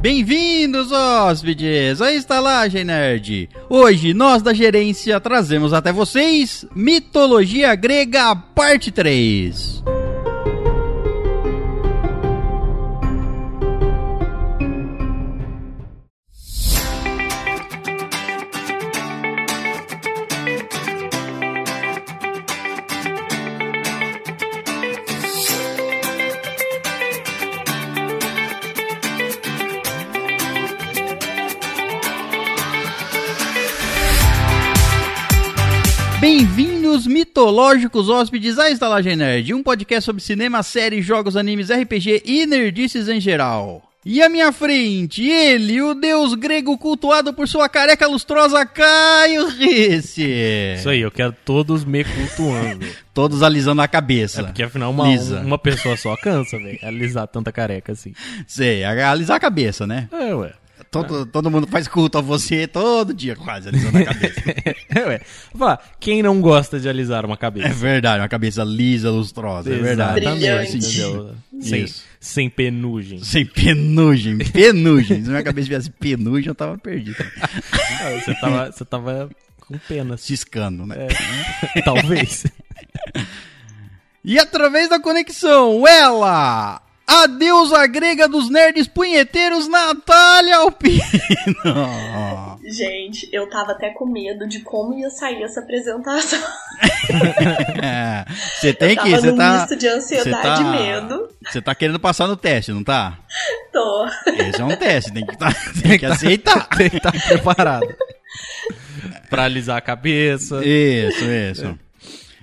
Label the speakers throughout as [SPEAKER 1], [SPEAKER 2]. [SPEAKER 1] Bem-vindos, hóspedes, à Estalagem Nerd. Hoje, nós da gerência trazemos até vocês Mitologia Grega, parte 3. Bem-vindos, mitológicos hóspedes, à Estalagem Nerd, um podcast sobre cinema, séries, jogos, animes, RPG e nerdices em geral. E à minha frente, ele, o deus grego cultuado por sua careca lustrosa, Caio Risse.
[SPEAKER 2] Isso aí, eu quero todos me cultuando.
[SPEAKER 1] Todos alisando a cabeça.
[SPEAKER 2] É porque afinal uma,
[SPEAKER 1] Tá. Lisa.
[SPEAKER 2] uma pessoa só cansa, velho. Alisar tanta careca assim.
[SPEAKER 1] Sei, a- alisar a cabeça, né?
[SPEAKER 2] É, ué.
[SPEAKER 1] Todo, todo mundo faz culto a você todo dia, quase, alisando a cabeça.
[SPEAKER 2] É, ué. Vá, quem não gosta de alisar uma
[SPEAKER 1] é
[SPEAKER 2] cabeça?
[SPEAKER 1] verdade, uma cabeça lisa, lustrosa, é verdade. Faz
[SPEAKER 2] Exatamente,
[SPEAKER 1] sentido.
[SPEAKER 2] entendeu? Sem,
[SPEAKER 1] Isso.
[SPEAKER 2] sem penugem.
[SPEAKER 1] Sem penugem, penugem. Se minha cabeça tivesse penugem, eu tava perdido.
[SPEAKER 2] Ah, Você tava, você tava com pena, assim,
[SPEAKER 1] Ciscando, né?
[SPEAKER 2] talvez.
[SPEAKER 1] E através da conexão, ela, a deusa grega dos nerds punheteiros, Natália Alpino.
[SPEAKER 3] Gente, eu tava até com medo de como ia sair essa apresentação.
[SPEAKER 1] É, Você tem que,
[SPEAKER 3] tava
[SPEAKER 1] você
[SPEAKER 3] num
[SPEAKER 1] tá...
[SPEAKER 3] misto de
[SPEAKER 1] Você
[SPEAKER 3] ansiedade
[SPEAKER 1] tá,
[SPEAKER 3] e medo.
[SPEAKER 1] você tá querendo passar no teste, não tá?
[SPEAKER 3] Tô.
[SPEAKER 1] Esse é um teste, tem que, tá- tem que aceitar.
[SPEAKER 2] Tem que estar preparado. pra alisar a cabeça.
[SPEAKER 1] Isso, isso.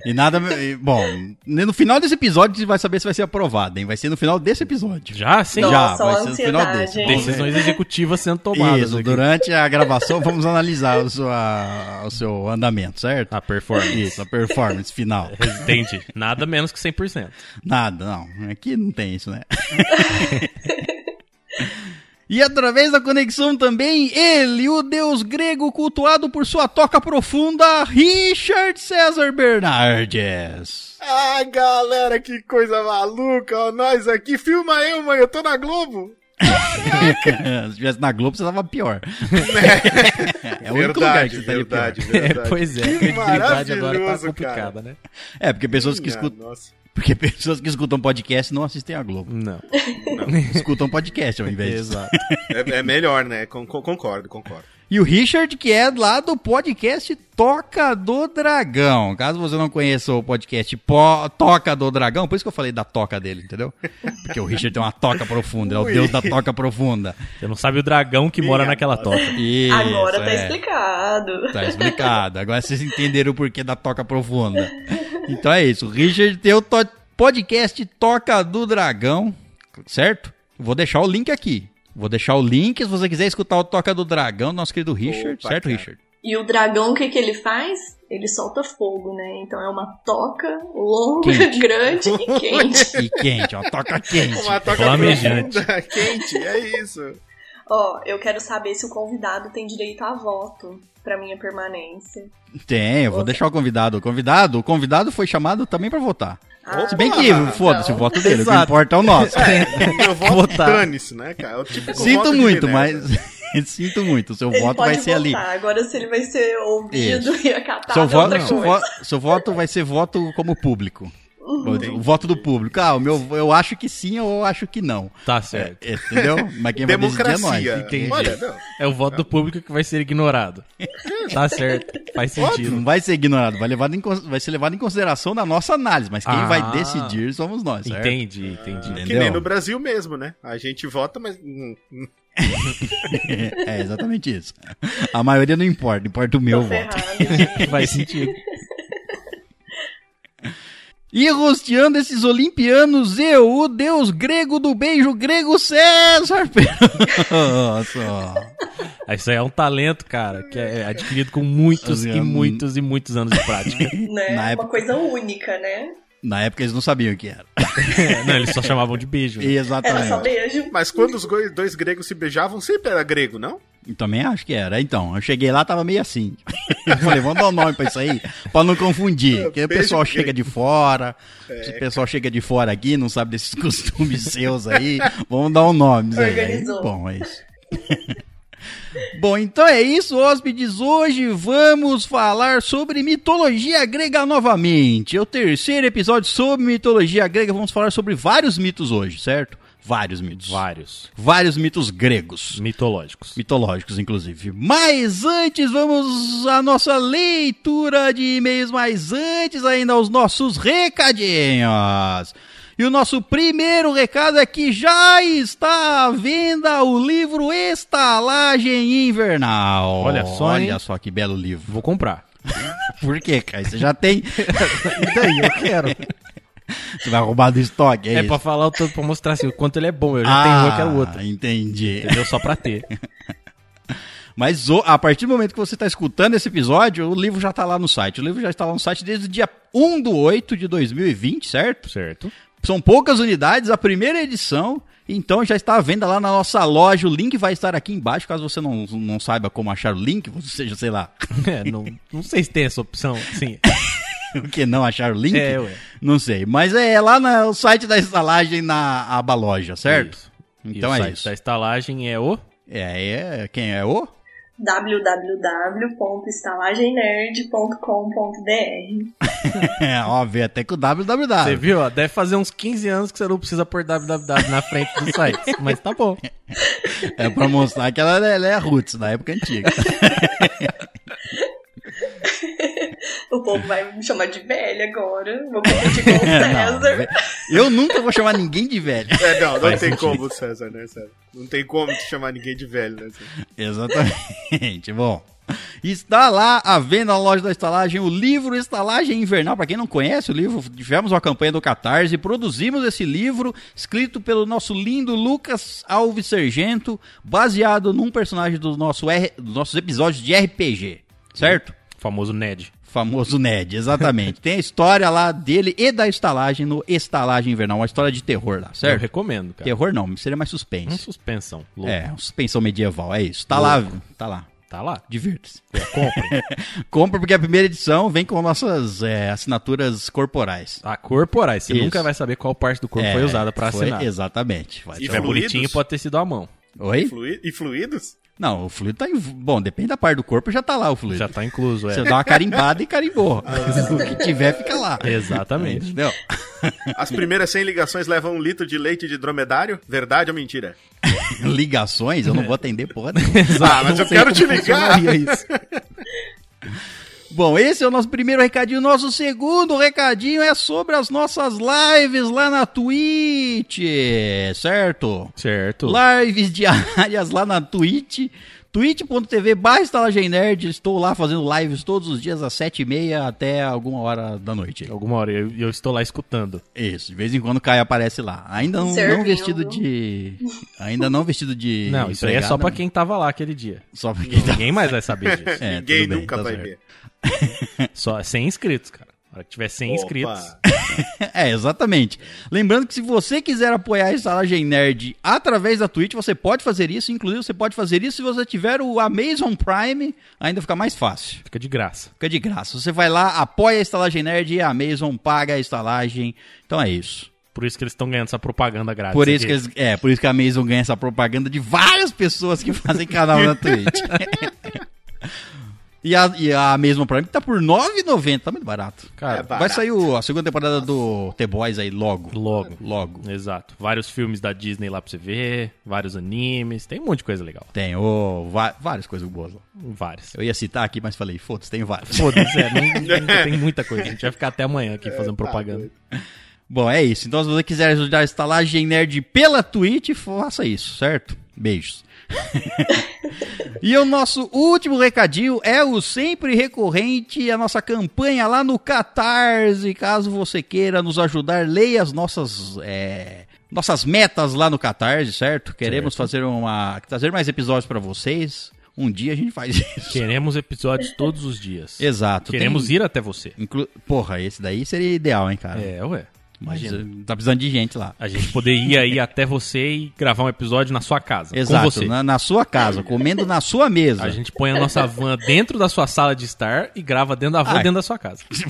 [SPEAKER 1] E nada. e, Bom, no final desse episódio você vai saber se vai ser aprovado, hein? Vai ser no final desse episódio.
[SPEAKER 2] Já? Sim.
[SPEAKER 3] Nossa,
[SPEAKER 1] já, vai
[SPEAKER 3] uma
[SPEAKER 1] ser no final
[SPEAKER 3] ansiedade,
[SPEAKER 1] desse.
[SPEAKER 3] hein?
[SPEAKER 1] Vamos ver.
[SPEAKER 2] Decisões executivas sendo tomadas
[SPEAKER 1] Isso,
[SPEAKER 2] aqui.
[SPEAKER 1] durante a gravação vamos analisar o, sua, o seu andamento, certo?
[SPEAKER 2] A Ah, performance.
[SPEAKER 1] Isso, a performance final.
[SPEAKER 2] Residente, nada menos que 100%.
[SPEAKER 1] Nada, não. Aqui não tem isso, né? E através da conexão também, ele, o deus grego cultuado por sua toca profunda, Richard César Bernardes.
[SPEAKER 4] Ai, galera, que coisa maluca, ó, nós aqui. Filma eu, mãe, eu tô na Globo.
[SPEAKER 1] Se tivesse na Globo, você tava pior. é o único lugar que você estaria pior.
[SPEAKER 4] verdade, verdade.
[SPEAKER 2] pois é, a
[SPEAKER 4] Que
[SPEAKER 2] credibilidade agora tá
[SPEAKER 4] maravilhoso,
[SPEAKER 2] complicada,
[SPEAKER 4] cara.
[SPEAKER 2] né?
[SPEAKER 1] É, porque pessoas que,
[SPEAKER 4] Ah,
[SPEAKER 1] escutam,
[SPEAKER 4] Nossa.
[SPEAKER 1] porque pessoas que escutam podcast não assistem a Globo.
[SPEAKER 2] Não.
[SPEAKER 1] Escutam podcast ao invés disso.
[SPEAKER 2] Exato.
[SPEAKER 4] É, é melhor, né? Con- con- concordo, concordo.
[SPEAKER 1] E o Richard, que é lá do podcast Toca do Dragão. Caso você não conheça o podcast Po- Toca do Dragão, por isso que eu falei da toca dele, entendeu? Porque o Richard tem uma toca profunda, é o
[SPEAKER 4] Ui.
[SPEAKER 1] deus da toca profunda.
[SPEAKER 2] Você não sabe o dragão que mora naquela toca.
[SPEAKER 1] Isso,
[SPEAKER 3] Agora tá
[SPEAKER 1] é.
[SPEAKER 3] explicado.
[SPEAKER 1] Tá explicado. Agora vocês entenderam o porquê da toca profunda. Então é isso. O Richard tem o to- podcast Toca do Dragão, certo? Vou deixar o link aqui. Vou deixar o link se você quiser escutar o Toca do Dragão, nosso querido Richard,
[SPEAKER 4] Opa,
[SPEAKER 1] certo,
[SPEAKER 4] cara.
[SPEAKER 1] Richard?
[SPEAKER 3] E o dragão, o que que ele faz? Ele solta fogo, né? Então é uma toca longa,
[SPEAKER 1] Quente.
[SPEAKER 3] grande e quente.
[SPEAKER 1] E quente, ó, toca quente.
[SPEAKER 4] Uma toca
[SPEAKER 2] Flamejante.
[SPEAKER 4] profunda, quente, é isso.
[SPEAKER 3] Ó, eu quero saber se o convidado tem direito a voto pra minha permanência.
[SPEAKER 1] Tem, eu vou deixar o convidado. O convidado, o convidado foi chamado também pra votar.
[SPEAKER 3] Ah,
[SPEAKER 1] Se bem que,
[SPEAKER 4] Ah,
[SPEAKER 1] foda-se, o voto dele, o que
[SPEAKER 2] Exato.
[SPEAKER 1] importa é o nosso.
[SPEAKER 4] Eu voto
[SPEAKER 2] Votar.
[SPEAKER 4] dane-se, né, cara? O típico voto
[SPEAKER 1] Sinto
[SPEAKER 4] de é
[SPEAKER 1] muito,
[SPEAKER 4] Minerva.
[SPEAKER 1] mas é sinto muito, seu
[SPEAKER 3] Ele
[SPEAKER 1] voto
[SPEAKER 3] pode
[SPEAKER 1] vai ser
[SPEAKER 3] votar.
[SPEAKER 1] ali.
[SPEAKER 3] Agora, se ele vai ser ouvido e acatado,
[SPEAKER 1] Seu
[SPEAKER 3] é
[SPEAKER 1] voto,
[SPEAKER 3] outra
[SPEAKER 1] seu,
[SPEAKER 3] coisa. Uhum.
[SPEAKER 1] vo- seu voto vai ser voto como público. O, o voto do público. Ah, o meu, eu acho que sim ou eu acho que não.
[SPEAKER 2] Tá certo.
[SPEAKER 1] É, entendeu? Mas quem vai decidir é nós.
[SPEAKER 4] Democracia.
[SPEAKER 2] entendi.
[SPEAKER 4] Olha, não.
[SPEAKER 2] É o voto do público que vai ser ignorado. Tá certo. Faz sentido.
[SPEAKER 1] Não vai ser ignorado, vai, levado em cons- vai ser levado em consideração na nossa análise, mas quem
[SPEAKER 2] Ah.
[SPEAKER 1] vai decidir somos nós, certo?
[SPEAKER 2] Entendi, entendi.
[SPEAKER 4] Que nem no Brasil mesmo, né? A gente vota, mas hum, hum,
[SPEAKER 1] É exatamente isso. A maioria não importa, importa o meu
[SPEAKER 3] Tô
[SPEAKER 1] voto.
[SPEAKER 3] Tá ferrado.
[SPEAKER 2] Faz sentido.
[SPEAKER 1] E rosteando esses olimpianos, eu, o deus grego do beijo grego César. Nossa.
[SPEAKER 2] Isso aí é um talento, cara, que é adquirido com muitos
[SPEAKER 1] Assim,
[SPEAKER 2] e
[SPEAKER 1] hum.
[SPEAKER 2] muitos e muitos anos de prática.
[SPEAKER 3] né?
[SPEAKER 1] Na
[SPEAKER 3] Uma
[SPEAKER 1] época-
[SPEAKER 3] coisa única, né?
[SPEAKER 1] Na época eles não sabiam o que era.
[SPEAKER 2] É, Não, eles só chamavam de beijo. né?
[SPEAKER 3] Era É só
[SPEAKER 1] Exatamente.
[SPEAKER 3] beijo.
[SPEAKER 4] Mas quando os goi- dois gregos se beijavam, sempre era grego, não?
[SPEAKER 1] Eu Também acho que era. Então, eu cheguei lá, tava meio assim. Eu falei, vamos dar um nome pra isso aí, pra não confundir. Porque o
[SPEAKER 4] Beijo
[SPEAKER 1] pessoal
[SPEAKER 4] grego.
[SPEAKER 1] chega de fora, o pessoal chega de fora aqui, não sabe desses costumes seus aí. Vamos dar um nome. isso aí. Aí,
[SPEAKER 3] Organizou.
[SPEAKER 1] Bom, é isso. Bom, então é isso, hóspedes. Hoje vamos falar sobre mitologia grega novamente. É o terceiro episódio sobre mitologia grega. Vamos falar sobre vários mitos hoje, certo? Vários mitos.
[SPEAKER 2] Vários.
[SPEAKER 1] Vários mitos gregos.
[SPEAKER 2] Mitológicos.
[SPEAKER 1] Mitológicos, inclusive. Mas antes, vamos à nossa leitura de e-mails, mas antes ainda aos nossos recadinhos. E o nosso primeiro recado é que já está à venda o livro Estalagem Invernal.
[SPEAKER 2] Olha só,
[SPEAKER 1] Olha
[SPEAKER 2] hein?
[SPEAKER 1] só que belo livro.
[SPEAKER 2] Vou comprar.
[SPEAKER 1] Por quê, cara? Você já tem.
[SPEAKER 2] E daí? Eu quero.
[SPEAKER 1] Você vai roubar do estoque, é,
[SPEAKER 2] É,
[SPEAKER 1] isso?
[SPEAKER 2] pra falar o tanto, pra mostrar assim, o quanto ele é bom. Eu já
[SPEAKER 1] ah,
[SPEAKER 2] tenho um, eu quero outro.
[SPEAKER 1] Entendi.
[SPEAKER 2] Entendeu? Só pra ter.
[SPEAKER 1] Mas o- a partir do momento que você está escutando esse episódio, o livro já está lá no site. O livro já está lá no site desde o dia 1 do 8 de 2020, certo?
[SPEAKER 2] Certo.
[SPEAKER 1] São poucas unidades, a primeira edição. Então já está à venda lá na nossa loja. O link vai estar aqui embaixo, caso você não, não saiba como achar o link, ou seja, sei lá,
[SPEAKER 2] É, não, não sei se tem essa opção. Sim.
[SPEAKER 1] o que não achar o link.
[SPEAKER 2] É, ué.
[SPEAKER 1] Não sei. Mas é lá na- no site da estalagem na aba loja, certo?
[SPEAKER 2] Isso. tá
[SPEAKER 1] Então
[SPEAKER 2] e o
[SPEAKER 1] é
[SPEAKER 2] site
[SPEAKER 1] isso.
[SPEAKER 2] da estalagem é o...
[SPEAKER 1] É, é, quem é o?
[SPEAKER 3] www.estalagemnerd.com.br
[SPEAKER 1] É, ó, vê até que o www.
[SPEAKER 2] Você viu? ó, Deve fazer uns 15 anos que você não precisa pôr www na frente do site. mas tá bom.
[SPEAKER 1] É pra mostrar que ela, ela é roots da época antiga.
[SPEAKER 3] O povo vai me chamar de velha agora. Vou competir com o César.
[SPEAKER 1] É, Eu nunca vou chamar ninguém de velho.
[SPEAKER 4] É, não, não
[SPEAKER 2] Faz
[SPEAKER 4] tem
[SPEAKER 2] sentido.
[SPEAKER 4] como, César, né, César? Não tem como te chamar ninguém de velho, né? César?
[SPEAKER 1] Exatamente. Bom, está lá à venda na loja da estalagem o livro Estalagem Invernal. Para quem não conhece o livro, tivemos uma campanha do Catarse, produzimos esse livro escrito pelo nosso lindo Lucas Alves Sergento, baseado num personagem do nosso R- dos nossos episódios de RPG, certo?
[SPEAKER 2] Famoso Ned.
[SPEAKER 1] Famoso Ned, exatamente. Tem a história lá dele e da estalagem no Estalagem Invernal, uma história de terror lá,
[SPEAKER 2] Eu
[SPEAKER 1] certo?
[SPEAKER 2] recomendo, cara.
[SPEAKER 1] Terror não, seria mais
[SPEAKER 2] Um
[SPEAKER 1] suspense.
[SPEAKER 2] suspensão. Louco.
[SPEAKER 1] É, uma suspensão medieval, é isso. Tá lá, tá lá.
[SPEAKER 2] Tá lá.
[SPEAKER 1] Divirta-se.
[SPEAKER 2] É, compre.
[SPEAKER 1] Compra porque a primeira edição vem com nossas é, assinaturas corporais.
[SPEAKER 2] A Ah, corporais. Você
[SPEAKER 1] Isso.
[SPEAKER 2] nunca vai saber qual parte do corpo
[SPEAKER 1] É,
[SPEAKER 2] foi usada pra
[SPEAKER 1] foi-
[SPEAKER 2] assinar.
[SPEAKER 1] Exatamente. Vai
[SPEAKER 4] E
[SPEAKER 2] Se
[SPEAKER 1] ter
[SPEAKER 2] é
[SPEAKER 1] um-
[SPEAKER 4] fluidos?
[SPEAKER 2] bonitinho, pode ter sido a mão.
[SPEAKER 1] Oi?
[SPEAKER 4] Flui- E fluidos?
[SPEAKER 1] Não, o fluido tá em... Bom, depende da parte do corpo, já tá lá o fluido.
[SPEAKER 2] Já tá incluso, é.
[SPEAKER 1] Você dá uma carimbada e carimbou. o que tiver fica lá.
[SPEAKER 2] Exatamente.
[SPEAKER 1] Entendeu?
[SPEAKER 4] As primeiras 100 ligações levam um litro de leite de dromedário? Verdade ou mentira?
[SPEAKER 1] Ligações, eu não vou atender porra. nenhuma.
[SPEAKER 4] Ah, mas
[SPEAKER 2] Não
[SPEAKER 4] eu
[SPEAKER 2] sei
[SPEAKER 4] quero
[SPEAKER 2] como
[SPEAKER 4] te ligar.
[SPEAKER 2] funcionaria isso.
[SPEAKER 1] Bom, esse é o nosso primeiro recadinho. Nosso segundo recadinho é sobre as nossas lives lá na Twitch, certo?
[SPEAKER 2] Certo.
[SPEAKER 1] Lives diárias lá na Twitch. twitch.tv barra Estalagem Nerd. Estou lá fazendo lives todos os dias às 7h30 até alguma hora da noite.
[SPEAKER 2] Alguma hora eu, eu estou lá escutando.
[SPEAKER 1] Isso, de vez em quando o Caio aparece lá. Ainda não,
[SPEAKER 3] Servindo.
[SPEAKER 1] não vestido de. Ainda não vestido de.
[SPEAKER 2] Não, isso aí é só
[SPEAKER 1] empregado,
[SPEAKER 2] pra quem tava lá aquele dia.
[SPEAKER 1] Só pra quem tá.
[SPEAKER 2] Ninguém mais vai saber disso.
[SPEAKER 1] É,
[SPEAKER 4] Ninguém
[SPEAKER 1] tudo bem,
[SPEAKER 4] nunca
[SPEAKER 1] tá
[SPEAKER 4] vai
[SPEAKER 1] certo.
[SPEAKER 4] ver.
[SPEAKER 2] Só 100 inscritos, cara. Na hora que tiver 100 inscritos.
[SPEAKER 4] Opa.
[SPEAKER 1] É, exatamente. Lembrando que se você quiser apoiar a Estalagem Nerd através da Twitch, você pode fazer isso. Inclusive, você pode fazer isso se você tiver o Amazon Prime, ainda fica mais fácil.
[SPEAKER 2] Fica de graça.
[SPEAKER 1] Fica de graça. Você vai lá, apoia a Estalagem Nerd e a Amazon paga a estalagem. Então é isso.
[SPEAKER 2] Por isso que eles estão ganhando essa propaganda grátis.
[SPEAKER 1] Por isso, que
[SPEAKER 2] Ah, aqui.
[SPEAKER 1] eles- é, por isso que a Amazon ganha essa propaganda de várias pessoas que fazem canal na Twitch. E a, e a Amazon Prime tá por R$ 9,90, tá muito barato.
[SPEAKER 2] Cara,
[SPEAKER 4] É, ba-
[SPEAKER 1] Vai
[SPEAKER 4] Barato.
[SPEAKER 1] sair o- a segunda temporada do The Boys aí logo.
[SPEAKER 2] logo.
[SPEAKER 1] Logo.
[SPEAKER 2] Exato. Vários filmes da Disney lá pra você ver, vários animes, tem um monte de coisa legal.
[SPEAKER 1] Tem ô, va- várias coisas boas lá.
[SPEAKER 2] Vários.
[SPEAKER 1] Eu ia citar aqui, mas falei, foda-se, tem várias.
[SPEAKER 2] Foda-se, é, não- não tem muita coisa. A gente vai ficar até amanhã aqui fazendo
[SPEAKER 4] Tá
[SPEAKER 2] propaganda.
[SPEAKER 1] Bom, é isso. Então, se você quiser ajudar a estalagem nerd pela Twitch, faça isso, certo? Beijos. e o nosso último recadinho é o sempre recorrente, a nossa campanha lá no Catarse. Caso você queira nos ajudar, leia as nossas. é, Nossas metas lá no Catarse, certo? Queremos fazer uma trazer mais episódios pra vocês. Um dia a gente faz isso.
[SPEAKER 2] Queremos episódios todos os dias.
[SPEAKER 1] Exato.
[SPEAKER 2] Queremos
[SPEAKER 1] Tem- Tá.
[SPEAKER 2] ir até você.
[SPEAKER 1] inclu- Porra, esse daí seria ideal, hein, cara?
[SPEAKER 2] É, ué.
[SPEAKER 1] Mas
[SPEAKER 2] Imagina.
[SPEAKER 1] eh, tá precisando de gente lá.
[SPEAKER 2] A gente poderia ir até você e gravar um episódio na sua casa. Com
[SPEAKER 1] Exato, né?
[SPEAKER 2] você.
[SPEAKER 1] na, na sua casa, comendo na sua mesa.
[SPEAKER 2] A gente põe a nossa van dentro da sua sala de estar e grava dentro da van
[SPEAKER 1] Ah,
[SPEAKER 2] dentro da sua casa.
[SPEAKER 4] Que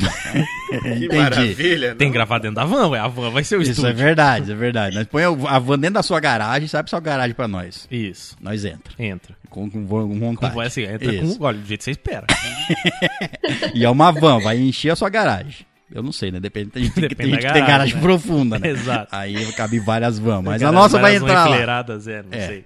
[SPEAKER 1] Entendi.
[SPEAKER 4] maravilha. né? não?
[SPEAKER 2] Tem que gravar dentro da van, ué. A van vai ser o
[SPEAKER 1] Isso é
[SPEAKER 2] estúdio.
[SPEAKER 1] verdade, isso é verdade. Nós põe a van dentro da sua garagem, sabe sua garagem pra nós.
[SPEAKER 2] Isso.
[SPEAKER 1] Nós entra.
[SPEAKER 2] Entra.
[SPEAKER 1] Com, com, vo- com
[SPEAKER 2] Com
[SPEAKER 1] vontade.
[SPEAKER 2] van, assim, entra
[SPEAKER 1] Isso.
[SPEAKER 2] com. Olha, do jeito que você espera.
[SPEAKER 1] E é uma van, vai encher a sua garagem. Eu não sei, né? Depende, tem, gente que-
[SPEAKER 2] Depende
[SPEAKER 1] tem gente
[SPEAKER 2] da
[SPEAKER 1] que tem garagem
[SPEAKER 2] garagem, né?
[SPEAKER 1] profunda, né?
[SPEAKER 2] Exato.
[SPEAKER 1] Aí cabe várias vans, mas a
[SPEAKER 2] Cara,
[SPEAKER 1] nossa vai
[SPEAKER 2] várias vão
[SPEAKER 1] entrar lá.
[SPEAKER 2] enfileiradas, é, não
[SPEAKER 1] É.
[SPEAKER 2] sei.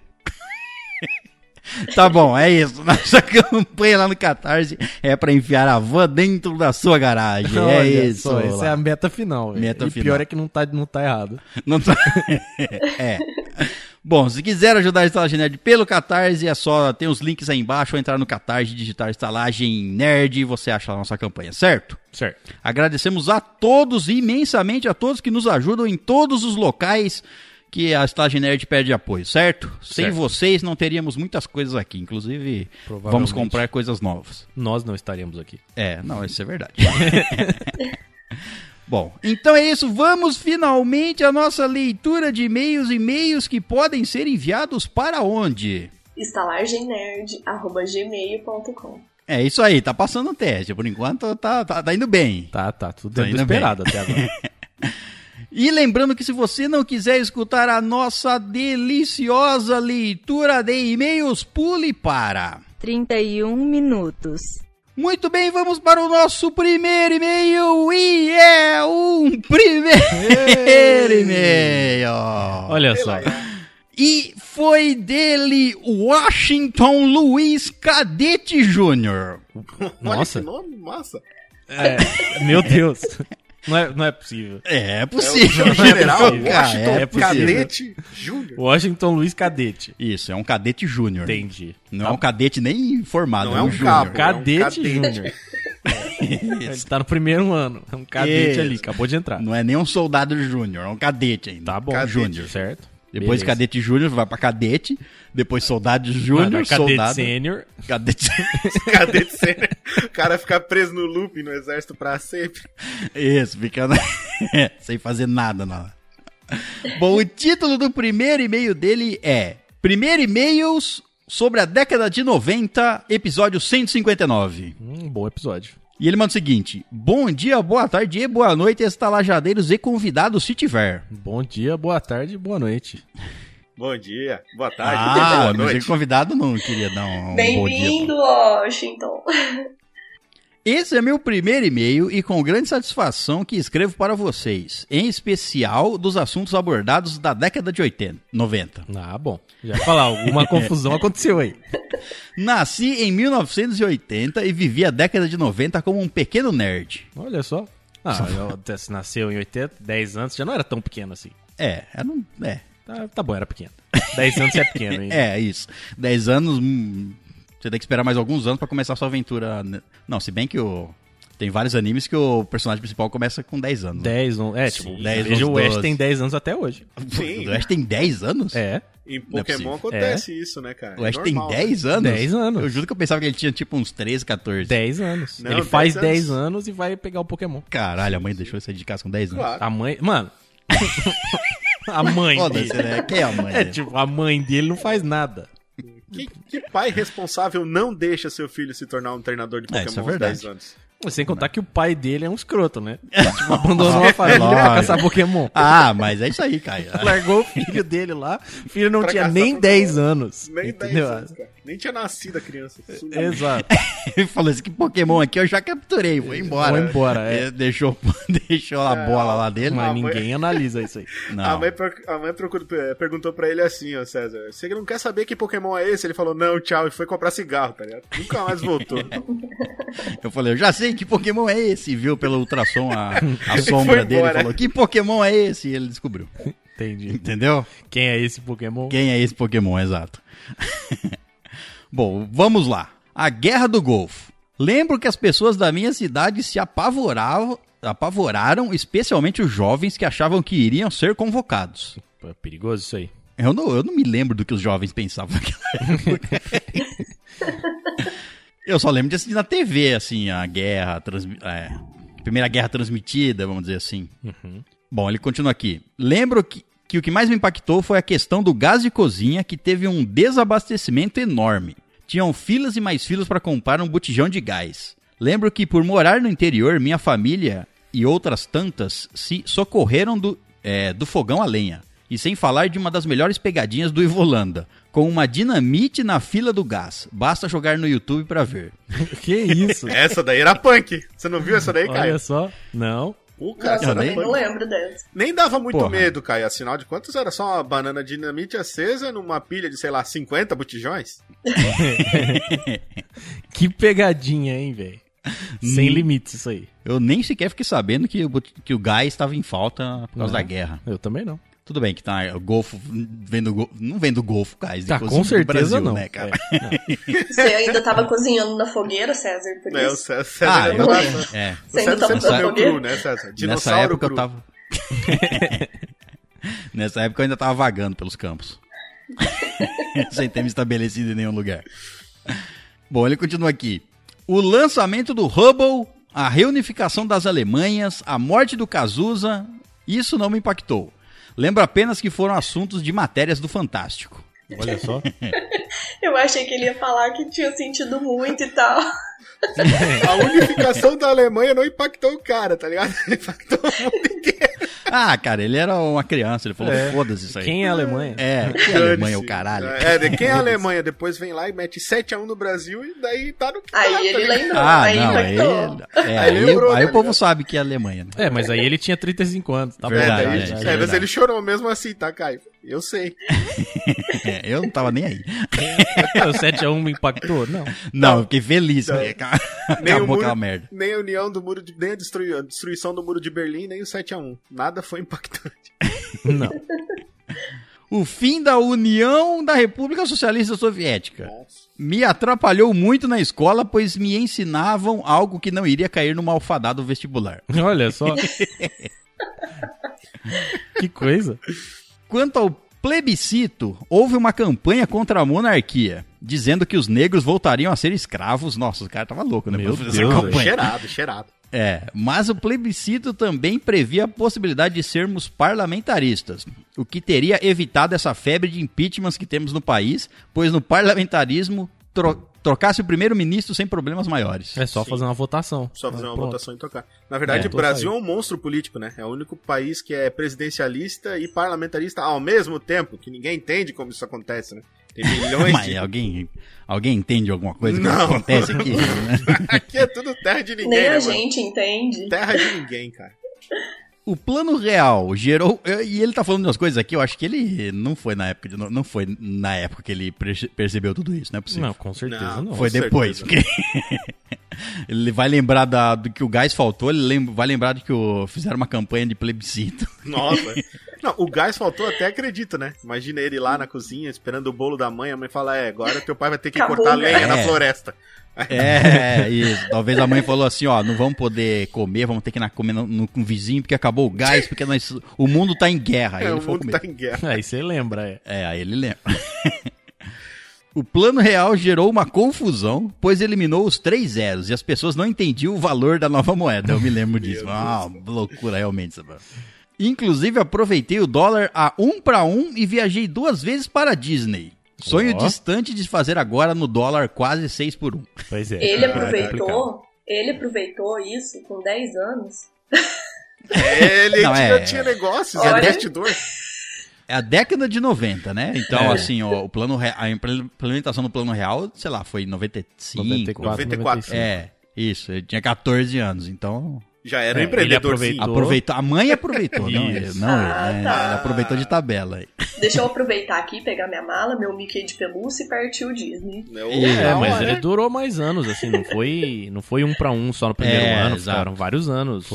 [SPEAKER 1] Tá bom, é isso. Nossa campanha lá no Catarse é pra enfiar a van dentro da sua garagem. é
[SPEAKER 2] Olha
[SPEAKER 1] isso.
[SPEAKER 2] só, essa é
[SPEAKER 1] lá.
[SPEAKER 2] a meta final, velho.
[SPEAKER 1] Meta
[SPEAKER 2] e
[SPEAKER 1] final.
[SPEAKER 2] pior é que não tá, não tá errado.
[SPEAKER 1] Não tá- é. Bom, se quiser ajudar a Estalagem Nerd pelo Catarse, é só tem os links aí embaixo, ou entrar no Catarse, digitar Estalagem Nerd e você acha lá a nossa campanha, certo?
[SPEAKER 2] Certo.
[SPEAKER 1] Agradecemos a todos, imensamente a todos que nos ajudam em todos os locais que a Estalagem Nerd pede apoio, certo? Sem
[SPEAKER 2] Certo.
[SPEAKER 1] vocês não teríamos muitas coisas aqui, inclusive vamos
[SPEAKER 2] Provavelmente.
[SPEAKER 1] comprar coisas novas.
[SPEAKER 2] Nós não estaremos aqui.
[SPEAKER 1] É, não, isso é verdade. Bom, então é isso. Vamos finalmente à nossa leitura de e-mails. E-mails que podem ser enviados para onde?
[SPEAKER 3] Estalagemnerd.gmail.com
[SPEAKER 1] É isso aí, tá passando o teste. Por enquanto tá, tá, tá indo bem.
[SPEAKER 2] Tá, tá. Tudo
[SPEAKER 1] Tá
[SPEAKER 2] dentro do
[SPEAKER 1] indo bem.
[SPEAKER 2] esperado até agora.
[SPEAKER 1] E lembrando que se você não quiser escutar a nossa deliciosa leitura de e-mails, pule para.
[SPEAKER 5] 31 minutos.
[SPEAKER 1] Muito bem, vamos para o nosso primeiro e-mail e é um primeiro e-mail.
[SPEAKER 2] Olha só.
[SPEAKER 1] E foi dele Washington Luiz Cadete Jr.
[SPEAKER 4] Olha
[SPEAKER 2] Nossa.
[SPEAKER 4] que nome massa. É
[SPEAKER 2] É, meu Deus. Não é, não é possível.
[SPEAKER 1] É
[SPEAKER 4] É o
[SPEAKER 1] possível.
[SPEAKER 4] general
[SPEAKER 1] cara,
[SPEAKER 4] Washington
[SPEAKER 1] é possível.
[SPEAKER 4] Cadete Júnior.
[SPEAKER 2] Washington Luiz Cadete.
[SPEAKER 1] Isso, é um cadete júnior.
[SPEAKER 2] Entendi. Tá
[SPEAKER 1] Não é um cadete nem formado,
[SPEAKER 4] Não é um
[SPEAKER 1] júnior.
[SPEAKER 4] cabo.
[SPEAKER 2] Cadete,
[SPEAKER 4] É um cadete.
[SPEAKER 2] Júnior. Ele tá no primeiro ano. É um cadete
[SPEAKER 1] Isso.
[SPEAKER 2] ali, acabou de entrar.
[SPEAKER 1] Não é nem um soldado júnior, é um cadete ainda.
[SPEAKER 2] Tá bom,
[SPEAKER 1] Cadete. Júnior.
[SPEAKER 2] Certo?
[SPEAKER 1] Depois
[SPEAKER 2] Beleza.
[SPEAKER 1] cadete júnior vai pra cadete, depois soldado
[SPEAKER 2] Vai,
[SPEAKER 1] júnior,
[SPEAKER 2] vai, cadete
[SPEAKER 1] soldado.
[SPEAKER 2] sênior.
[SPEAKER 1] Cadete.
[SPEAKER 4] Cadete Sênior. O cara fica preso no loop no exército pra sempre.
[SPEAKER 1] Isso, fica na- sem fazer nada não. Bom, o título do primeiro e-mail dele é Primeiro e-mails sobre a década de 90, episódio 159.
[SPEAKER 2] Hum, bom episódio.
[SPEAKER 1] E ele manda o seguinte: Bom dia, boa tarde e boa noite, estalajadeiros e convidados se tiver.
[SPEAKER 2] Bom dia, boa tarde, boa noite.
[SPEAKER 4] Bom dia, boa tarde,
[SPEAKER 1] Ah,
[SPEAKER 4] então, boa
[SPEAKER 1] mas ele
[SPEAKER 4] noite.
[SPEAKER 1] convidado não queria dar um bom dia.
[SPEAKER 3] Bem-vindo, Washington!
[SPEAKER 1] Esse é meu primeiro e-mail e com grande satisfação que escrevo para vocês, em especial dos assuntos abordados da década de 80, 90.
[SPEAKER 2] Ah, bom. Já ia falar, alguma confusão aconteceu aí.
[SPEAKER 1] Nasci em 1980 e vivi a década de 90 como um pequeno nerd.
[SPEAKER 2] Olha só. Ah, eu, até se nasceu em 80, 10 anos, já não era tão pequeno assim.
[SPEAKER 1] É, era um, é,
[SPEAKER 2] Tá, tá bom, era pequeno. 10 anos é pequeno, hein?
[SPEAKER 1] é isso. 10 anos, hum, você tem que esperar mais alguns anos pra começar sua aventura. né? Não, se bem que o tem vários animes que o personagem principal começa com 10 anos.
[SPEAKER 2] 10, não- é,
[SPEAKER 1] Sim,
[SPEAKER 2] tipo,
[SPEAKER 1] 10,
[SPEAKER 2] veja o
[SPEAKER 1] 11,
[SPEAKER 2] West
[SPEAKER 1] 12.
[SPEAKER 2] tem 10 anos até hoje.
[SPEAKER 4] Sim.
[SPEAKER 1] O Ash tem 10 anos?
[SPEAKER 2] É,
[SPEAKER 4] Em
[SPEAKER 1] Não é possível.
[SPEAKER 4] Pokémon acontece isso, né, cara?
[SPEAKER 1] O Ash
[SPEAKER 4] É
[SPEAKER 1] tem
[SPEAKER 4] normal, né?
[SPEAKER 1] 10 anos?
[SPEAKER 2] 10 anos.
[SPEAKER 1] Eu juro que eu pensava que ele tinha tipo uns 13, 14.
[SPEAKER 2] 10 anos.
[SPEAKER 4] Não,
[SPEAKER 2] Ele
[SPEAKER 4] 10
[SPEAKER 2] faz
[SPEAKER 4] anos.
[SPEAKER 2] 10 anos e vai pegar o Pokémon.
[SPEAKER 1] Caralho, a mãe deixou você de casa com 10 anos.
[SPEAKER 4] Claro.
[SPEAKER 2] A mãe. Mano. a mãe
[SPEAKER 1] Foda-se,
[SPEAKER 2] dele.
[SPEAKER 1] né? Quem é a mãe?
[SPEAKER 2] É,
[SPEAKER 1] dele?
[SPEAKER 2] tipo, a mãe dele não faz nada.
[SPEAKER 4] Que, que pai responsável não deixa seu filho se tornar um treinador de
[SPEAKER 1] É,
[SPEAKER 4] Pokémon
[SPEAKER 1] isso é
[SPEAKER 4] aos
[SPEAKER 1] verdade.
[SPEAKER 4] 10 anos?
[SPEAKER 2] Sem contar que o pai dele é um escroto, né? Tipo, abandonou a família pra
[SPEAKER 1] Lógico.
[SPEAKER 2] caçar Pokémon.
[SPEAKER 1] Ah, mas é isso aí, Caio.
[SPEAKER 2] Largou o filho dele lá. O filho não
[SPEAKER 4] Pra
[SPEAKER 2] tinha
[SPEAKER 4] caçar
[SPEAKER 2] nem
[SPEAKER 4] Pokémon.
[SPEAKER 2] 10 anos.
[SPEAKER 4] Nem 10
[SPEAKER 2] entendeu?
[SPEAKER 4] anos, cara. Nem tinha nascido a criança. Sumiu.
[SPEAKER 2] Exato.
[SPEAKER 1] Ele falou assim, que Pokémon aqui eu já capturei, vou embora.
[SPEAKER 2] Vou embora, é.
[SPEAKER 1] Ele é Deixou, deixou a bola lá dele.
[SPEAKER 2] Mas
[SPEAKER 4] Ah,
[SPEAKER 2] ninguém analisa isso aí.
[SPEAKER 1] Não.
[SPEAKER 4] A mãe, per- a mãe procura- perguntou pra ele assim, ó, César, você não quer saber que Pokémon é esse? Ele falou, não, tchau, e foi comprar cigarro, tá ligado? Nunca mais voltou.
[SPEAKER 1] Eu falei, eu já sei que Pokémon é esse. Viu pelo ultrassom a, a
[SPEAKER 4] Foi
[SPEAKER 1] sombra
[SPEAKER 4] embora.
[SPEAKER 1] dele. Falou, que Pokémon é esse? E ele descobriu.
[SPEAKER 2] Entendi.
[SPEAKER 1] Entendeu?
[SPEAKER 2] Quem é esse Pokémon?
[SPEAKER 1] Quem é esse Pokémon, exato. Bom, vamos lá. A Guerra do Golfo. Lembro que as pessoas da minha cidade se apavoravam, apavoraram, especialmente os jovens que achavam que iriam ser convocados.
[SPEAKER 2] Pô, é perigoso isso aí.
[SPEAKER 1] Eu não, eu não me lembro do que os jovens pensavam naquela época. eu só lembro de assistir na TV, assim, a guerra, transmi- é, a primeira guerra transmitida, vamos dizer assim. Bom, ele continua aqui. Lembro que, que o que mais me impactou foi a questão do gás de cozinha, que teve um desabastecimento enorme. Tinham filas e mais filas para comprar um botijão de gás. Lembro que, por morar no interior, minha família e outras tantas se socorreram do, é, do fogão a lenha. E sem falar de uma das melhores pegadinhas do Ivolanda, com uma dinamite na fila do gás. Basta jogar no YouTube para ver.
[SPEAKER 2] Que isso?
[SPEAKER 4] Essa daí era punk. Você não viu essa daí, Caio?
[SPEAKER 2] Olha só. Não.
[SPEAKER 4] O cara,
[SPEAKER 3] Nossa,
[SPEAKER 4] essa
[SPEAKER 3] eu
[SPEAKER 4] daí
[SPEAKER 3] também não
[SPEAKER 4] foi-
[SPEAKER 3] lembro dessa.
[SPEAKER 4] Nem dava muito
[SPEAKER 2] Porra.
[SPEAKER 4] medo, Caio. Afinal de contas, era só uma banana dinamite acesa numa pilha de, sei lá, 50 botijões.
[SPEAKER 2] Que pegadinha, hein, velho? Sem
[SPEAKER 1] Hum.
[SPEAKER 2] limites isso aí.
[SPEAKER 1] Eu nem sequer fiquei sabendo que o, bot- que o gás estava em falta por causa
[SPEAKER 2] Não.
[SPEAKER 1] da guerra.
[SPEAKER 2] Eu também não.
[SPEAKER 1] Tudo bem que tá o Golfo vendo Go- não vendo Golfo, gás, de
[SPEAKER 2] Tá,
[SPEAKER 1] cozinha
[SPEAKER 2] com
[SPEAKER 1] do Brasil,
[SPEAKER 2] certeza não.
[SPEAKER 1] né, cara?
[SPEAKER 2] É, não.
[SPEAKER 3] Você ainda tava cozinhando na fogueira, César, por
[SPEAKER 4] Né? O
[SPEAKER 3] isso.
[SPEAKER 4] César,
[SPEAKER 1] Ah,
[SPEAKER 4] ainda
[SPEAKER 1] eu-
[SPEAKER 4] tava-
[SPEAKER 1] é.
[SPEAKER 4] O
[SPEAKER 3] Você ainda
[SPEAKER 4] César
[SPEAKER 3] tava
[SPEAKER 4] sempre
[SPEAKER 1] Nessa-
[SPEAKER 4] comeu
[SPEAKER 3] comendo
[SPEAKER 4] cru,
[SPEAKER 3] fogueira?
[SPEAKER 4] né, César?
[SPEAKER 1] Nessa
[SPEAKER 4] Dinossauro
[SPEAKER 1] época
[SPEAKER 4] cru.
[SPEAKER 1] eu tava Nessa época eu ainda tava vagando pelos campos. Sem ter me estabelecido em nenhum lugar. Bom, ele continua aqui. O lançamento do Hubble, a reunificação das Alemanhas, a morte do Cazuza, isso não me impactou. Lembro apenas que foram assuntos de matérias do Fantástico.
[SPEAKER 2] É. Olha só.
[SPEAKER 3] Eu achei que ele ia falar que tinha sentido muito e tal.
[SPEAKER 4] A unificação da Alemanha não impactou o cara, tá ligado? Impactou o mundo inteiro.
[SPEAKER 1] Ah, cara, ele era uma criança, ele falou, foda-se isso aí.
[SPEAKER 2] Quem é a Alemanha?
[SPEAKER 1] É, que Alemanha, o
[SPEAKER 4] Dane-se.
[SPEAKER 1] caralho.
[SPEAKER 4] É, de quem é a Alemanha? Depois vem lá e mete 7x1 no Brasil e daí tá no que tá,
[SPEAKER 3] Aí
[SPEAKER 4] tá
[SPEAKER 3] ele
[SPEAKER 4] ligado?
[SPEAKER 3] lembrou,
[SPEAKER 1] Ah,
[SPEAKER 3] aí
[SPEAKER 1] não, aí,
[SPEAKER 3] impactou.
[SPEAKER 1] é,
[SPEAKER 4] Aí
[SPEAKER 1] aí,
[SPEAKER 4] lembrou,
[SPEAKER 1] aí
[SPEAKER 4] tá
[SPEAKER 1] o povo
[SPEAKER 4] ligado?
[SPEAKER 1] sabe que é Alemanha, né?
[SPEAKER 2] É, mas aí ele tinha 35 anos, tá bom?
[SPEAKER 1] Verdade,
[SPEAKER 4] é, daí,
[SPEAKER 1] verdade,
[SPEAKER 4] é,
[SPEAKER 1] verdade.
[SPEAKER 4] mas ele chorou mesmo assim, tá, Caio? Eu sei.
[SPEAKER 1] É, eu não tava nem aí.
[SPEAKER 2] O 7x1 me impactou? Não.
[SPEAKER 1] Não, eu fiquei feliz. porque ca-
[SPEAKER 4] Nem o
[SPEAKER 1] Acabou
[SPEAKER 4] muro-
[SPEAKER 1] aquela merda.
[SPEAKER 4] Nem a união do muro, de, nem a, destrui- a destruição do muro de Berlim, nem o 7x1. Nada foi impactante.
[SPEAKER 2] Não.
[SPEAKER 1] O fim da União da República Socialista Soviética me atrapalhou muito na escola, pois me ensinavam algo que não iria cair no malfadado vestibular.
[SPEAKER 2] Olha só. que coisa.
[SPEAKER 1] Quanto ao plebiscito, houve uma campanha contra a monarquia, dizendo que os negros voltariam a ser escravos. Nossa, o cara tava louco, né?
[SPEAKER 2] Meu
[SPEAKER 1] pra
[SPEAKER 2] Deus,
[SPEAKER 4] Cheirado, cheirado.
[SPEAKER 1] É, mas o plebiscito também previa a possibilidade de sermos parlamentaristas, o que teria evitado essa febre de impeachments que temos no país, pois no parlamentarismo tro- trocasse o primeiro-ministro sem problemas maiores.
[SPEAKER 2] É só fazer uma votação.
[SPEAKER 4] Só
[SPEAKER 1] É,
[SPEAKER 4] fazer uma
[SPEAKER 2] Pronto.
[SPEAKER 4] votação e tocar. Na verdade,
[SPEAKER 2] É.
[SPEAKER 4] o Brasil é um monstro político, né? É o único país que é presidencialista e parlamentarista ao mesmo tempo, que ninguém entende como isso acontece, né? Tem milhões
[SPEAKER 1] Mas
[SPEAKER 4] de...
[SPEAKER 1] alguém, alguém entende alguma coisa que
[SPEAKER 4] Não.
[SPEAKER 1] acontece aqui? né?
[SPEAKER 4] Aqui é tudo terra de ninguém,
[SPEAKER 3] Nem
[SPEAKER 4] né,
[SPEAKER 3] a
[SPEAKER 4] mano?
[SPEAKER 3] gente
[SPEAKER 2] Tá,
[SPEAKER 3] entende.
[SPEAKER 4] Terra de ninguém, cara.
[SPEAKER 1] O plano real gerou. E ele tá falando de umas coisas aqui, eu acho que ele não foi na época, de- não foi na época que ele perce- percebeu tudo isso, não é possível.
[SPEAKER 2] Não, com certeza
[SPEAKER 4] Não.
[SPEAKER 2] não.
[SPEAKER 1] Foi
[SPEAKER 4] certeza.
[SPEAKER 1] depois. porque- ele vai lembrar da, do que o gás faltou, ele lem- vai lembrar de que o, fizeram uma campanha de plebiscito.
[SPEAKER 4] Nossa. Não, o gás faltou até acredito, né? Imagina ele lá na cozinha esperando o bolo da mãe, a mãe fala: "É, agora teu pai vai ter que
[SPEAKER 3] Acabou né?"
[SPEAKER 4] cortar
[SPEAKER 3] o gás.
[SPEAKER 4] lenha na
[SPEAKER 1] É.
[SPEAKER 4] floresta".
[SPEAKER 1] É, isso. Talvez a mãe falou assim, ó, não vamos poder comer, vamos ter que ir na, comer no, no- com o vizinho porque acabou o gás, porque nós- o mundo tá em guerra. Aí
[SPEAKER 4] É,
[SPEAKER 1] ele
[SPEAKER 4] o
[SPEAKER 1] foi
[SPEAKER 4] mundo
[SPEAKER 1] comer.
[SPEAKER 4] tá em guerra.
[SPEAKER 2] Aí você lembra, é.
[SPEAKER 1] É, aí ele lembra. O plano real gerou uma confusão, pois eliminou os três zeros e as pessoas não entendiam o valor da nova moeda. Eu me lembro disso. Ah, loucura realmente. sabe? Inclusive, aproveitei o dólar a um para um e viajei duas vezes para a Disney. Sonho
[SPEAKER 2] Ó.
[SPEAKER 1] distante de fazer agora no dólar quase seis por um.
[SPEAKER 2] Pois é.
[SPEAKER 3] Ele
[SPEAKER 2] é complicado.
[SPEAKER 3] aproveitou, ele aproveitou isso com 10 anos.
[SPEAKER 4] É, ele
[SPEAKER 1] Não,
[SPEAKER 4] tinha,
[SPEAKER 1] é-
[SPEAKER 4] tinha negócios,
[SPEAKER 3] Olha.
[SPEAKER 4] é investidor.
[SPEAKER 1] É a década de 90, né? Então,
[SPEAKER 2] É.
[SPEAKER 1] assim, ó, o plano re- a implementação do plano real, sei lá, foi em 95.
[SPEAKER 2] 94,
[SPEAKER 4] 94.
[SPEAKER 1] É, isso. Ele tinha 14 anos, então
[SPEAKER 4] Já
[SPEAKER 2] É,
[SPEAKER 4] era um
[SPEAKER 2] ele
[SPEAKER 4] empreendedorzinho.
[SPEAKER 2] aproveitou.
[SPEAKER 1] Aproveitou. A mãe aproveitou, não ele.
[SPEAKER 2] Isso.
[SPEAKER 1] Não ele,
[SPEAKER 3] Ah,
[SPEAKER 1] né?
[SPEAKER 3] tá.
[SPEAKER 1] Ela aproveitou de tabela. aí.
[SPEAKER 3] Deixa eu aproveitar aqui, pegar minha mala, meu Mickey de pelúcia e partiu Disney.
[SPEAKER 4] É, o-
[SPEAKER 2] É,
[SPEAKER 4] Não,
[SPEAKER 2] mas
[SPEAKER 4] é.
[SPEAKER 2] ele durou mais anos, assim, não foi, não foi um pra um só no primeiro
[SPEAKER 1] É,
[SPEAKER 2] ano,
[SPEAKER 1] exato.
[SPEAKER 2] ficaram vários anos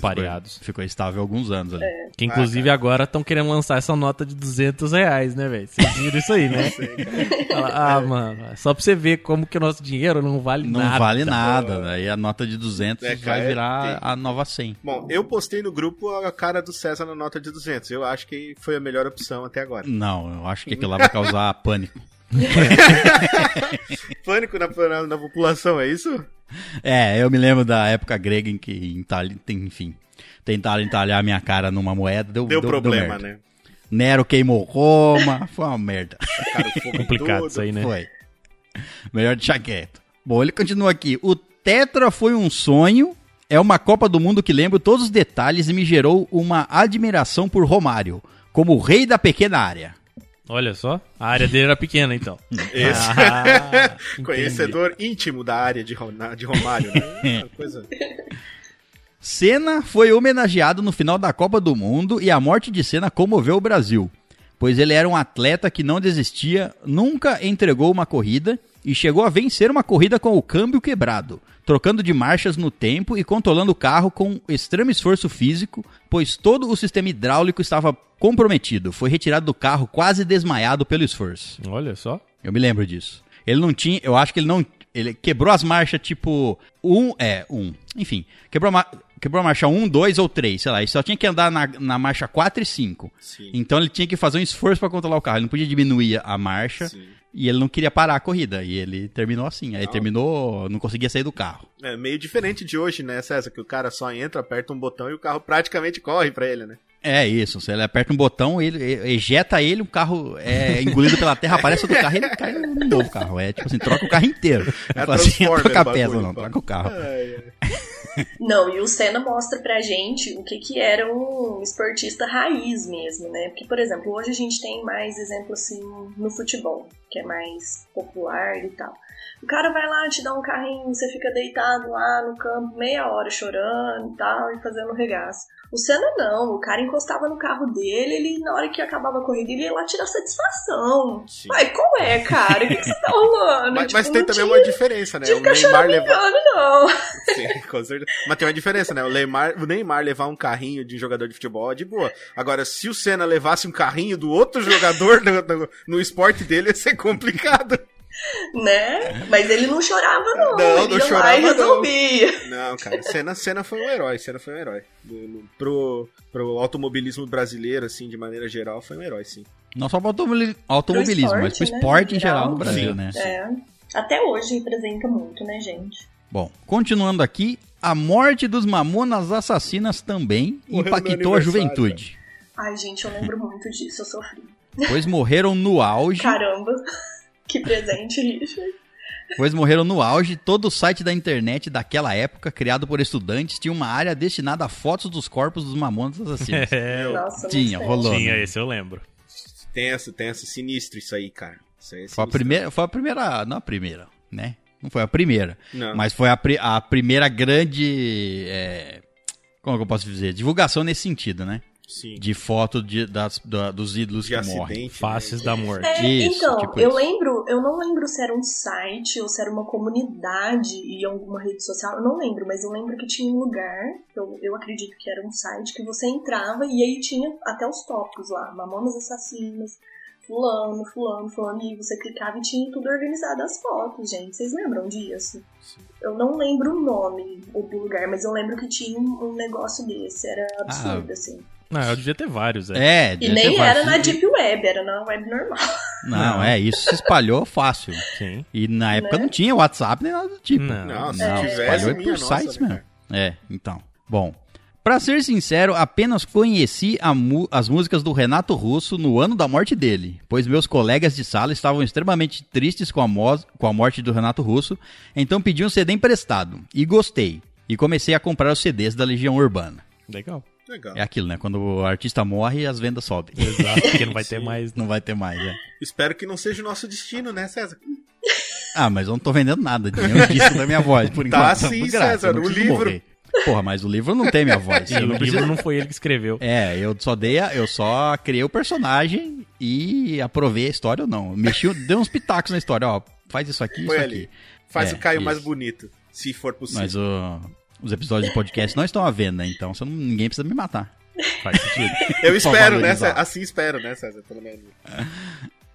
[SPEAKER 2] pareados.
[SPEAKER 1] Ficou, ficou estável alguns anos ali.
[SPEAKER 4] É.
[SPEAKER 2] Que inclusive agora estão querendo lançar essa nota de 200 reais, né, velho? Vocês viram isso aí, né? Fala, ah, mano, só pra você ver como que o nosso dinheiro não vale
[SPEAKER 1] Não
[SPEAKER 2] nada.
[SPEAKER 1] vale nada. Daí a nota de 200
[SPEAKER 4] É, cara,
[SPEAKER 1] vai
[SPEAKER 4] é-
[SPEAKER 1] virar a nova 100.
[SPEAKER 4] Bom, eu postei no grupo a cara do César na nota de 200. Eu acho que foi a melhor opção até agora.
[SPEAKER 1] Não, eu acho que aquilo lá vai causar pânico.
[SPEAKER 2] Hum.
[SPEAKER 4] Pânico na, na, na população, é isso?
[SPEAKER 1] É, eu me lembro da época grega em que, entalhe- tem- enfim, tentaram entalhar a minha cara numa moeda. Deu,
[SPEAKER 4] Deu, problema,
[SPEAKER 1] merda.
[SPEAKER 4] né?
[SPEAKER 1] Nero queimou Roma, foi uma merda.
[SPEAKER 4] Tacaram fogo em
[SPEAKER 2] Complicado
[SPEAKER 4] tudo.
[SPEAKER 2] isso aí, né?
[SPEAKER 1] Foi. Melhor deixar quieto. Bom, ele continua aqui. O Tetra foi um sonho. É uma Copa do Mundo que lembro todos os detalhes e me gerou uma admiração por Romário, como o rei da pequena área.
[SPEAKER 2] Olha só, a área dele era pequena então.
[SPEAKER 4] Esse.
[SPEAKER 2] Ah, entendi.
[SPEAKER 4] Conhecedor íntimo da área de, Rona- de Romário,
[SPEAKER 2] É.
[SPEAKER 4] né? Uma coisa...
[SPEAKER 1] Senna foi homenageado no final da Copa do Mundo e a morte de Senna comoveu o Brasil, pois ele era um atleta que não desistia, nunca entregou uma corrida e chegou a vencer uma corrida com o câmbio quebrado, trocando de marchas no tempo e controlando o carro com extremo esforço físico, pois todo o sistema hidráulico estava comprometido. Foi retirado do carro quase desmaiado pelo esforço.
[SPEAKER 2] Olha só.
[SPEAKER 1] Eu me lembro disso. Ele não tinha. Eu acho que ele não. Ele quebrou as marchas tipo. Um. É, um. Enfim. Quebrou a, ma- quebrou a marcha 1, 2 ou 3, sei lá. Ele só tinha que andar na, na marcha 4 e 5.
[SPEAKER 4] Sim,
[SPEAKER 1] Então ele tinha que fazer um esforço pra controlar o carro. Ele não podia diminuir a marcha.
[SPEAKER 4] sim.
[SPEAKER 1] E ele não queria parar a corrida. E ele terminou assim. Aí terminou. Não conseguia sair do carro.
[SPEAKER 4] É meio diferente de hoje, né, César? Que o cara só entra, aperta um botão e o carro praticamente corre pra ele, né?
[SPEAKER 1] É isso. Se ele aperta um botão, ele e- ejeta ele, o carro é engolido pela terra, aparece outro carro e ele cai no novo carro. É tipo assim, troca o carro inteiro.
[SPEAKER 4] É
[SPEAKER 1] Não fala assim,
[SPEAKER 4] Transformer
[SPEAKER 1] troca a
[SPEAKER 4] o bagulho,
[SPEAKER 1] peça, não,
[SPEAKER 4] pô.
[SPEAKER 1] troca o carro.
[SPEAKER 4] Ai, ai.
[SPEAKER 3] Não, e o Senna mostra pra gente o que, que era um esportista raiz mesmo, né? Porque, por exemplo, hoje a gente tem mais exemplo assim no futebol, que é mais popular e tal. O cara vai lá, te dá um carrinho, você fica deitado lá no campo meia hora chorando e tal, e fazendo regaço. O Senna não, o cara encostava no carro dele, ele na hora que acabava a corrida, ele ia lá tirar satisfação.
[SPEAKER 4] Sim.
[SPEAKER 3] Uai, qual é, cara? O que, que você tá rolando?
[SPEAKER 4] Mas, mas
[SPEAKER 3] Tipo,
[SPEAKER 4] tem
[SPEAKER 3] não
[SPEAKER 4] também
[SPEAKER 3] tinha-
[SPEAKER 4] uma diferença, né?
[SPEAKER 3] tinha
[SPEAKER 4] O
[SPEAKER 3] que ficar
[SPEAKER 4] Neymar levar.
[SPEAKER 3] choramingando, não.
[SPEAKER 4] Sim, com certeza. Mas tem uma diferença, né? O Neymar, o Neymar levar um carrinho de um jogador de futebol é de boa. Agora, se o Senna levasse um carrinho do outro jogador no, no- no esporte dele, ia ser complicado.
[SPEAKER 3] né? Mas ele não chorava, não.
[SPEAKER 4] Não,
[SPEAKER 3] ele
[SPEAKER 4] não
[SPEAKER 3] ia
[SPEAKER 4] chorava,
[SPEAKER 3] lá e
[SPEAKER 4] não.
[SPEAKER 3] resolvia.
[SPEAKER 4] Não, cara, Senna, Senna foi um herói. Senna foi um herói. Do- no- Pro, pro automobilismo brasileiro, assim, de maneira geral, foi um herói, sim.
[SPEAKER 1] Não só para automobilismo, mas para
[SPEAKER 3] esporte,
[SPEAKER 1] o
[SPEAKER 3] né,
[SPEAKER 1] esporte em
[SPEAKER 3] em
[SPEAKER 1] geral
[SPEAKER 3] geral.
[SPEAKER 1] no Brasil,
[SPEAKER 4] Sim.
[SPEAKER 1] né?
[SPEAKER 3] É. Até hoje representa muito, né, gente?
[SPEAKER 1] Bom, continuando aqui, a morte dos mamonas assassinas também
[SPEAKER 4] Morreu no meu
[SPEAKER 1] impactou a
[SPEAKER 4] aniversário,
[SPEAKER 1] juventude,
[SPEAKER 3] Ai, gente, eu lembro muito disso, eu sofri.
[SPEAKER 1] pois morreram no auge,
[SPEAKER 3] Caramba, que presente, Richard.
[SPEAKER 1] pois morreram no auge, todo o site da internet daquela época, criado por estudantes, tinha uma área destinada a fotos dos corpos dos mamonas assassinos.
[SPEAKER 2] É,
[SPEAKER 3] Nossa,
[SPEAKER 1] Tinha,
[SPEAKER 3] não sei.
[SPEAKER 1] rolou. né?
[SPEAKER 2] tinha esse, eu lembro.
[SPEAKER 4] Tenso, tenso, sinistro isso aí, cara. Isso aí é
[SPEAKER 1] Foi a
[SPEAKER 4] sinistro.
[SPEAKER 1] primeira, foi a primeira, não a primeira, né? Não foi a primeira,
[SPEAKER 4] Não.
[SPEAKER 1] mas foi a, pri- a primeira grande, é, como que eu posso dizer, divulgação nesse sentido, né?
[SPEAKER 4] Sim.
[SPEAKER 1] de foto de- das- da- dos ídolos
[SPEAKER 4] De
[SPEAKER 1] que morrem.
[SPEAKER 4] acidente. né?
[SPEAKER 2] Faces da morte.
[SPEAKER 3] É,
[SPEAKER 1] Isso,
[SPEAKER 3] então,
[SPEAKER 1] tipo
[SPEAKER 3] eu
[SPEAKER 1] isso.
[SPEAKER 3] lembro, eu não lembro se era um site ou se era uma comunidade e alguma rede social, eu não lembro, mas eu lembro que tinha um lugar, eu, eu acredito que era um site, que você entrava e aí tinha até os tópicos lá, mamonas assassinas, fulano, fulano, fulano, e você clicava e tinha tudo organizado as fotos, gente, vocês lembram disso? Eu não lembro o nome do lugar, mas eu lembro que tinha um, um negócio desse, era absurdo, assim.
[SPEAKER 2] Não, eu devia ter vários, é.
[SPEAKER 1] É, Ah,
[SPEAKER 3] E
[SPEAKER 1] deve ter
[SPEAKER 3] nem era
[SPEAKER 1] vários.
[SPEAKER 3] na Deep Web, era na web normal.
[SPEAKER 1] Não, é, isso se espalhou fácil.
[SPEAKER 2] Sim.
[SPEAKER 1] E na época
[SPEAKER 3] Né?
[SPEAKER 1] não tinha WhatsApp nem nada do tipo.
[SPEAKER 2] Não.
[SPEAKER 4] Não, se
[SPEAKER 1] Não,
[SPEAKER 4] tivesse,
[SPEAKER 1] espalhou
[SPEAKER 4] minha
[SPEAKER 1] por
[SPEAKER 4] nossa,
[SPEAKER 1] sites
[SPEAKER 4] né,
[SPEAKER 1] mesmo.
[SPEAKER 4] cara?
[SPEAKER 1] É, então. Bom, pra ser sincero, apenas conheci a mu- as músicas do Renato Russo no ano da morte dele, pois meus colegas de sala estavam extremamente tristes com a, mo- com a morte do Renato Russo, então pedi um CD emprestado e gostei. E comecei a comprar os CDs da Legião Urbana.
[SPEAKER 2] Legal.
[SPEAKER 4] Legal.
[SPEAKER 1] É aquilo, né? Quando o artista morre, as vendas sobem.
[SPEAKER 2] Exato, porque não vai ter
[SPEAKER 4] Sim.
[SPEAKER 2] mais.
[SPEAKER 1] Não vai ter mais, é.
[SPEAKER 4] Espero que não seja o nosso destino, né, César?
[SPEAKER 1] Ah, mas eu não tô vendendo nada de nenhum disco da minha voz, por enquanto.
[SPEAKER 4] Tá
[SPEAKER 1] por
[SPEAKER 4] sim,
[SPEAKER 1] graça,
[SPEAKER 4] César,
[SPEAKER 1] eu não
[SPEAKER 4] o
[SPEAKER 1] preciso
[SPEAKER 4] livro.
[SPEAKER 1] Porra, mas o livro não tem minha voz.
[SPEAKER 2] E
[SPEAKER 1] eu
[SPEAKER 2] o
[SPEAKER 1] não preciso-
[SPEAKER 2] livro não foi ele que escreveu.
[SPEAKER 1] É, eu só dei, a- eu só criei o personagem e aprovei a história ou não. Mexi, dei uns pitacos na história, ó, faz isso aqui,
[SPEAKER 4] Foi
[SPEAKER 1] isso
[SPEAKER 4] ali.
[SPEAKER 1] aqui.
[SPEAKER 4] Faz
[SPEAKER 1] É,
[SPEAKER 4] o Caio mais
[SPEAKER 1] isso.
[SPEAKER 4] bonito, se for possível.
[SPEAKER 1] Mas o- os episódios de podcast não estão à venda, então você não- ninguém precisa me matar.
[SPEAKER 2] Faz sentido.
[SPEAKER 4] Eu
[SPEAKER 1] Só
[SPEAKER 4] espero, né?
[SPEAKER 1] valorizar.
[SPEAKER 4] César? Assim espero, né, César? Pelo menos.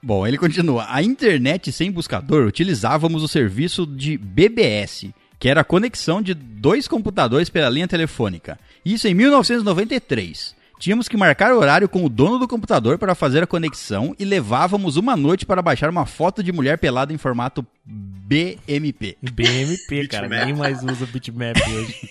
[SPEAKER 1] Bom, ele continua. A internet sem buscador utilizávamos o serviço de BBS, que era a conexão de dois computadores pela linha telefônica. Isso em 1993. Tínhamos que marcar horário com o dono do computador para fazer a conexão e levávamos uma noite para baixar uma foto de mulher pelada em formato BMP.
[SPEAKER 2] BMP, cara.
[SPEAKER 4] Bitmap.
[SPEAKER 2] Nem mais usa bitmap hoje.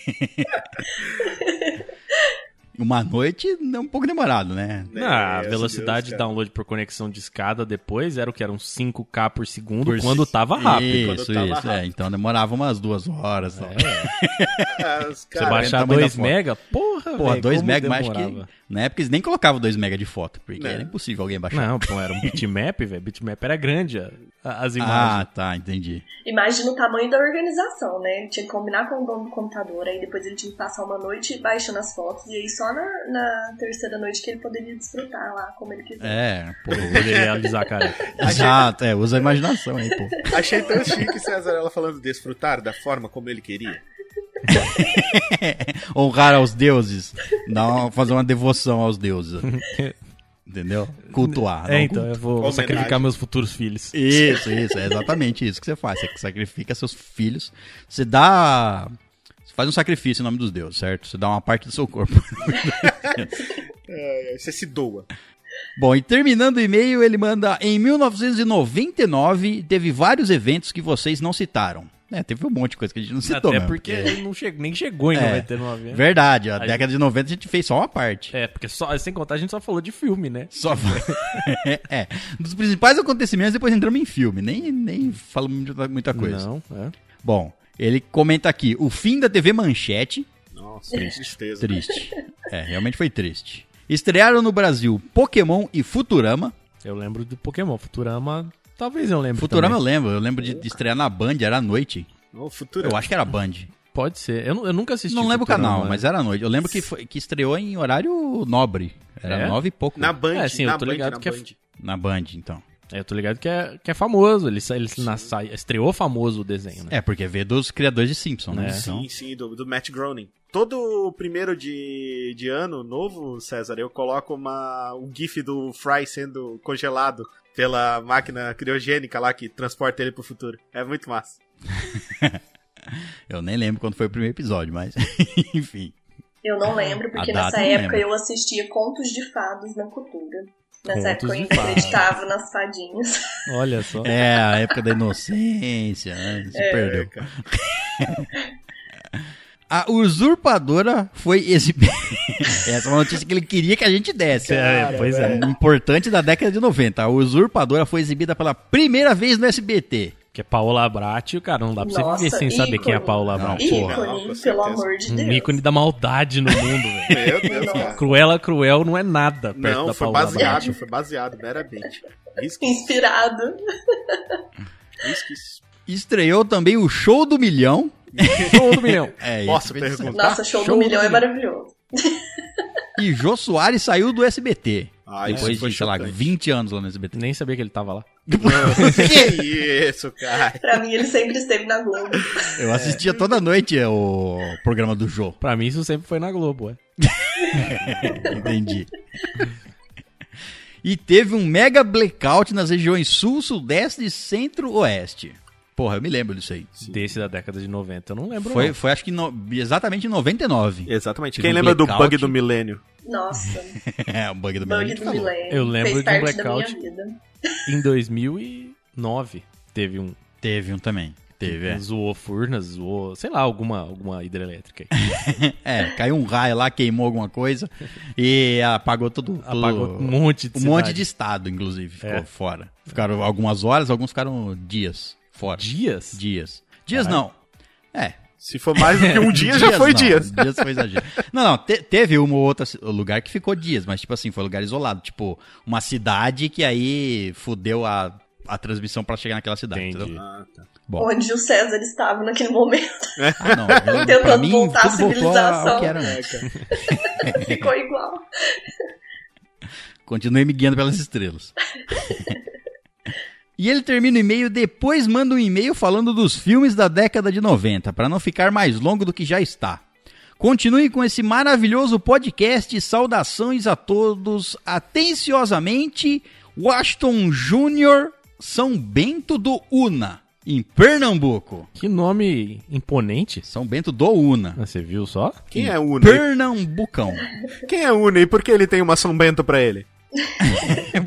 [SPEAKER 1] Uma noite é um pouco demorado, né?
[SPEAKER 4] Né?
[SPEAKER 2] Ah, a
[SPEAKER 4] Essa
[SPEAKER 2] velocidade
[SPEAKER 4] Deus,
[SPEAKER 2] de
[SPEAKER 1] um-
[SPEAKER 4] cara.
[SPEAKER 2] download por conexão de escada depois era o que? Era uns 5K por segundo
[SPEAKER 1] Por
[SPEAKER 2] quando
[SPEAKER 1] si-
[SPEAKER 2] tava rápido. É,
[SPEAKER 4] quando
[SPEAKER 1] Isso,
[SPEAKER 4] tava
[SPEAKER 1] isso.
[SPEAKER 4] rápido.
[SPEAKER 1] É, então demorava umas duas horas. tal.
[SPEAKER 4] Ah, os
[SPEAKER 1] Cara,
[SPEAKER 2] Você
[SPEAKER 4] caras-
[SPEAKER 2] baixar
[SPEAKER 1] o tamanho da
[SPEAKER 2] 2
[SPEAKER 1] foto.
[SPEAKER 2] mega, porra,
[SPEAKER 1] Porra,
[SPEAKER 2] velho,
[SPEAKER 1] 2
[SPEAKER 2] é, como
[SPEAKER 1] mega, mas acho que.
[SPEAKER 2] demorava. Né.
[SPEAKER 1] Na época eles nem colocavam 2 mega de foto, porque
[SPEAKER 4] Não.
[SPEAKER 1] era impossível alguém baixar.
[SPEAKER 2] Não, pô, era um bitmap, velho. Bitmap era grande a- a- as
[SPEAKER 1] Ah,
[SPEAKER 2] imagens.
[SPEAKER 1] tá, entendi.
[SPEAKER 3] Imagina o tamanho da organização, né? Ele tinha que combinar com o dono do computador, aí depois ele tinha que passar uma noite baixando as fotos, e aí só na, na terceira noite que ele poderia desfrutar lá, como ele quiser.
[SPEAKER 1] É, pô.
[SPEAKER 2] Poderia realizar, cara.
[SPEAKER 1] Exato, é, usa a imaginação aí, pô.
[SPEAKER 4] Achei tão chique César ela falando desfrutar da forma como ele queria.
[SPEAKER 1] Honrar aos deuses, dar uma- fazer uma devoção aos deuses. Entendeu? Cultuar.
[SPEAKER 2] É,
[SPEAKER 1] Ah, não
[SPEAKER 2] então, eu vou
[SPEAKER 4] Homenagem.
[SPEAKER 2] sacrificar meus futuros filhos.
[SPEAKER 1] Isso, isso, é exatamente isso que você faz. Você sacrifica seus filhos, você dá. Você faz um sacrifício em nome dos deuses, certo? Você dá uma parte do seu corpo.
[SPEAKER 4] É, Você se doa.
[SPEAKER 1] Bom, e terminando o e-mail, ele manda: em 1999 teve vários eventos que vocês não citaram. É, teve um monte de coisa que a gente não citou,
[SPEAKER 2] Até
[SPEAKER 1] mesmo,
[SPEAKER 2] porque ele não che- nem chegou em
[SPEAKER 1] É.
[SPEAKER 2] 99. né?
[SPEAKER 1] Verdade, a
[SPEAKER 2] gente-
[SPEAKER 1] década de 90 a gente fez só uma parte.
[SPEAKER 2] É, porque só, sem contar, a gente só falou de filme, né?
[SPEAKER 1] Só É. Dos principais acontecimentos, depois entramos em filme. Nem, nem falamos muita- muita coisa.
[SPEAKER 2] Não, é.
[SPEAKER 1] Bom, ele comenta aqui: o fim da TV Manchete.
[SPEAKER 4] Nossa, que tristeza.
[SPEAKER 1] Triste. É, realmente foi triste. Estrearam no Brasil Pokémon e Futurama.
[SPEAKER 2] Eu lembro do Pokémon. Futurama, talvez eu lembre.
[SPEAKER 1] Futurama eu
[SPEAKER 2] também.
[SPEAKER 1] lembro, eu lembro de, de estrear na Band, era à noite.
[SPEAKER 4] O futuro.
[SPEAKER 1] Eu acho que era Band.
[SPEAKER 2] Pode ser. Eu, nu- eu nunca assisti.
[SPEAKER 1] Não lembro o
[SPEAKER 2] Futurama,
[SPEAKER 1] canal,
[SPEAKER 2] né?
[SPEAKER 1] mas era à noite. Eu lembro que, foi- que estreou em horário nobre. Era
[SPEAKER 2] É?
[SPEAKER 1] nove e pouco
[SPEAKER 4] Na
[SPEAKER 1] na,
[SPEAKER 4] Band,
[SPEAKER 2] É, sim, eu
[SPEAKER 4] na
[SPEAKER 2] tô
[SPEAKER 4] Band,
[SPEAKER 2] ligado
[SPEAKER 4] na
[SPEAKER 2] que é-
[SPEAKER 4] Band.
[SPEAKER 1] Band, então.
[SPEAKER 2] É, eu tô ligado que é, que é famoso. Ele, sa- ele na- sa- estreou famoso o desenho, né?
[SPEAKER 1] É, porque veio dos criadores de Simpson, né?
[SPEAKER 2] É.
[SPEAKER 1] Então,
[SPEAKER 4] Sim, sim, do, do Matt Groening. Todo primeiro de, de ano novo, César, eu coloco uma, um gif do Fry sendo congelado pela máquina criogênica lá que transporta ele pro futuro. É muito massa.
[SPEAKER 1] eu nem lembro quando foi o primeiro episódio, mas enfim.
[SPEAKER 3] Eu não lembro, porque
[SPEAKER 1] A data
[SPEAKER 3] nessa
[SPEAKER 1] eu
[SPEAKER 3] época
[SPEAKER 1] lembro.
[SPEAKER 3] eu assistia contos de fadas na cultura.
[SPEAKER 2] Contos
[SPEAKER 3] Nessa época eu
[SPEAKER 2] de
[SPEAKER 3] ainda
[SPEAKER 2] fadas.
[SPEAKER 3] acreditava nas fadinhas.
[SPEAKER 2] Olha só.
[SPEAKER 1] É, a época da inocência, né?
[SPEAKER 4] É.
[SPEAKER 1] Se perdeu.
[SPEAKER 4] cara.
[SPEAKER 1] A usurpadora foi exibida. Essa é uma notícia que ele queria que a gente desse.
[SPEAKER 2] É, pois é.
[SPEAKER 1] Importante da década de 90. A usurpadora foi exibida pela primeira vez no SBT.
[SPEAKER 2] Que é Paola Abrat, cara, não dá pra
[SPEAKER 3] Nossa,
[SPEAKER 2] você viver sem saber
[SPEAKER 3] ícone.
[SPEAKER 2] quem é a Paola
[SPEAKER 1] Não,
[SPEAKER 2] Abrat.
[SPEAKER 1] porra.
[SPEAKER 4] Não, com
[SPEAKER 3] ícone, pelo
[SPEAKER 4] certeza.
[SPEAKER 3] amor de Deus.
[SPEAKER 2] Um ícone da maldade no mundo, velho.
[SPEAKER 4] Meu Deus, cara.
[SPEAKER 2] Cruela Cruel não é nada perto
[SPEAKER 4] Não,
[SPEAKER 2] da
[SPEAKER 4] foi
[SPEAKER 2] Paola Abrat.
[SPEAKER 4] baseado, foi baseado, meramente. Risco,
[SPEAKER 3] Inspirado.
[SPEAKER 1] Tá
[SPEAKER 4] risco, isso.
[SPEAKER 1] Estreou também o Show do Milhão.
[SPEAKER 2] Todo milhão.
[SPEAKER 1] É
[SPEAKER 4] Posso
[SPEAKER 1] foi isso.
[SPEAKER 4] perguntar?
[SPEAKER 3] Nossa, show,
[SPEAKER 1] Show
[SPEAKER 3] do
[SPEAKER 1] do
[SPEAKER 3] milhão é
[SPEAKER 1] milhão.
[SPEAKER 3] maravilhoso.
[SPEAKER 1] E Jô Soares saiu do SBT.
[SPEAKER 4] Ah, isso
[SPEAKER 1] depois
[SPEAKER 4] foi
[SPEAKER 1] de, sei lá,
[SPEAKER 4] chocante.
[SPEAKER 1] 20 anos lá no SBT.
[SPEAKER 2] Nem sabia que ele tava lá.
[SPEAKER 4] que isso, cara.
[SPEAKER 3] Pra mim, ele sempre esteve na Globo.
[SPEAKER 1] Eu assistia toda noite é, o programa do Jô.
[SPEAKER 2] Pra mim, isso sempre foi na Globo, é.
[SPEAKER 1] Entendi. E teve um mega blackout nas regiões sul, sudeste e centro-oeste. Porra, eu me lembro disso aí.
[SPEAKER 2] Desse da década de 90, eu não lembro.
[SPEAKER 1] Foi,
[SPEAKER 2] não.
[SPEAKER 1] foi acho que no- exatamente em 99.
[SPEAKER 4] Exatamente.
[SPEAKER 1] Teve
[SPEAKER 4] Quem
[SPEAKER 1] um
[SPEAKER 4] lembra do
[SPEAKER 1] blackout.
[SPEAKER 4] bug do milênio?
[SPEAKER 3] Nossa,
[SPEAKER 1] É, o bug do meu.
[SPEAKER 3] bug do milênio.
[SPEAKER 2] Eu lembro
[SPEAKER 3] Fez
[SPEAKER 2] de um
[SPEAKER 3] parte da minha
[SPEAKER 2] blackout.
[SPEAKER 3] vida.
[SPEAKER 2] Em 2009, teve um.
[SPEAKER 1] Teve um também. Teve, é.
[SPEAKER 2] Zoou Furnas, zoou, sei lá, alguma, alguma hidrelétrica. aí.
[SPEAKER 1] É, caiu um raio lá, queimou alguma coisa e apagou tudo. tudo-
[SPEAKER 2] Apagou um monte de
[SPEAKER 1] um monte
[SPEAKER 2] cidade.
[SPEAKER 1] de estado, inclusive, ficou
[SPEAKER 2] É.
[SPEAKER 1] fora. Ficaram algumas horas, alguns ficaram dias fora.
[SPEAKER 2] Dias?
[SPEAKER 1] Dias. Dias
[SPEAKER 2] Caralho.
[SPEAKER 1] não. É,
[SPEAKER 4] Se for mais do que um dia, já
[SPEAKER 1] Dias
[SPEAKER 4] foi
[SPEAKER 1] não,
[SPEAKER 4] dias.
[SPEAKER 1] Dias foi exagero. Não, não, te- teve um ou outro ci- lugar que ficou dias, mas tipo assim, foi um lugar isolado. Tipo, uma cidade que aí fudeu a, a transmissão pra chegar naquela cidade,
[SPEAKER 2] Entendi.
[SPEAKER 1] entendeu? Bom,
[SPEAKER 3] Onde o César estava naquele momento.
[SPEAKER 1] ah, não, eu-
[SPEAKER 3] Tentando
[SPEAKER 1] pra mim,
[SPEAKER 3] voltar à
[SPEAKER 1] tudo voltou ao- ao
[SPEAKER 3] civilização.
[SPEAKER 1] que era antes.
[SPEAKER 3] Ficou igual.
[SPEAKER 1] Continuei me guiando pelas estrelas. E ele termina o e-mail, depois manda um e-mail falando dos filmes da década de 90, para não ficar mais longo do que já está. Continue com esse maravilhoso podcast. Saudações a todos. Atenciosamente, Washington Júnior São Bento do Una. em Pernambuco.
[SPEAKER 2] Que nome imponente.
[SPEAKER 1] São Bento do Una.
[SPEAKER 2] Ah, Você viu só?
[SPEAKER 4] Quem é Una?
[SPEAKER 1] Pernambucão.
[SPEAKER 4] Quem é Una e por que ele tem uma São Bento pra ele?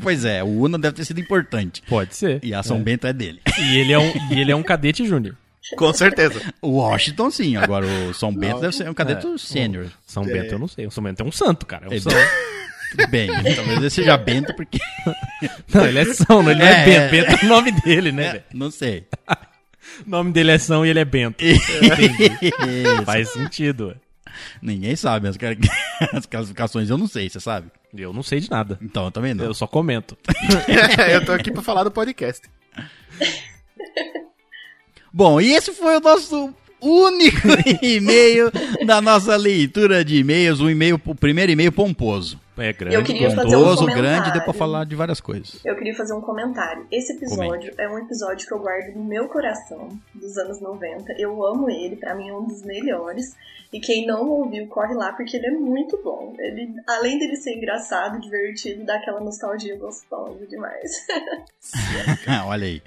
[SPEAKER 1] pois é, o Una deve ter sido importante.
[SPEAKER 2] Pode ser.
[SPEAKER 1] E a São Bento é dele.
[SPEAKER 2] E ele é um, e ele é um cadete júnior.
[SPEAKER 4] Com certeza.
[SPEAKER 1] O Washington sim, agora o São Bento deve ser um cadeto sênior.
[SPEAKER 2] São Bento eu não sei. O São Bento é um santo, cara. É um
[SPEAKER 1] Ele-
[SPEAKER 2] santo.
[SPEAKER 1] Bem, então talvez ele seja Bento porque...
[SPEAKER 2] Não, ele é São, né? ele não
[SPEAKER 1] É,
[SPEAKER 2] é
[SPEAKER 1] é.
[SPEAKER 2] Bento. Bento é o nome dele, né? velho?
[SPEAKER 1] Não sei.
[SPEAKER 2] O nome dele é São e ele é Bento. Faz sentido. ué.
[SPEAKER 1] Ninguém sabe as, car- as classificações, eu não sei, você sabe?
[SPEAKER 2] Eu não sei de nada.
[SPEAKER 1] Então, eu também não.
[SPEAKER 2] Eu só comento.
[SPEAKER 4] eu tô aqui pra falar do podcast.
[SPEAKER 1] Bom, e esse foi o nosso único e-mail da nossa leitura de e-mails, um e-mail, o primeiro e-mail pomposo.
[SPEAKER 2] É grande.
[SPEAKER 3] Eu queria fazer um
[SPEAKER 1] Pomposo,
[SPEAKER 3] comentário.
[SPEAKER 1] grande, deu pra falar de várias coisas.
[SPEAKER 3] Eu queria fazer um comentário. Esse episódio é um episódio que eu guardo no meu coração, dos anos 90. Eu amo ele, pra mim é um dos melhores. E quem não ouviu, corre lá, porque ele é muito bom. Ele, além dele ser engraçado, divertido, dá aquela nostalgia gostosa demais.
[SPEAKER 1] Olha aí.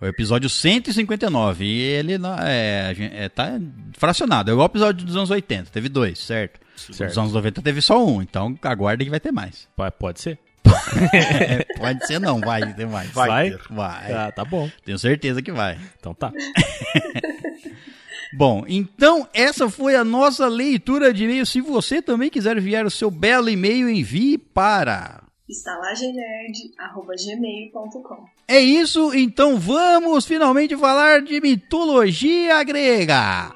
[SPEAKER 1] O episódio 159. E ele não- é, a gen- é, tá fracionado. É igual o episódio dos anos 80. Teve dois, certo? Dos
[SPEAKER 2] Certo.
[SPEAKER 1] anos 90 teve só um. Então aguarda que vai ter mais.
[SPEAKER 2] Pa- Pode ser?
[SPEAKER 1] É, pode ser não, vai ter mais.
[SPEAKER 4] Vai.
[SPEAKER 1] Vai.
[SPEAKER 2] Ah, tá bom.
[SPEAKER 1] Tenho certeza que vai.
[SPEAKER 2] Então tá.
[SPEAKER 1] Bom, então essa foi a nossa leitura de e-mail. Se você também quiser enviar o seu belo e-mail, envie para.
[SPEAKER 3] Estalagenerd.gmail.com
[SPEAKER 1] É isso, então vamos finalmente falar de mitologia grega.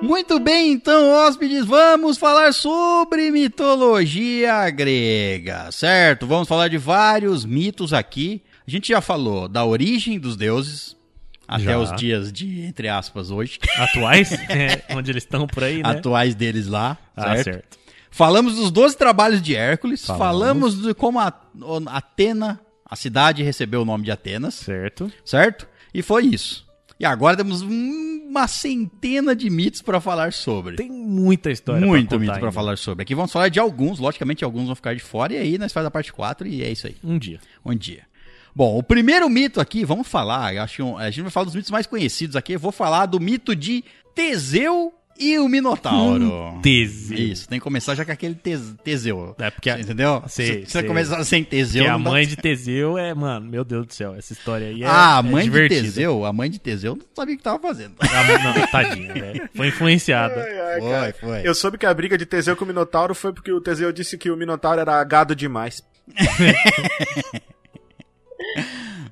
[SPEAKER 1] Muito bem, então, hóspedes, vamos falar sobre mitologia grega, certo? Vamos falar de vários mitos aqui. A gente já falou da origem dos deuses até
[SPEAKER 2] Já.
[SPEAKER 1] os dias de, entre aspas, hoje,
[SPEAKER 2] Atuais? É, onde eles estão por aí, né?
[SPEAKER 1] atuais deles lá,
[SPEAKER 2] Ah,
[SPEAKER 1] certo?
[SPEAKER 2] certo.
[SPEAKER 1] Falamos dos 12 trabalhos de Hércules, falamos,
[SPEAKER 2] Falamos.
[SPEAKER 1] de como a, o- Atena, a cidade recebeu o nome de Atenas,
[SPEAKER 2] Certo.
[SPEAKER 1] certo? E foi isso. E agora temos um- uma centena de mitos pra falar sobre.
[SPEAKER 2] Tem muita história
[SPEAKER 1] Muito
[SPEAKER 2] pra contar
[SPEAKER 1] mito pra
[SPEAKER 2] ainda.
[SPEAKER 1] falar sobre. Aqui vamos falar de alguns, logicamente alguns vão ficar de fora, e aí nós faz a parte 4 e é isso aí.
[SPEAKER 2] Um dia.
[SPEAKER 1] Um dia. Bom, o primeiro mito aqui, vamos falar, eu acho que um- a gente vai falar dos mitos mais conhecidos aqui, eu vou falar do mito de Teseu e o
[SPEAKER 2] Hum,
[SPEAKER 1] Minotauro.
[SPEAKER 2] Tese.
[SPEAKER 1] Isso, tem que começar já com aquele tes- Teseu.
[SPEAKER 2] É porque a,
[SPEAKER 1] Entendeu?
[SPEAKER 2] Sei,
[SPEAKER 1] Se você
[SPEAKER 2] sei.
[SPEAKER 1] começar sem Teseu...
[SPEAKER 2] porque a
[SPEAKER 1] não dá-
[SPEAKER 2] mãe de Teseu é, mano, meu Deus do céu, essa história aí é,
[SPEAKER 1] ah, a
[SPEAKER 2] é
[SPEAKER 1] mãe de
[SPEAKER 2] divertida.
[SPEAKER 1] Teseu, a mãe de Teseu não sabia o que tava fazendo.
[SPEAKER 2] Ah, não, tadinha, velho. Foi influenciada.
[SPEAKER 1] Foi, foi.
[SPEAKER 4] Eu soube que a briga de Teseu com o Minotauro foi porque o Teseu disse que o Minotauro era gado demais.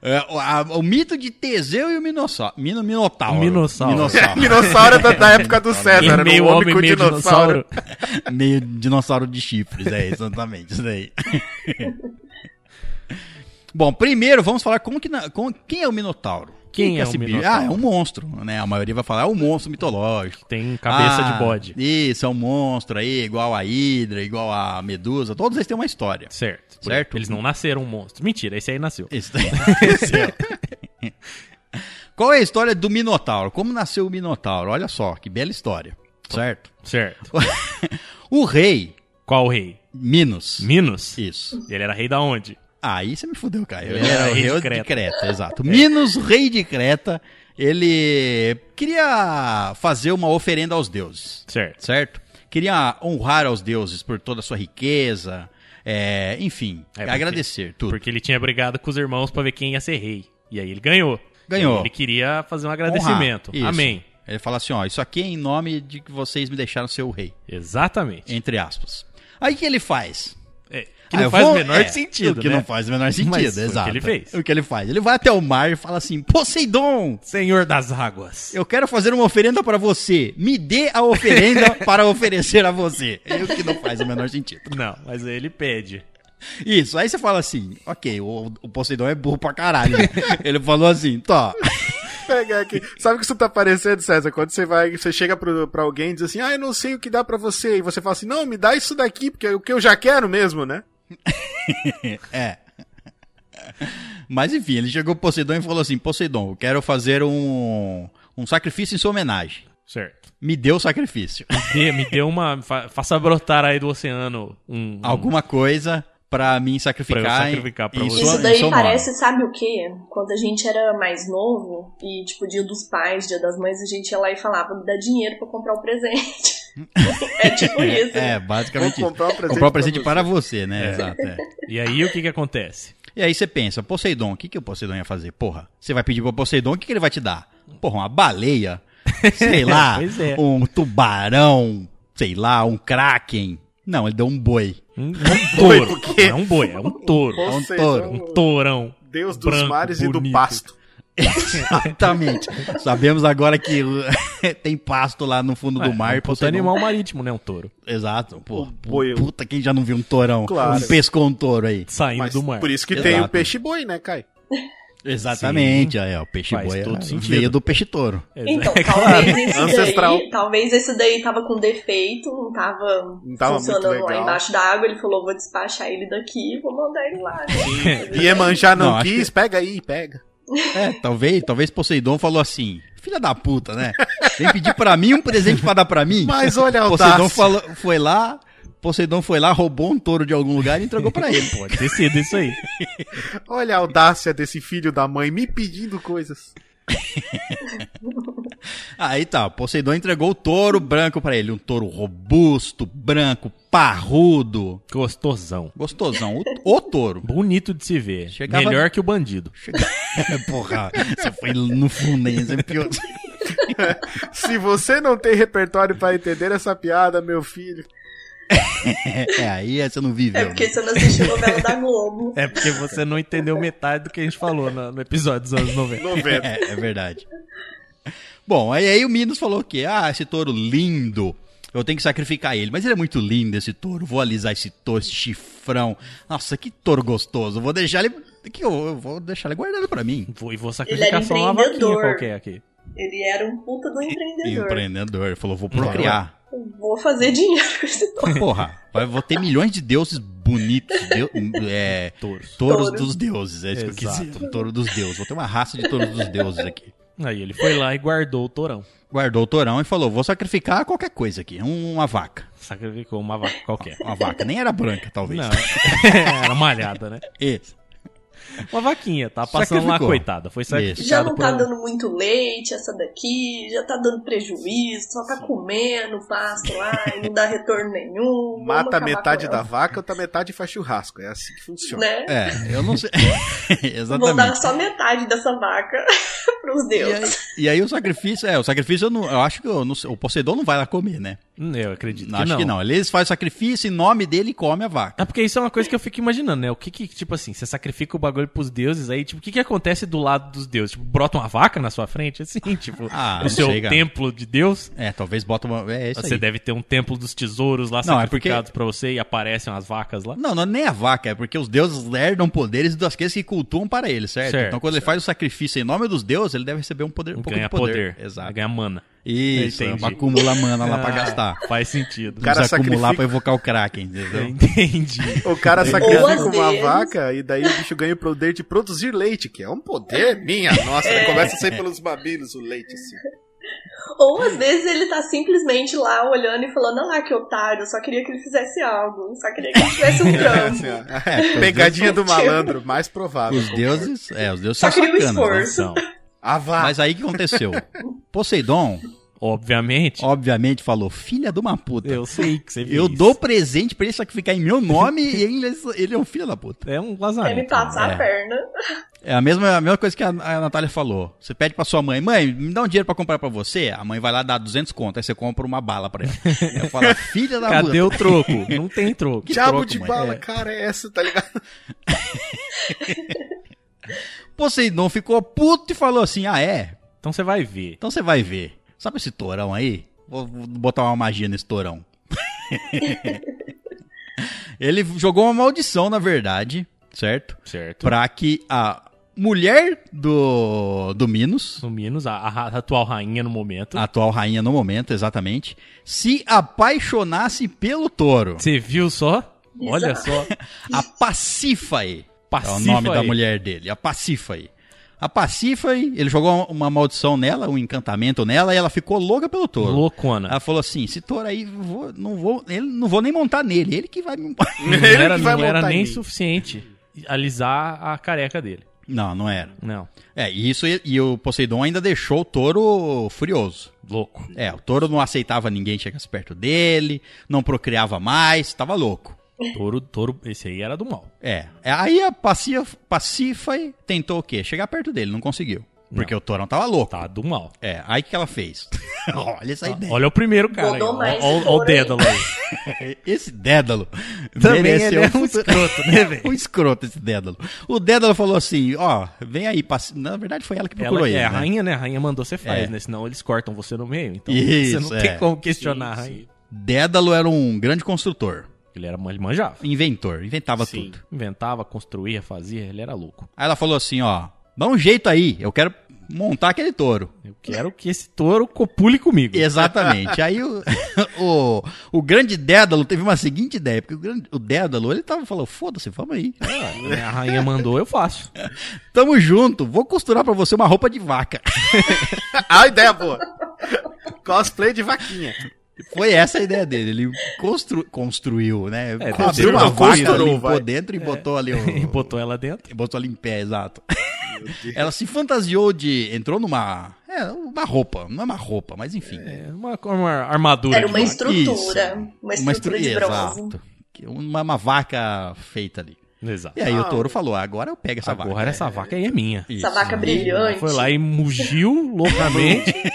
[SPEAKER 1] É, o, a- o mito de Teseu e o Minossau- Mino, Minotauro.
[SPEAKER 2] Minossauro.
[SPEAKER 1] Minossauro.
[SPEAKER 4] Dinossauro da, da época do César, era
[SPEAKER 2] meio
[SPEAKER 4] um homem com
[SPEAKER 2] meio
[SPEAKER 4] dinossauro.
[SPEAKER 2] dinossauro.
[SPEAKER 1] Meio dinossauro de chifres, é exatamente isso daí. Bom, primeiro vamos falar como que na- como- quem é o Minotauro?
[SPEAKER 2] Quem
[SPEAKER 1] que
[SPEAKER 2] é o
[SPEAKER 1] esse bicho?
[SPEAKER 2] Minotauro?
[SPEAKER 1] Ah, é um monstro, né? A maioria vai falar, é um monstro mitológico.
[SPEAKER 2] Tem cabeça
[SPEAKER 1] Ah,
[SPEAKER 2] de bode.
[SPEAKER 1] Isso, é um monstro aí, igual a Hidra, igual a Medusa. Todos eles têm uma história.
[SPEAKER 2] Certo. Por-
[SPEAKER 1] Certo.
[SPEAKER 2] Eles não nasceram monstros. Mentira, esse aí nasceu.
[SPEAKER 1] Isso daí. Esse é o- Qual é a história do Minotauro? Como nasceu o Minotauro? Olha só, que bela história. Certo?
[SPEAKER 2] Certo.
[SPEAKER 1] O rei
[SPEAKER 2] Qual rei?
[SPEAKER 1] Minos.
[SPEAKER 2] Minos?
[SPEAKER 1] Isso.
[SPEAKER 2] Ele era rei da onde?
[SPEAKER 1] Aí você me fudeu, Caio.
[SPEAKER 2] Ele
[SPEAKER 1] Ele era o rei de Creta,
[SPEAKER 2] É.
[SPEAKER 1] exato. Minos, rei de Creta, ele queria fazer uma oferenda aos deuses,
[SPEAKER 2] Certo.
[SPEAKER 1] certo? Queria honrar aos deuses por toda a sua riqueza, é, enfim,
[SPEAKER 2] É, porque-
[SPEAKER 1] agradecer tudo.
[SPEAKER 2] Porque ele tinha brigado com os irmãos pra ver quem ia ser rei. E aí ele ganhou.
[SPEAKER 1] Ganhou.
[SPEAKER 2] Ele queria fazer um agradecimento.
[SPEAKER 1] Honrar, isso.
[SPEAKER 2] Amém.
[SPEAKER 1] Ele fala assim, ó, isso aqui é em nome de que vocês me deixaram ser o rei,
[SPEAKER 2] Exatamente.
[SPEAKER 1] entre aspas. Aí o que ele faz?
[SPEAKER 2] É, que
[SPEAKER 1] Ah,
[SPEAKER 2] não
[SPEAKER 1] eu
[SPEAKER 2] faz o
[SPEAKER 1] vou-
[SPEAKER 2] menor
[SPEAKER 1] é,
[SPEAKER 2] sentido,
[SPEAKER 1] O que
[SPEAKER 2] né?
[SPEAKER 1] não faz o menor sentido,
[SPEAKER 2] Mas foi o que
[SPEAKER 1] exato.
[SPEAKER 2] ele fez.
[SPEAKER 1] O que ele faz? Ele vai até o mar e fala assim, Poseidon,
[SPEAKER 2] Senhor das águas.
[SPEAKER 1] Eu quero fazer uma oferenda para você. Me dê a oferenda para oferecer a você. É o que não faz o menor sentido.
[SPEAKER 2] Não, mas aí ele pede.
[SPEAKER 1] Isso, aí você fala assim, ok, o, o Poseidon é burro pra caralho. Ele falou assim, tá.
[SPEAKER 4] Pega aqui. Sabe o que isso tá parecendo, César? Quando você vai, você chega pro, pra alguém e diz assim, ah, eu não sei o que dá pra você. E você fala assim, não, me dá isso daqui, porque é o que eu já quero mesmo, né?
[SPEAKER 1] É. Mas enfim, ele chegou pro Poseidon e falou assim, Poseidon, eu quero fazer um, um sacrifício em sua homenagem.
[SPEAKER 2] Certo.
[SPEAKER 1] Me deu sacrifício.
[SPEAKER 2] Dê- me deu uma. fa- faça brotar aí do oceano um. um-
[SPEAKER 1] Alguma coisa pra mim sacrificar.
[SPEAKER 2] Pra eu sacrificar pra
[SPEAKER 1] em- em
[SPEAKER 2] você.
[SPEAKER 1] sua-
[SPEAKER 3] Isso
[SPEAKER 1] em
[SPEAKER 3] daí
[SPEAKER 1] seu nome.
[SPEAKER 3] parece, sabe o quê? Quando a gente era mais novo e, tipo, dia dos pais, dia das mães, a gente ia lá e falava, me dá dinheiro pra eu comprar o presente. é tipo isso.
[SPEAKER 1] É,
[SPEAKER 3] né?
[SPEAKER 1] é, basicamente
[SPEAKER 4] Vou
[SPEAKER 1] isso.
[SPEAKER 4] comprar um presente,
[SPEAKER 1] Comprar um presente
[SPEAKER 4] pra
[SPEAKER 1] para você, né? Exato. é.
[SPEAKER 2] E aí o que que acontece?
[SPEAKER 1] E aí você pensa, Poseidon, o que, que o Poseidon ia fazer? Porra, você vai pedir pro Poseidon, o que, que ele vai te dar? Porra, uma baleia, sei lá,
[SPEAKER 2] Pois é.
[SPEAKER 1] um tubarão, sei lá, um kraken. Não, ele deu um boi.
[SPEAKER 2] Um, um touro.
[SPEAKER 4] porque-
[SPEAKER 2] É um boi, é um touro.
[SPEAKER 1] É um
[SPEAKER 4] Você,
[SPEAKER 1] touro,
[SPEAKER 2] Um
[SPEAKER 4] então,
[SPEAKER 2] tourão.
[SPEAKER 4] Deus dos
[SPEAKER 2] branco,
[SPEAKER 4] mares e do
[SPEAKER 2] bonito.
[SPEAKER 4] pasto.
[SPEAKER 1] Exatamente. Sabemos agora que tem pasto lá no fundo
[SPEAKER 2] É,
[SPEAKER 1] do mar.
[SPEAKER 2] é
[SPEAKER 1] e
[SPEAKER 2] um puta
[SPEAKER 1] Poseidon-
[SPEAKER 2] animal marítimo, né? Um touro.
[SPEAKER 1] Exato. Pô,
[SPEAKER 4] Um boi.
[SPEAKER 1] puta, quem já não viu um tourão?
[SPEAKER 4] Claro.
[SPEAKER 1] Um pescou um touro aí.
[SPEAKER 2] Saindo
[SPEAKER 4] Mas
[SPEAKER 2] do mar.
[SPEAKER 4] por isso que
[SPEAKER 1] Exato.
[SPEAKER 4] tem o peixe boi, né, Kai?
[SPEAKER 1] Exatamente. Aí, ó, o peixe
[SPEAKER 2] Faz
[SPEAKER 1] boi
[SPEAKER 2] todo
[SPEAKER 1] é-
[SPEAKER 2] sentido.
[SPEAKER 1] veio do peixe touro.
[SPEAKER 2] Exa-
[SPEAKER 3] Então,
[SPEAKER 2] é
[SPEAKER 3] talvez esse
[SPEAKER 4] Ancestral.
[SPEAKER 3] daí, talvez esse daí tava com defeito, não tava,
[SPEAKER 4] Não tava muito
[SPEAKER 3] funcionando lá
[SPEAKER 4] legal.
[SPEAKER 3] embaixo da água, ele falou, vou despachar ele daqui e vou mandar ele lá. né?
[SPEAKER 4] Iemanjá não,
[SPEAKER 1] Não, acho
[SPEAKER 4] quis, pega aí, pega.
[SPEAKER 1] É, talvez, talvez Poseidon falou assim, filha da puta, né? Vem pedir pra mim um presente pra dar pra mim.
[SPEAKER 4] Mas tá assim. olha a
[SPEAKER 1] Poseidon
[SPEAKER 4] audácia.
[SPEAKER 1] falou, foi lá, Poseidon foi lá, roubou um touro de algum lugar e entregou pra ele.
[SPEAKER 2] Pode ter sido isso aí.
[SPEAKER 4] Olha a audácia desse filho da mãe me pedindo coisas.
[SPEAKER 1] Aí tá, Poseidon entregou o touro branco pra ele, um touro robusto, branco, parrudo,
[SPEAKER 2] Gostosão.
[SPEAKER 1] gostosão, o, o touro.
[SPEAKER 2] Bonito de se ver.
[SPEAKER 1] Chegava-
[SPEAKER 2] Melhor que o bandido.
[SPEAKER 1] Porra, você foi no fundo aí, você é pior.
[SPEAKER 4] Se você não tem repertório pra entender essa piada, meu filho.
[SPEAKER 1] É, aí você não viveu.
[SPEAKER 3] É
[SPEAKER 1] né?
[SPEAKER 3] porque você não assistiu novela da Globo.
[SPEAKER 2] É porque você não entendeu metade do que a gente falou no, no episódio dos anos 90.
[SPEAKER 4] 90.
[SPEAKER 1] É, é verdade. Bom, aí, aí o Minos falou que, ah, esse touro lindo, eu tenho que sacrificar ele. Mas ele é muito lindo, esse touro. Vou alisar esse touro, esse chifrão. Nossa, que touro gostoso. Vou deixar ele. Que eu, eu vou deixar ele guardado pra mim.
[SPEAKER 2] Vou, e vou
[SPEAKER 3] Ele
[SPEAKER 2] sacrificar
[SPEAKER 3] era
[SPEAKER 2] só uma vaquinha
[SPEAKER 3] empreendedor.
[SPEAKER 2] qualquer aqui.
[SPEAKER 3] Ele era um puta do empreendedor.
[SPEAKER 1] Empreendedor. Ele falou, vou procriar.
[SPEAKER 3] Vou fazer dinheiro com esse touro.
[SPEAKER 1] Porra, vai, vou ter milhões de deuses bonitos. deu- é,
[SPEAKER 2] Touros.
[SPEAKER 1] touros
[SPEAKER 3] Touro.
[SPEAKER 1] dos deuses, é isso que eu quis
[SPEAKER 2] Exato.
[SPEAKER 1] dizer. Um touro dos deuses. Vou ter uma raça de touros dos deuses aqui.
[SPEAKER 2] Aí ele foi lá e guardou o tourão.
[SPEAKER 1] Guardou o tourão e falou, vou sacrificar qualquer coisa aqui. um- Uma vaca.
[SPEAKER 2] Sacrificou uma vaca qualquer.
[SPEAKER 1] Uma vaca, nem era branca, talvez.
[SPEAKER 2] Não, era malhada, né?
[SPEAKER 1] Isso.
[SPEAKER 2] Uma vaquinha, tá passando lá,
[SPEAKER 1] Sacrificou.
[SPEAKER 2] coitada. Foi sacrificada
[SPEAKER 3] Já não
[SPEAKER 2] por
[SPEAKER 3] tá
[SPEAKER 2] um-
[SPEAKER 3] dando muito leite essa daqui, já tá dando prejuízo, só tá comendo pasto lá e não dá retorno nenhum. vamos
[SPEAKER 4] Mata
[SPEAKER 3] acabar
[SPEAKER 4] metade
[SPEAKER 3] com
[SPEAKER 4] da
[SPEAKER 3] ela.
[SPEAKER 4] vaca, outra metade faz churrasco. É assim que funciona.
[SPEAKER 3] Né?
[SPEAKER 1] É, eu não sei.
[SPEAKER 3] Vou dar
[SPEAKER 1] Exatamente.
[SPEAKER 3] só metade dessa vaca pros
[SPEAKER 1] E aí,
[SPEAKER 3] deuses.
[SPEAKER 1] e aí o sacrifício, é, o sacrifício eu, não, eu acho que eu não sei, o Poseidon não vai lá comer, né?
[SPEAKER 2] Hum, Eu acredito
[SPEAKER 1] acho que não. Eles fazem o sacrifício em nome dele e come a vaca.
[SPEAKER 2] É porque isso é uma coisa que eu fico imaginando, né? O que que, tipo assim, você sacrifica o bagulho pros deuses, aí, tipo, o que que acontece do lado dos deuses? Tipo, brota uma vaca na sua frente, assim, tipo,
[SPEAKER 1] Ah,
[SPEAKER 2] o
[SPEAKER 1] não
[SPEAKER 2] seu
[SPEAKER 1] sei, cara.
[SPEAKER 2] templo de deus?
[SPEAKER 1] É, talvez bota uma. É isso
[SPEAKER 2] Você
[SPEAKER 1] aí.
[SPEAKER 2] deve ter um templo dos tesouros lá
[SPEAKER 1] Não, é porque-
[SPEAKER 2] sacrificados pra você e aparecem as vacas lá.
[SPEAKER 1] Não, não é nem a vaca, é porque os deuses herdam poderes das coisas que cultuam para eles, certo?
[SPEAKER 2] Certo,
[SPEAKER 1] então quando ele faz o sacrifício em nome dos deuses, ele deve receber um poder, um pouco
[SPEAKER 2] ganha
[SPEAKER 1] de poder.
[SPEAKER 2] poder,
[SPEAKER 1] Exato.
[SPEAKER 2] ganha mana.
[SPEAKER 1] Isso,
[SPEAKER 2] Entendi.
[SPEAKER 1] acumula mana lá pra
[SPEAKER 2] Ah,
[SPEAKER 1] gastar.
[SPEAKER 2] Faz sentido.
[SPEAKER 4] O cara
[SPEAKER 1] Precisa acumular
[SPEAKER 4] sacrifica-
[SPEAKER 1] pra evocar o Kraken, entendeu?
[SPEAKER 2] Entendi.
[SPEAKER 4] O cara
[SPEAKER 3] Ou
[SPEAKER 4] sacrifica
[SPEAKER 3] às
[SPEAKER 4] uma
[SPEAKER 3] vezes-
[SPEAKER 4] vaca e daí o bicho ganha o poder de produzir leite, que é um poder minha. Nossa,
[SPEAKER 3] É.
[SPEAKER 4] ele começa a sair pelos mamilos o leite, assim.
[SPEAKER 3] Ou às vezes ele tá simplesmente lá olhando e falando, ah lá que otário, eu só queria que ele fizesse algo, só queria que ele tivesse um
[SPEAKER 4] É,
[SPEAKER 3] trampo.
[SPEAKER 4] assim, ó. É, pegadinha do malandro, mais provável.
[SPEAKER 1] Os deuses. É, os deuses
[SPEAKER 3] Só
[SPEAKER 1] são
[SPEAKER 3] queria um
[SPEAKER 1] sacanas, né? Ah.
[SPEAKER 3] esforço.
[SPEAKER 2] São.
[SPEAKER 4] A vaca.
[SPEAKER 1] Mas aí o que aconteceu? Poseidon,
[SPEAKER 2] Obviamente,
[SPEAKER 1] obviamente, falou: Filha de uma puta. Eu,
[SPEAKER 2] eu sei que você viu isso.
[SPEAKER 1] dou presente pra ele sacrificar em meu nome e ele, ele é um filho da puta.
[SPEAKER 2] É um
[SPEAKER 3] Quer
[SPEAKER 2] lazarento.
[SPEAKER 3] me passar
[SPEAKER 1] é.
[SPEAKER 3] a perna.
[SPEAKER 1] É a mesma, a mesma coisa que a, a Natália falou. Você pede pra sua mãe: Mãe, me dá um dinheiro pra comprar pra você. A mãe vai lá dar 200 conto. Aí você compra uma bala pra ela. Ela fala: Filha da puta.
[SPEAKER 2] Cadê o troco? Não tem troco.
[SPEAKER 1] Que
[SPEAKER 4] Diabo
[SPEAKER 1] troco,
[SPEAKER 4] de
[SPEAKER 1] mãe.
[SPEAKER 4] bala,
[SPEAKER 1] É.
[SPEAKER 4] cara, é essa, tá ligado?
[SPEAKER 1] Poseidon ficou puto e falou assim: Ah, é?
[SPEAKER 2] Então você vai ver.
[SPEAKER 1] Então você vai ver. Sabe esse tourão aí? Vou vou botar uma magia nesse tourão. ele jogou uma maldição, na verdade, certo?
[SPEAKER 2] Certo.
[SPEAKER 1] pra que a mulher do, do Minos,
[SPEAKER 2] No Minos, a, a ra- atual rainha no momento.
[SPEAKER 1] a atual rainha no momento, exatamente, se apaixonasse pelo touro.
[SPEAKER 2] Você viu só? Olha só.
[SPEAKER 3] Bizarro.
[SPEAKER 1] A Pacífae
[SPEAKER 2] Pacífae.
[SPEAKER 1] é o nome da mulher dele, a Pacífae. A Pacífae, ele jogou uma maldição nela, um encantamento nela, e ela ficou louca pelo touro.
[SPEAKER 2] Loucona.
[SPEAKER 1] Ela falou assim: esse touro aí, vou- não, vou, ele, não vou nem montar nele, ele que vai me.
[SPEAKER 2] Não
[SPEAKER 4] Ele
[SPEAKER 2] era,
[SPEAKER 4] que vai
[SPEAKER 2] não era
[SPEAKER 4] montar em
[SPEAKER 2] nem
[SPEAKER 4] mim.
[SPEAKER 2] suficiente alisar a careca dele.
[SPEAKER 1] Não, não era.
[SPEAKER 2] Não.
[SPEAKER 1] É, e isso e, e o Poseidon ainda deixou o touro furioso.
[SPEAKER 2] Louco.
[SPEAKER 1] É, o touro não aceitava ninguém chegasse perto dele, não procriava mais, tava louco.
[SPEAKER 2] Touro, touro, esse aí era do mal.
[SPEAKER 1] É. é, Aí a Pacif- Pacífae tentou o quê? Chegar perto dele, não conseguiu. Porque o touro tava louco.
[SPEAKER 2] Tá do mal.
[SPEAKER 1] É, aí o que ela fez? Olha essa ideia.
[SPEAKER 2] Olha o primeiro cara. aí,
[SPEAKER 3] Rodou
[SPEAKER 2] ó.
[SPEAKER 3] mais
[SPEAKER 2] Ó-
[SPEAKER 3] esse
[SPEAKER 2] ó o
[SPEAKER 3] touro aí.
[SPEAKER 2] Dédalo aí.
[SPEAKER 1] Esse Dédalo
[SPEAKER 2] Também ele
[SPEAKER 1] mereceu
[SPEAKER 2] é um escroto, né, velho?
[SPEAKER 1] um escroto esse Dédalo. O Dédalo falou assim, ó, vem aí, passe... na verdade foi ela que procurou
[SPEAKER 2] Ela,
[SPEAKER 1] ele,
[SPEAKER 2] é, a
[SPEAKER 1] né?
[SPEAKER 2] rainha, né? A rainha mandou você faz,
[SPEAKER 1] É.
[SPEAKER 2] né? Senão eles cortam você no meio. Então
[SPEAKER 1] Isso,
[SPEAKER 2] você não
[SPEAKER 1] é.
[SPEAKER 2] tem como questionar a rainha.
[SPEAKER 1] Dédalo era um grande construtor,
[SPEAKER 2] Ele era ele manjava.
[SPEAKER 1] inventor, inventava
[SPEAKER 4] Sim.
[SPEAKER 1] tudo.
[SPEAKER 2] Inventava, construía, fazia, ele era louco.
[SPEAKER 1] Aí ela falou assim, ó, dá um jeito aí, eu quero montar aquele touro.
[SPEAKER 2] Eu quero que esse touro copule comigo.
[SPEAKER 1] É. Exatamente. Aí o, o, o grande Dédalo teve uma seguinte ideia, porque o, grande, o Dédalo, ele tava falando, foda-se, vamos aí.
[SPEAKER 2] Ah, A rainha mandou, eu faço.
[SPEAKER 1] É. Tamo junto, vou costurar pra você uma roupa de vaca.
[SPEAKER 4] Ah, ideia boa. Cosplay de vaquinha.
[SPEAKER 1] Foi essa a ideia dele. Ele constru- construiu,
[SPEAKER 2] É,
[SPEAKER 1] né? Abriu
[SPEAKER 4] construiu,
[SPEAKER 1] uma
[SPEAKER 4] não,
[SPEAKER 1] vaca,
[SPEAKER 4] costurou,
[SPEAKER 1] limpou
[SPEAKER 4] vai.
[SPEAKER 1] dentro e botou ali o...
[SPEAKER 2] E botou ela dentro.
[SPEAKER 1] Botou ali em pé, exato. Ela se fantasiou de... Entrou numa... É, uma roupa. Não é uma roupa, mas enfim.
[SPEAKER 2] É, uma, uma armadura.
[SPEAKER 3] Era
[SPEAKER 2] de
[SPEAKER 3] uma
[SPEAKER 2] vaca.
[SPEAKER 3] estrutura.
[SPEAKER 1] Isso.
[SPEAKER 3] Uma estrutura de bronze.
[SPEAKER 1] Exato. Que- é Uma, uma vaca feita ali.
[SPEAKER 2] um- Exato.
[SPEAKER 1] E aí o
[SPEAKER 4] Ah,
[SPEAKER 1] touro falou, agora eu pego essa
[SPEAKER 2] Agora
[SPEAKER 1] vaca.
[SPEAKER 2] essa vaca aí é minha.
[SPEAKER 1] Isso.
[SPEAKER 3] Essa vaca brilhante.
[SPEAKER 2] Foi lá e mugiu loucamente.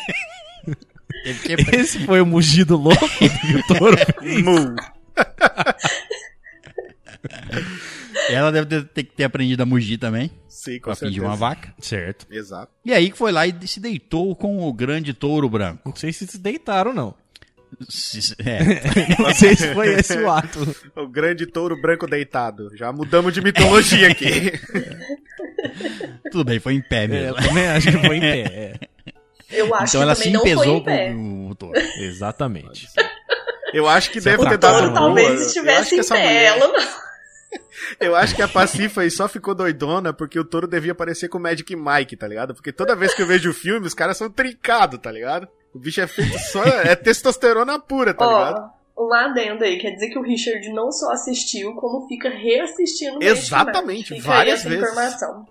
[SPEAKER 1] É. Ele quebra-
[SPEAKER 2] Esse foi o mugido louco do touro.
[SPEAKER 4] Mu.
[SPEAKER 1] Ela deve ter, ter, ter aprendido a mugir também,
[SPEAKER 4] Sim, com
[SPEAKER 1] pra fingir
[SPEAKER 4] certeza.
[SPEAKER 1] uma vaca.
[SPEAKER 2] Certo.
[SPEAKER 4] Exato.
[SPEAKER 1] E aí que foi lá e se deitou com o grande touro branco.
[SPEAKER 2] Não sei se se deitaram, não.
[SPEAKER 1] Se- É,
[SPEAKER 2] Não sei se foi esse o ato.
[SPEAKER 4] O grande touro branco deitado. Já mudamos de mitologia aqui.
[SPEAKER 1] tudo bem, foi em pé
[SPEAKER 2] É, eu
[SPEAKER 1] mesmo.
[SPEAKER 2] também acho que foi em pé. é.
[SPEAKER 3] Eu acho
[SPEAKER 1] então ela
[SPEAKER 3] que
[SPEAKER 1] se
[SPEAKER 3] também não foi
[SPEAKER 1] empesou
[SPEAKER 3] em pé.
[SPEAKER 1] com o touro.
[SPEAKER 2] é. Exatamente.
[SPEAKER 4] Eu acho que
[SPEAKER 2] Só
[SPEAKER 4] deve
[SPEAKER 2] pra
[SPEAKER 4] ter
[SPEAKER 2] touro,
[SPEAKER 4] dado boa.
[SPEAKER 3] talvez
[SPEAKER 4] Eu acho
[SPEAKER 3] estivesse
[SPEAKER 4] que
[SPEAKER 3] em
[SPEAKER 4] essa
[SPEAKER 3] pé.
[SPEAKER 4] mulher- tá
[SPEAKER 3] Ela não.
[SPEAKER 4] Eu acho que a Pacifa aí só ficou doidona porque o touro devia parecer com o Magic Mike, tá ligado? Porque toda vez que eu vejo o filme, os caras são trincados, tá ligado? O bicho é feito só. É testosterona pura, tá ligado?
[SPEAKER 3] Ó, um adendo aí. Quer dizer que o Richard não só assistiu, como fica reassistindo. o Magic
[SPEAKER 4] Exatamente,
[SPEAKER 3] Man. Fica
[SPEAKER 4] várias
[SPEAKER 3] aí essa
[SPEAKER 4] vezes.
[SPEAKER 3] Informação.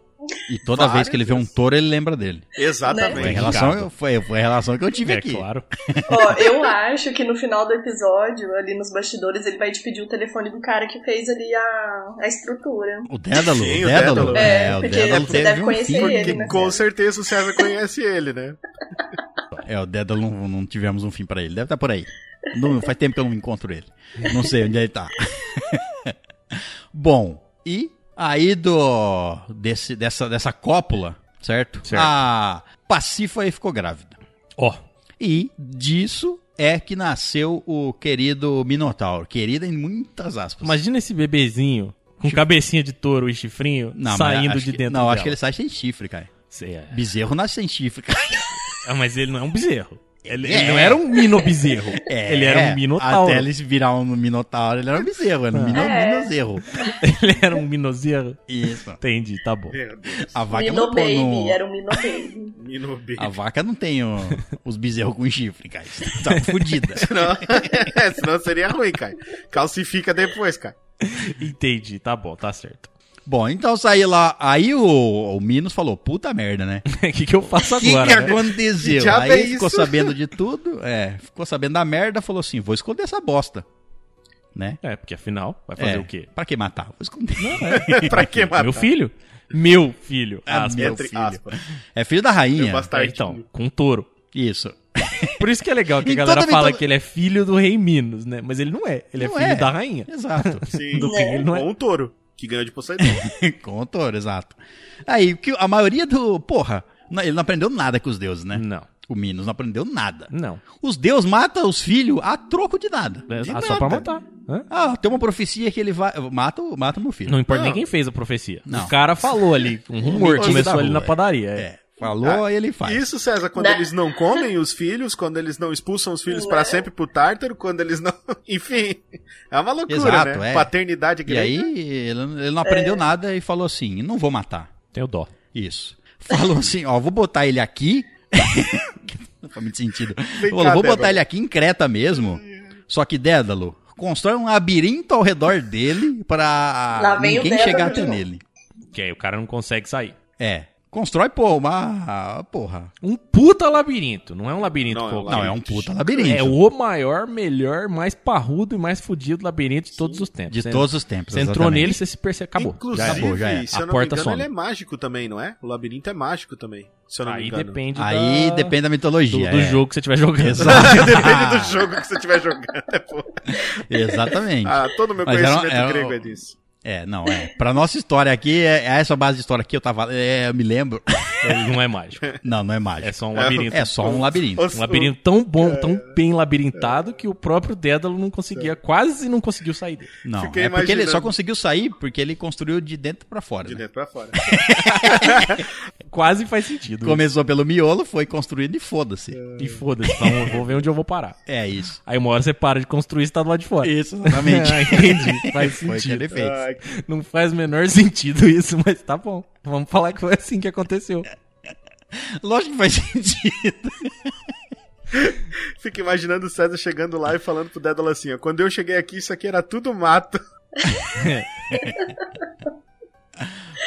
[SPEAKER 1] E toda vez que ele vê um touro, ele lembra dele.
[SPEAKER 4] Exatamente.
[SPEAKER 1] Foi a
[SPEAKER 2] Né?
[SPEAKER 1] relação,
[SPEAKER 2] Ricardo.
[SPEAKER 1] foi, foi a relação que eu tive
[SPEAKER 2] É
[SPEAKER 1] aqui.
[SPEAKER 2] claro.
[SPEAKER 3] Ó, eu acho que no final do episódio, ali nos bastidores, ele vai te pedir o telefone do cara que fez ali a, a estrutura.
[SPEAKER 1] O Dédalo,
[SPEAKER 4] Sim,
[SPEAKER 1] o
[SPEAKER 4] o
[SPEAKER 1] Dédalo.
[SPEAKER 4] Dédalo.
[SPEAKER 1] É, o
[SPEAKER 3] porque
[SPEAKER 1] Dédalo
[SPEAKER 3] você
[SPEAKER 1] teve
[SPEAKER 3] deve
[SPEAKER 1] um
[SPEAKER 3] conhecer
[SPEAKER 1] fim.
[SPEAKER 3] ele,
[SPEAKER 4] Porque
[SPEAKER 3] né?
[SPEAKER 4] com certeza o César conhece ele, né?
[SPEAKER 1] É, o Dédalo não, não tivemos um fim pra ele. Deve estar por aí. Não, faz tempo que eu não encontro ele. Não sei onde ele tá. Bom, e aí do desse, dessa, dessa cópula, certo?
[SPEAKER 2] Certo.
[SPEAKER 1] A Pacífae ficou grávida.
[SPEAKER 2] Ó,
[SPEAKER 1] E disso é que nasceu o querido Minotauro. Querida em muitas aspas.
[SPEAKER 2] imagina esse bebezinho com cabecinha de touro e chifrinho
[SPEAKER 1] Não, mas
[SPEAKER 2] saindo
[SPEAKER 1] acho
[SPEAKER 2] de
[SPEAKER 1] que-
[SPEAKER 2] dentro
[SPEAKER 1] Não,
[SPEAKER 2] dela.
[SPEAKER 1] acho que ele sai sem chifre, cara.
[SPEAKER 2] Sei, é.
[SPEAKER 1] Bezerro nasce sem chifre, cara.
[SPEAKER 2] Ah, Mas ele não é um bezerro. Ele,
[SPEAKER 1] É.
[SPEAKER 2] ele não era um minobezerro.
[SPEAKER 1] É,
[SPEAKER 2] ele era um minotauro.
[SPEAKER 1] Até ele se virar um minotauro, ele era um bezerro, era um mino,
[SPEAKER 3] É.
[SPEAKER 1] minozerro.
[SPEAKER 2] Ele era um minozerro.
[SPEAKER 1] Isso.
[SPEAKER 2] Entendi, tá bom.
[SPEAKER 4] Meu Deus.
[SPEAKER 1] A vaca
[SPEAKER 3] Mino
[SPEAKER 1] não põe
[SPEAKER 3] Baby,
[SPEAKER 1] no...
[SPEAKER 3] era um o Mino Baby.
[SPEAKER 4] Mino B.
[SPEAKER 1] A vaca não tem o- os bezerros com chifre, cara. Tá fodida.
[SPEAKER 4] Senão... é, Senão seria ruim, cara. Calcifica depois, cara.
[SPEAKER 2] Entendi, tá bom, tá certo.
[SPEAKER 1] Bom, então saí lá. Aí o, o Minos falou, puta merda, né?
[SPEAKER 2] O que, que eu faço
[SPEAKER 1] O que,
[SPEAKER 2] agora?
[SPEAKER 1] que
[SPEAKER 2] né?
[SPEAKER 1] aconteceu?
[SPEAKER 4] Que diabo
[SPEAKER 1] aí
[SPEAKER 4] é
[SPEAKER 1] ele ficou
[SPEAKER 4] isso?
[SPEAKER 1] sabendo de tudo, é, ficou sabendo da merda, falou assim, vou esconder essa bosta, né?
[SPEAKER 2] É, porque afinal, vai fazer
[SPEAKER 1] É,
[SPEAKER 2] o quê? é.
[SPEAKER 1] Pra que matar? Vou esconder.
[SPEAKER 4] pra que matar?
[SPEAKER 2] Meu filho? Meu filho.
[SPEAKER 1] Ah,
[SPEAKER 2] aspas.
[SPEAKER 1] meu
[SPEAKER 4] Entre
[SPEAKER 1] filho.
[SPEAKER 4] aspas.
[SPEAKER 1] É filho da
[SPEAKER 4] Meu
[SPEAKER 1] rainha.
[SPEAKER 2] É,
[SPEAKER 4] bastardinho.
[SPEAKER 2] então, com touro.
[SPEAKER 1] Isso.
[SPEAKER 2] Por isso que é legal que a
[SPEAKER 1] Em
[SPEAKER 2] galera
[SPEAKER 1] toda
[SPEAKER 2] fala
[SPEAKER 1] mitolo-
[SPEAKER 2] que ele é filho do rei Minos, né? Mas ele não é. Ele
[SPEAKER 1] Não
[SPEAKER 2] é filho
[SPEAKER 1] é.
[SPEAKER 2] da rainha.
[SPEAKER 1] Exato.
[SPEAKER 4] Sim.
[SPEAKER 2] Do
[SPEAKER 3] Né?
[SPEAKER 2] fim, ele não é.
[SPEAKER 4] Ou um touro, que ganhou de Poseidon.
[SPEAKER 1] Com o touro, exato. Aí, que a maioria do. Porra, não- ele não aprendeu nada com os deuses, né?
[SPEAKER 2] Não,
[SPEAKER 1] O Minos não aprendeu nada.
[SPEAKER 2] não.
[SPEAKER 1] Os deuses matam os filhos a troco de nada.
[SPEAKER 2] É
[SPEAKER 1] De
[SPEAKER 2] ah, só pra
[SPEAKER 1] nada.
[SPEAKER 2] matar. Hã?
[SPEAKER 1] Ah, tem uma profecia que ele vai. Mata, o- mata o meu filho.
[SPEAKER 2] Não importa
[SPEAKER 4] Não.
[SPEAKER 2] nem quem fez a profecia.
[SPEAKER 1] Não.
[SPEAKER 2] O cara falou ali, um rumor
[SPEAKER 1] Coisa
[SPEAKER 2] começou
[SPEAKER 1] da
[SPEAKER 2] ali na
[SPEAKER 1] rua, é.
[SPEAKER 2] padaria. é.
[SPEAKER 1] É. Falou, ele faz.
[SPEAKER 4] Isso, César, quando
[SPEAKER 3] Né?
[SPEAKER 4] eles não comem os filhos, quando eles não expulsam os filhos
[SPEAKER 3] Né?
[SPEAKER 4] pra sempre pro tártaro, quando eles não. Enfim, é uma loucura,
[SPEAKER 1] Exato,
[SPEAKER 4] né?
[SPEAKER 1] é.
[SPEAKER 4] Paternidade
[SPEAKER 1] E
[SPEAKER 4] grega.
[SPEAKER 1] aí, ele, ele não aprendeu nada e falou assim: não vou matar.
[SPEAKER 2] Tenho dó.
[SPEAKER 1] Isso. falam assim, ó, vou botar ele aqui. Não faz muito sentido.
[SPEAKER 4] Vem
[SPEAKER 1] Falou,
[SPEAKER 4] cá,
[SPEAKER 1] vou botar
[SPEAKER 4] Débora.
[SPEAKER 1] ele aqui em Creta mesmo. Só que Dédalo, constrói um labirinto ao redor dele pra
[SPEAKER 3] Lá vem o
[SPEAKER 1] ninguém
[SPEAKER 3] Dédalo
[SPEAKER 1] chegar
[SPEAKER 3] de
[SPEAKER 1] até
[SPEAKER 3] novo.
[SPEAKER 1] nele.
[SPEAKER 2] Que aí o cara não consegue sair.
[SPEAKER 1] É. Constrói, pô, uma. Porra.
[SPEAKER 2] Um puta labirinto. Não é um labirinto
[SPEAKER 4] Não, é um
[SPEAKER 2] qualquer.
[SPEAKER 1] Não, é um puta labirinto.
[SPEAKER 2] É o maior, melhor, mais parrudo e mais fudido labirinto de todos os tempos.
[SPEAKER 1] De
[SPEAKER 2] Você-
[SPEAKER 1] todos os tempos.
[SPEAKER 2] né? Você entrou
[SPEAKER 1] exatamente.
[SPEAKER 2] nele, você se percebe. Acabou.
[SPEAKER 4] Inclusive,
[SPEAKER 2] Já
[SPEAKER 1] acabou, já é.
[SPEAKER 4] se
[SPEAKER 2] A
[SPEAKER 4] eu não me
[SPEAKER 2] porta
[SPEAKER 4] engano,
[SPEAKER 2] some.
[SPEAKER 4] ele é mágico também, não é? O labirinto é mágico também, se eu não me
[SPEAKER 2] Aí
[SPEAKER 4] engano.
[SPEAKER 2] depende
[SPEAKER 1] Aí
[SPEAKER 2] da-
[SPEAKER 1] depende da
[SPEAKER 2] do,
[SPEAKER 1] mitologia.
[SPEAKER 2] do
[SPEAKER 1] é.
[SPEAKER 2] jogo que você estiver jogando.
[SPEAKER 1] Exato.
[SPEAKER 4] Depende
[SPEAKER 1] Ah.
[SPEAKER 4] do jogo que você estiver jogando. é, pô.
[SPEAKER 1] Exatamente.
[SPEAKER 4] Ah, todo o meu
[SPEAKER 1] Mas era-
[SPEAKER 4] conhecimento
[SPEAKER 1] era-
[SPEAKER 4] grego é disso.
[SPEAKER 1] É, não, é. Pra nossa história aqui, é, é essa base de história aqui, eu tava. É, eu me lembro.
[SPEAKER 2] Ele não é mágico.
[SPEAKER 1] Não, não é
[SPEAKER 2] É
[SPEAKER 1] mágico.
[SPEAKER 2] só um labirinto.
[SPEAKER 1] É só um labirinto.
[SPEAKER 4] Os-
[SPEAKER 2] Um labirinto tão bom, tão bem labirintado, que o próprio Dédalo não conseguia, quase não conseguiu sair dele.
[SPEAKER 1] Não,
[SPEAKER 4] Fiquei
[SPEAKER 1] é porque ele
[SPEAKER 4] imaginando.
[SPEAKER 1] só conseguiu sair porque ele construiu de dentro pra fora.
[SPEAKER 4] De
[SPEAKER 1] né?
[SPEAKER 4] dentro pra fora.
[SPEAKER 2] Quase faz sentido.
[SPEAKER 1] Começou pelo miolo, foi construído e foda-se.
[SPEAKER 2] E foda-se, então eu vou ver onde eu vou parar.
[SPEAKER 1] É isso.
[SPEAKER 2] Aí uma hora você para de construir e você tá do lado de fora.
[SPEAKER 1] Isso, exatamente.
[SPEAKER 2] Ah, entendi. Faz
[SPEAKER 1] Foi o que
[SPEAKER 2] sentido.
[SPEAKER 1] ele fez.
[SPEAKER 4] Ai,
[SPEAKER 2] Não faz o menor sentido isso, mas tá bom. Vamos falar que foi assim que aconteceu.
[SPEAKER 1] Lógico que faz sentido.
[SPEAKER 4] Fico imaginando o César chegando lá e falando pro Dédalo assim, ó, quando eu cheguei aqui, isso aqui era tudo mato.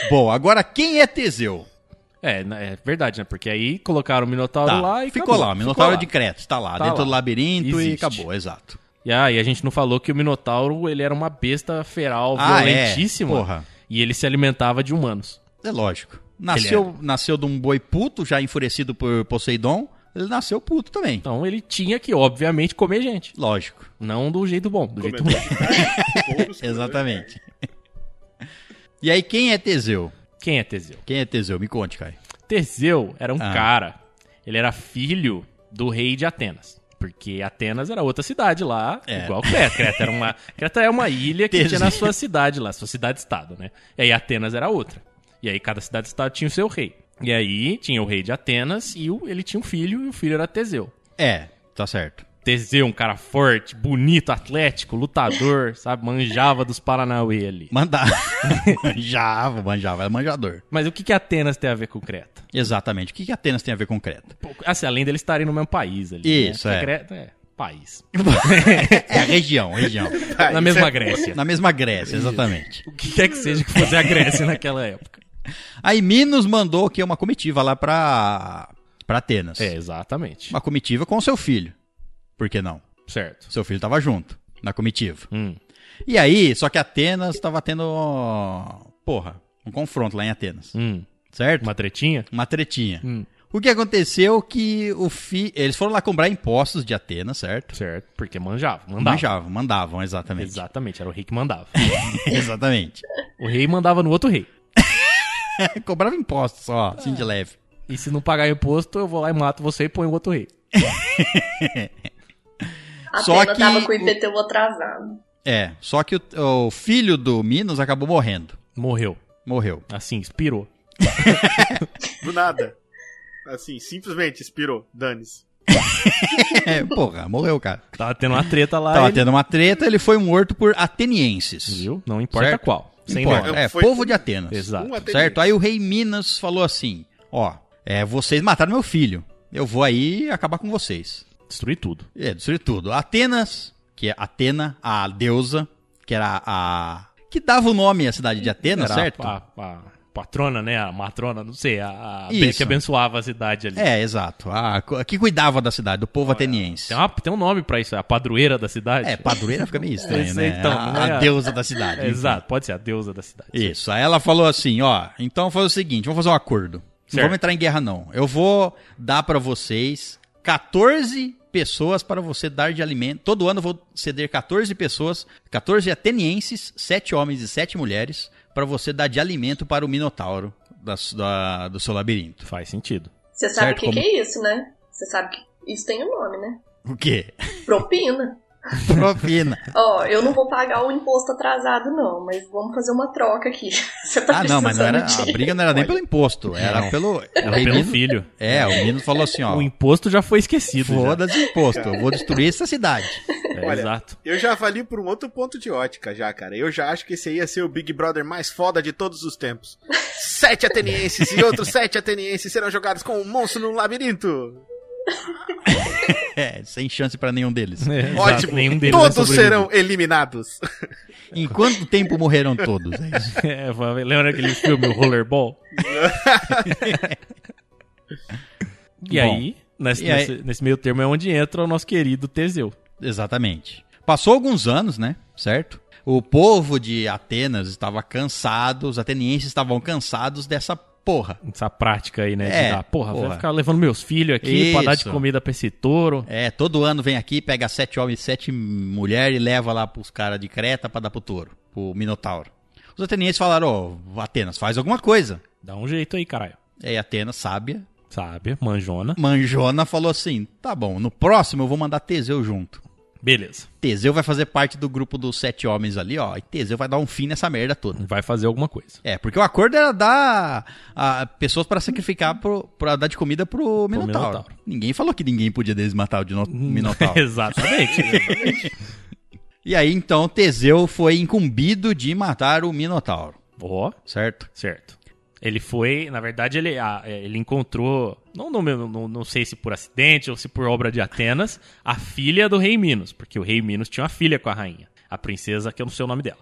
[SPEAKER 1] Bom, agora quem é Teseu?
[SPEAKER 2] É, na- é verdade, né? Porque aí colocaram o Minotauro
[SPEAKER 1] Tá,
[SPEAKER 2] lá e
[SPEAKER 1] ficou
[SPEAKER 2] acabou.
[SPEAKER 1] lá, o Minotauro de
[SPEAKER 2] Ficou lá.
[SPEAKER 1] Creta, tá lá,
[SPEAKER 2] Tá
[SPEAKER 1] dentro
[SPEAKER 2] lá.
[SPEAKER 1] do labirinto e
[SPEAKER 2] Existe.
[SPEAKER 1] acabou, exato.
[SPEAKER 2] E aí a gente não falou que o Minotauro, ele era uma besta feral, violentíssima.
[SPEAKER 1] É, porra,
[SPEAKER 2] E ele se alimentava de humanos.
[SPEAKER 1] é lógico.
[SPEAKER 2] é.
[SPEAKER 1] Nasceu, nasceu de um boi puto, já enfurecido por Poseidon, ele nasceu puto também.
[SPEAKER 2] Então ele tinha que, obviamente, comer gente.
[SPEAKER 1] Lógico,
[SPEAKER 2] Não do jeito bom, do jeito ruim.
[SPEAKER 4] né?
[SPEAKER 1] exatamente. E aí, quem é Teseu?
[SPEAKER 2] Quem é Teseu?
[SPEAKER 1] Quem é Teseu? Me conte, Kai.
[SPEAKER 2] Teseu era um
[SPEAKER 1] Ah.
[SPEAKER 2] cara. Ele era filho do rei de Atenas. Porque Atenas era outra cidade lá,
[SPEAKER 1] É.
[SPEAKER 2] igual Creta. Creta, era uma, Creta é uma ilha que
[SPEAKER 1] Teseu.
[SPEAKER 2] tinha na sua cidade lá, sua cidade-estado, né? E aí Atenas era outra. E aí cada cidade-estado tinha o seu rei. E aí tinha o rei de Atenas e o- ele tinha um filho, e o filho era Teseu.
[SPEAKER 1] É, tá certo.
[SPEAKER 2] Teseu, um cara forte, bonito, atlético, lutador, sabe? Manjava dos Paranauê ali.
[SPEAKER 1] Mandava. manjava, manjava, era manjador.
[SPEAKER 2] Mas o que, que Atenas tem a ver com Creta?
[SPEAKER 1] Exatamente. O que, que Atenas tem a ver com Creta?
[SPEAKER 2] Pô, Assim, além deles estarem no mesmo país ali.
[SPEAKER 1] Isso,
[SPEAKER 2] né?
[SPEAKER 1] é.
[SPEAKER 2] Creta é país.
[SPEAKER 1] É a região, região.
[SPEAKER 4] Tá,
[SPEAKER 2] Na
[SPEAKER 4] é
[SPEAKER 1] é
[SPEAKER 2] mesma Grécia.
[SPEAKER 1] Na mesma Grécia, exatamente.
[SPEAKER 2] O que quer que seja que fosse a Grécia naquela época.
[SPEAKER 1] Aí Minos mandou que uma comitiva lá pra, pra Atenas.
[SPEAKER 2] É, exatamente.
[SPEAKER 1] Uma comitiva com seu filho. Por que não?
[SPEAKER 2] Certo.
[SPEAKER 1] Seu filho tava junto, na comitiva.
[SPEAKER 2] Hum.
[SPEAKER 1] E aí, só que Atenas tava tendo. Porra, um confronto lá em Atenas.
[SPEAKER 2] Hum.
[SPEAKER 1] Certo?
[SPEAKER 2] Uma tretinha?
[SPEAKER 1] Uma tretinha.
[SPEAKER 2] Hum.
[SPEAKER 1] O que aconteceu que o fi... eles foram lá comprar impostos de Atenas, certo?
[SPEAKER 2] Certo. Porque manjava. Mandava.
[SPEAKER 1] Manjavam, mandavam, exatamente.
[SPEAKER 2] Exatamente, era o rei que mandava.
[SPEAKER 1] exatamente.
[SPEAKER 2] O rei mandava no outro rei.
[SPEAKER 1] Cobrava impostos
[SPEAKER 2] É.
[SPEAKER 1] só, assim de leve.
[SPEAKER 2] E se não pagar imposto, eu vou lá e mato você e põe o outro rei.
[SPEAKER 3] A
[SPEAKER 1] Só
[SPEAKER 3] Atena
[SPEAKER 1] que
[SPEAKER 3] tava com o
[SPEAKER 1] o-
[SPEAKER 3] IPTU atrasado.
[SPEAKER 1] É, só que o, o filho do Minos acabou morrendo.
[SPEAKER 2] Morreu.
[SPEAKER 1] Morreu.
[SPEAKER 2] Assim, expirou.
[SPEAKER 4] Do nada. Assim, simplesmente expirou. Dane-se.
[SPEAKER 1] É, porra, morreu, cara.
[SPEAKER 2] Tava tendo uma treta lá.
[SPEAKER 1] Tava
[SPEAKER 2] ele-
[SPEAKER 1] tendo uma treta, ele foi morto por atenienses.
[SPEAKER 2] Viu? Não importa
[SPEAKER 1] Certo.
[SPEAKER 2] qual.
[SPEAKER 1] Não
[SPEAKER 2] Sem
[SPEAKER 1] importa,
[SPEAKER 2] nome.
[SPEAKER 1] É,
[SPEAKER 4] Foi-
[SPEAKER 1] povo de Atenas.
[SPEAKER 2] Exato.
[SPEAKER 4] Um atendente.
[SPEAKER 1] Certo? Aí o rei Minas falou assim: Ó, é, vocês mataram meu filho. Eu vou aí acabar com vocês.
[SPEAKER 2] Destruir tudo.
[SPEAKER 1] É, destruir tudo. Atenas, que é Atena, a deusa, que era a. que dava o nome à cidade de Atenas,
[SPEAKER 2] Era
[SPEAKER 1] certo?
[SPEAKER 2] A, a- a patrona, né? A matrona, não sei. A, a
[SPEAKER 1] Isso.
[SPEAKER 2] que abençoava a cidade ali.
[SPEAKER 1] É, exato. A, a que cuidava da cidade, do povo ateniense.
[SPEAKER 2] Tem, uma- tem um nome pra isso, é a padroeira da cidade.
[SPEAKER 1] É, padroeira fica meio estranho,
[SPEAKER 2] sei,
[SPEAKER 1] né?
[SPEAKER 2] então,
[SPEAKER 1] a,
[SPEAKER 2] não é
[SPEAKER 1] a
[SPEAKER 2] a-
[SPEAKER 1] deusa da cidade.
[SPEAKER 2] É,
[SPEAKER 1] enfim.
[SPEAKER 2] Exato, pode ser a deusa da cidade.
[SPEAKER 1] Isso. Aí ela falou assim, ó, então faz o seguinte, vamos fazer um acordo. Não
[SPEAKER 2] Certo.
[SPEAKER 1] vamos entrar em guerra não. Eu vou dar pra vocês 14 pessoas para você dar de alimento. Todo ano eu vou ceder 14 pessoas, 14 atenienses, 7 homens e 7 mulheres, pra você dar de alimento para o Minotauro da su- da- do seu labirinto.
[SPEAKER 2] Faz sentido.
[SPEAKER 3] Você sabe o
[SPEAKER 1] Certo,
[SPEAKER 3] que,
[SPEAKER 1] como-
[SPEAKER 3] que é isso, né? Você sabe que isso tem um nome, né?
[SPEAKER 1] O quê?
[SPEAKER 3] Propina.
[SPEAKER 1] Propina.
[SPEAKER 3] Ó, eu não vou pagar o imposto atrasado, não, mas vamos fazer uma troca aqui. Você tá
[SPEAKER 1] Ah, não,
[SPEAKER 3] precisando
[SPEAKER 1] mas não era, a
[SPEAKER 3] de...
[SPEAKER 1] briga não era nem pelo imposto, era
[SPEAKER 2] Não.
[SPEAKER 1] pelo... o
[SPEAKER 2] Era
[SPEAKER 1] rei
[SPEAKER 2] pelo
[SPEAKER 1] Minos-
[SPEAKER 2] filho.
[SPEAKER 1] É, o Minos falou assim, ó,
[SPEAKER 2] O imposto já foi esquecido. já.
[SPEAKER 1] foda-se imposto, eu vou destruir essa cidade.
[SPEAKER 2] É,
[SPEAKER 4] Olha,
[SPEAKER 2] exato.
[SPEAKER 4] Eu já avalio por um outro ponto de ótica já, cara. Eu já acho que esse aí ia ser o Big Brother mais foda de todos os tempos. Sete atenienses e outros sete atenienses serão jogados com um monstro num labirinto.
[SPEAKER 1] É, sem chance pra nenhum deles.
[SPEAKER 2] É, exato.
[SPEAKER 4] Ótimo.
[SPEAKER 2] Nenhum deles vai
[SPEAKER 4] Todos
[SPEAKER 2] sobreviver.
[SPEAKER 4] serão eliminados.
[SPEAKER 1] Em quanto tempo morreram todos? É isso.
[SPEAKER 2] É, vai- lembra aquele filme, o Rollerball? e
[SPEAKER 1] Bom,
[SPEAKER 2] aí, nesse,
[SPEAKER 1] e aí-
[SPEAKER 2] nesse- nesse meio termo é onde entra o nosso querido Teseu.
[SPEAKER 1] Exatamente. Passou alguns anos, né? Certo? O povo de Atenas estava cansado, os atenienses estavam cansados dessa porra.
[SPEAKER 2] Essa prática aí, né?
[SPEAKER 1] É,
[SPEAKER 2] de dar, porra,
[SPEAKER 1] porra.
[SPEAKER 2] vou ficar levando meus filhos aqui pra dar de
[SPEAKER 1] Isso.
[SPEAKER 2] comida pra esse touro.
[SPEAKER 1] É, todo ano vem aqui, pega sete homens e sete mulheres e leva lá pros caras de Creta pra dar pro touro, pro Minotauro. Os atenienses falaram, ó, Atenas, faz alguma coisa.
[SPEAKER 2] Dá um jeito aí, caralho.
[SPEAKER 1] E aí Atenas, sábia,
[SPEAKER 2] Sabe? Manjona.
[SPEAKER 1] manjona, falou assim, tá bom, no próximo eu vou mandar Teseu junto.
[SPEAKER 2] Beleza.
[SPEAKER 1] Teseu vai fazer parte do grupo dos sete homens ali, ó, e Teseu vai dar um fim nessa merda toda.
[SPEAKER 2] Vai fazer alguma coisa.
[SPEAKER 1] É, porque o acordo era dar ah, pessoas pra sacrificar pro, pra dar de comida pro Minotauro.
[SPEAKER 2] Minotauro.
[SPEAKER 1] Ninguém falou que ninguém podia desmatar o dino- Minotauro.
[SPEAKER 2] Exatamente.
[SPEAKER 1] e aí então Teseu foi incumbido de matar o Minotauro,
[SPEAKER 2] Ó,
[SPEAKER 1] certo?
[SPEAKER 2] certo. Ele foi, na verdade, ele, ah, é, ele encontrou, não, não, não, não sei se por acidente ou se por obra de Atenas, a filha do rei Minos, porque o rei Minos tinha uma filha com a rainha, a princesa, que eu não sei o nome dela.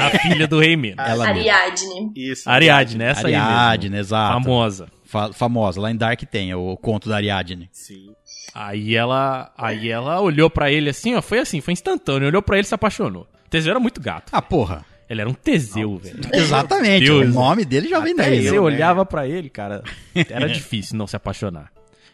[SPEAKER 2] A filha do rei Minos.
[SPEAKER 1] Ela mesma.
[SPEAKER 3] Ariadne.
[SPEAKER 4] Isso.
[SPEAKER 2] Ariadne, né? essa aí mesmo.
[SPEAKER 1] Ariadne, né? exato.
[SPEAKER 2] Famosa.
[SPEAKER 1] Fa- famosa, lá em Dark tem o conto da Ariadne.
[SPEAKER 4] Sim.
[SPEAKER 2] Aí ela, aí ela olhou pra ele assim, ó, foi assim, foi instantâneo, olhou pra ele e se apaixonou. Teseu era muito gato.
[SPEAKER 1] Ah, porra.
[SPEAKER 2] Ele era um Teseu, velho.
[SPEAKER 1] Exatamente.
[SPEAKER 2] Deus,
[SPEAKER 1] o nome dele já vem daí.
[SPEAKER 2] É, Você
[SPEAKER 1] né?
[SPEAKER 4] eu, né?
[SPEAKER 2] olhava pra ele, cara, era difícil não se apaixonar.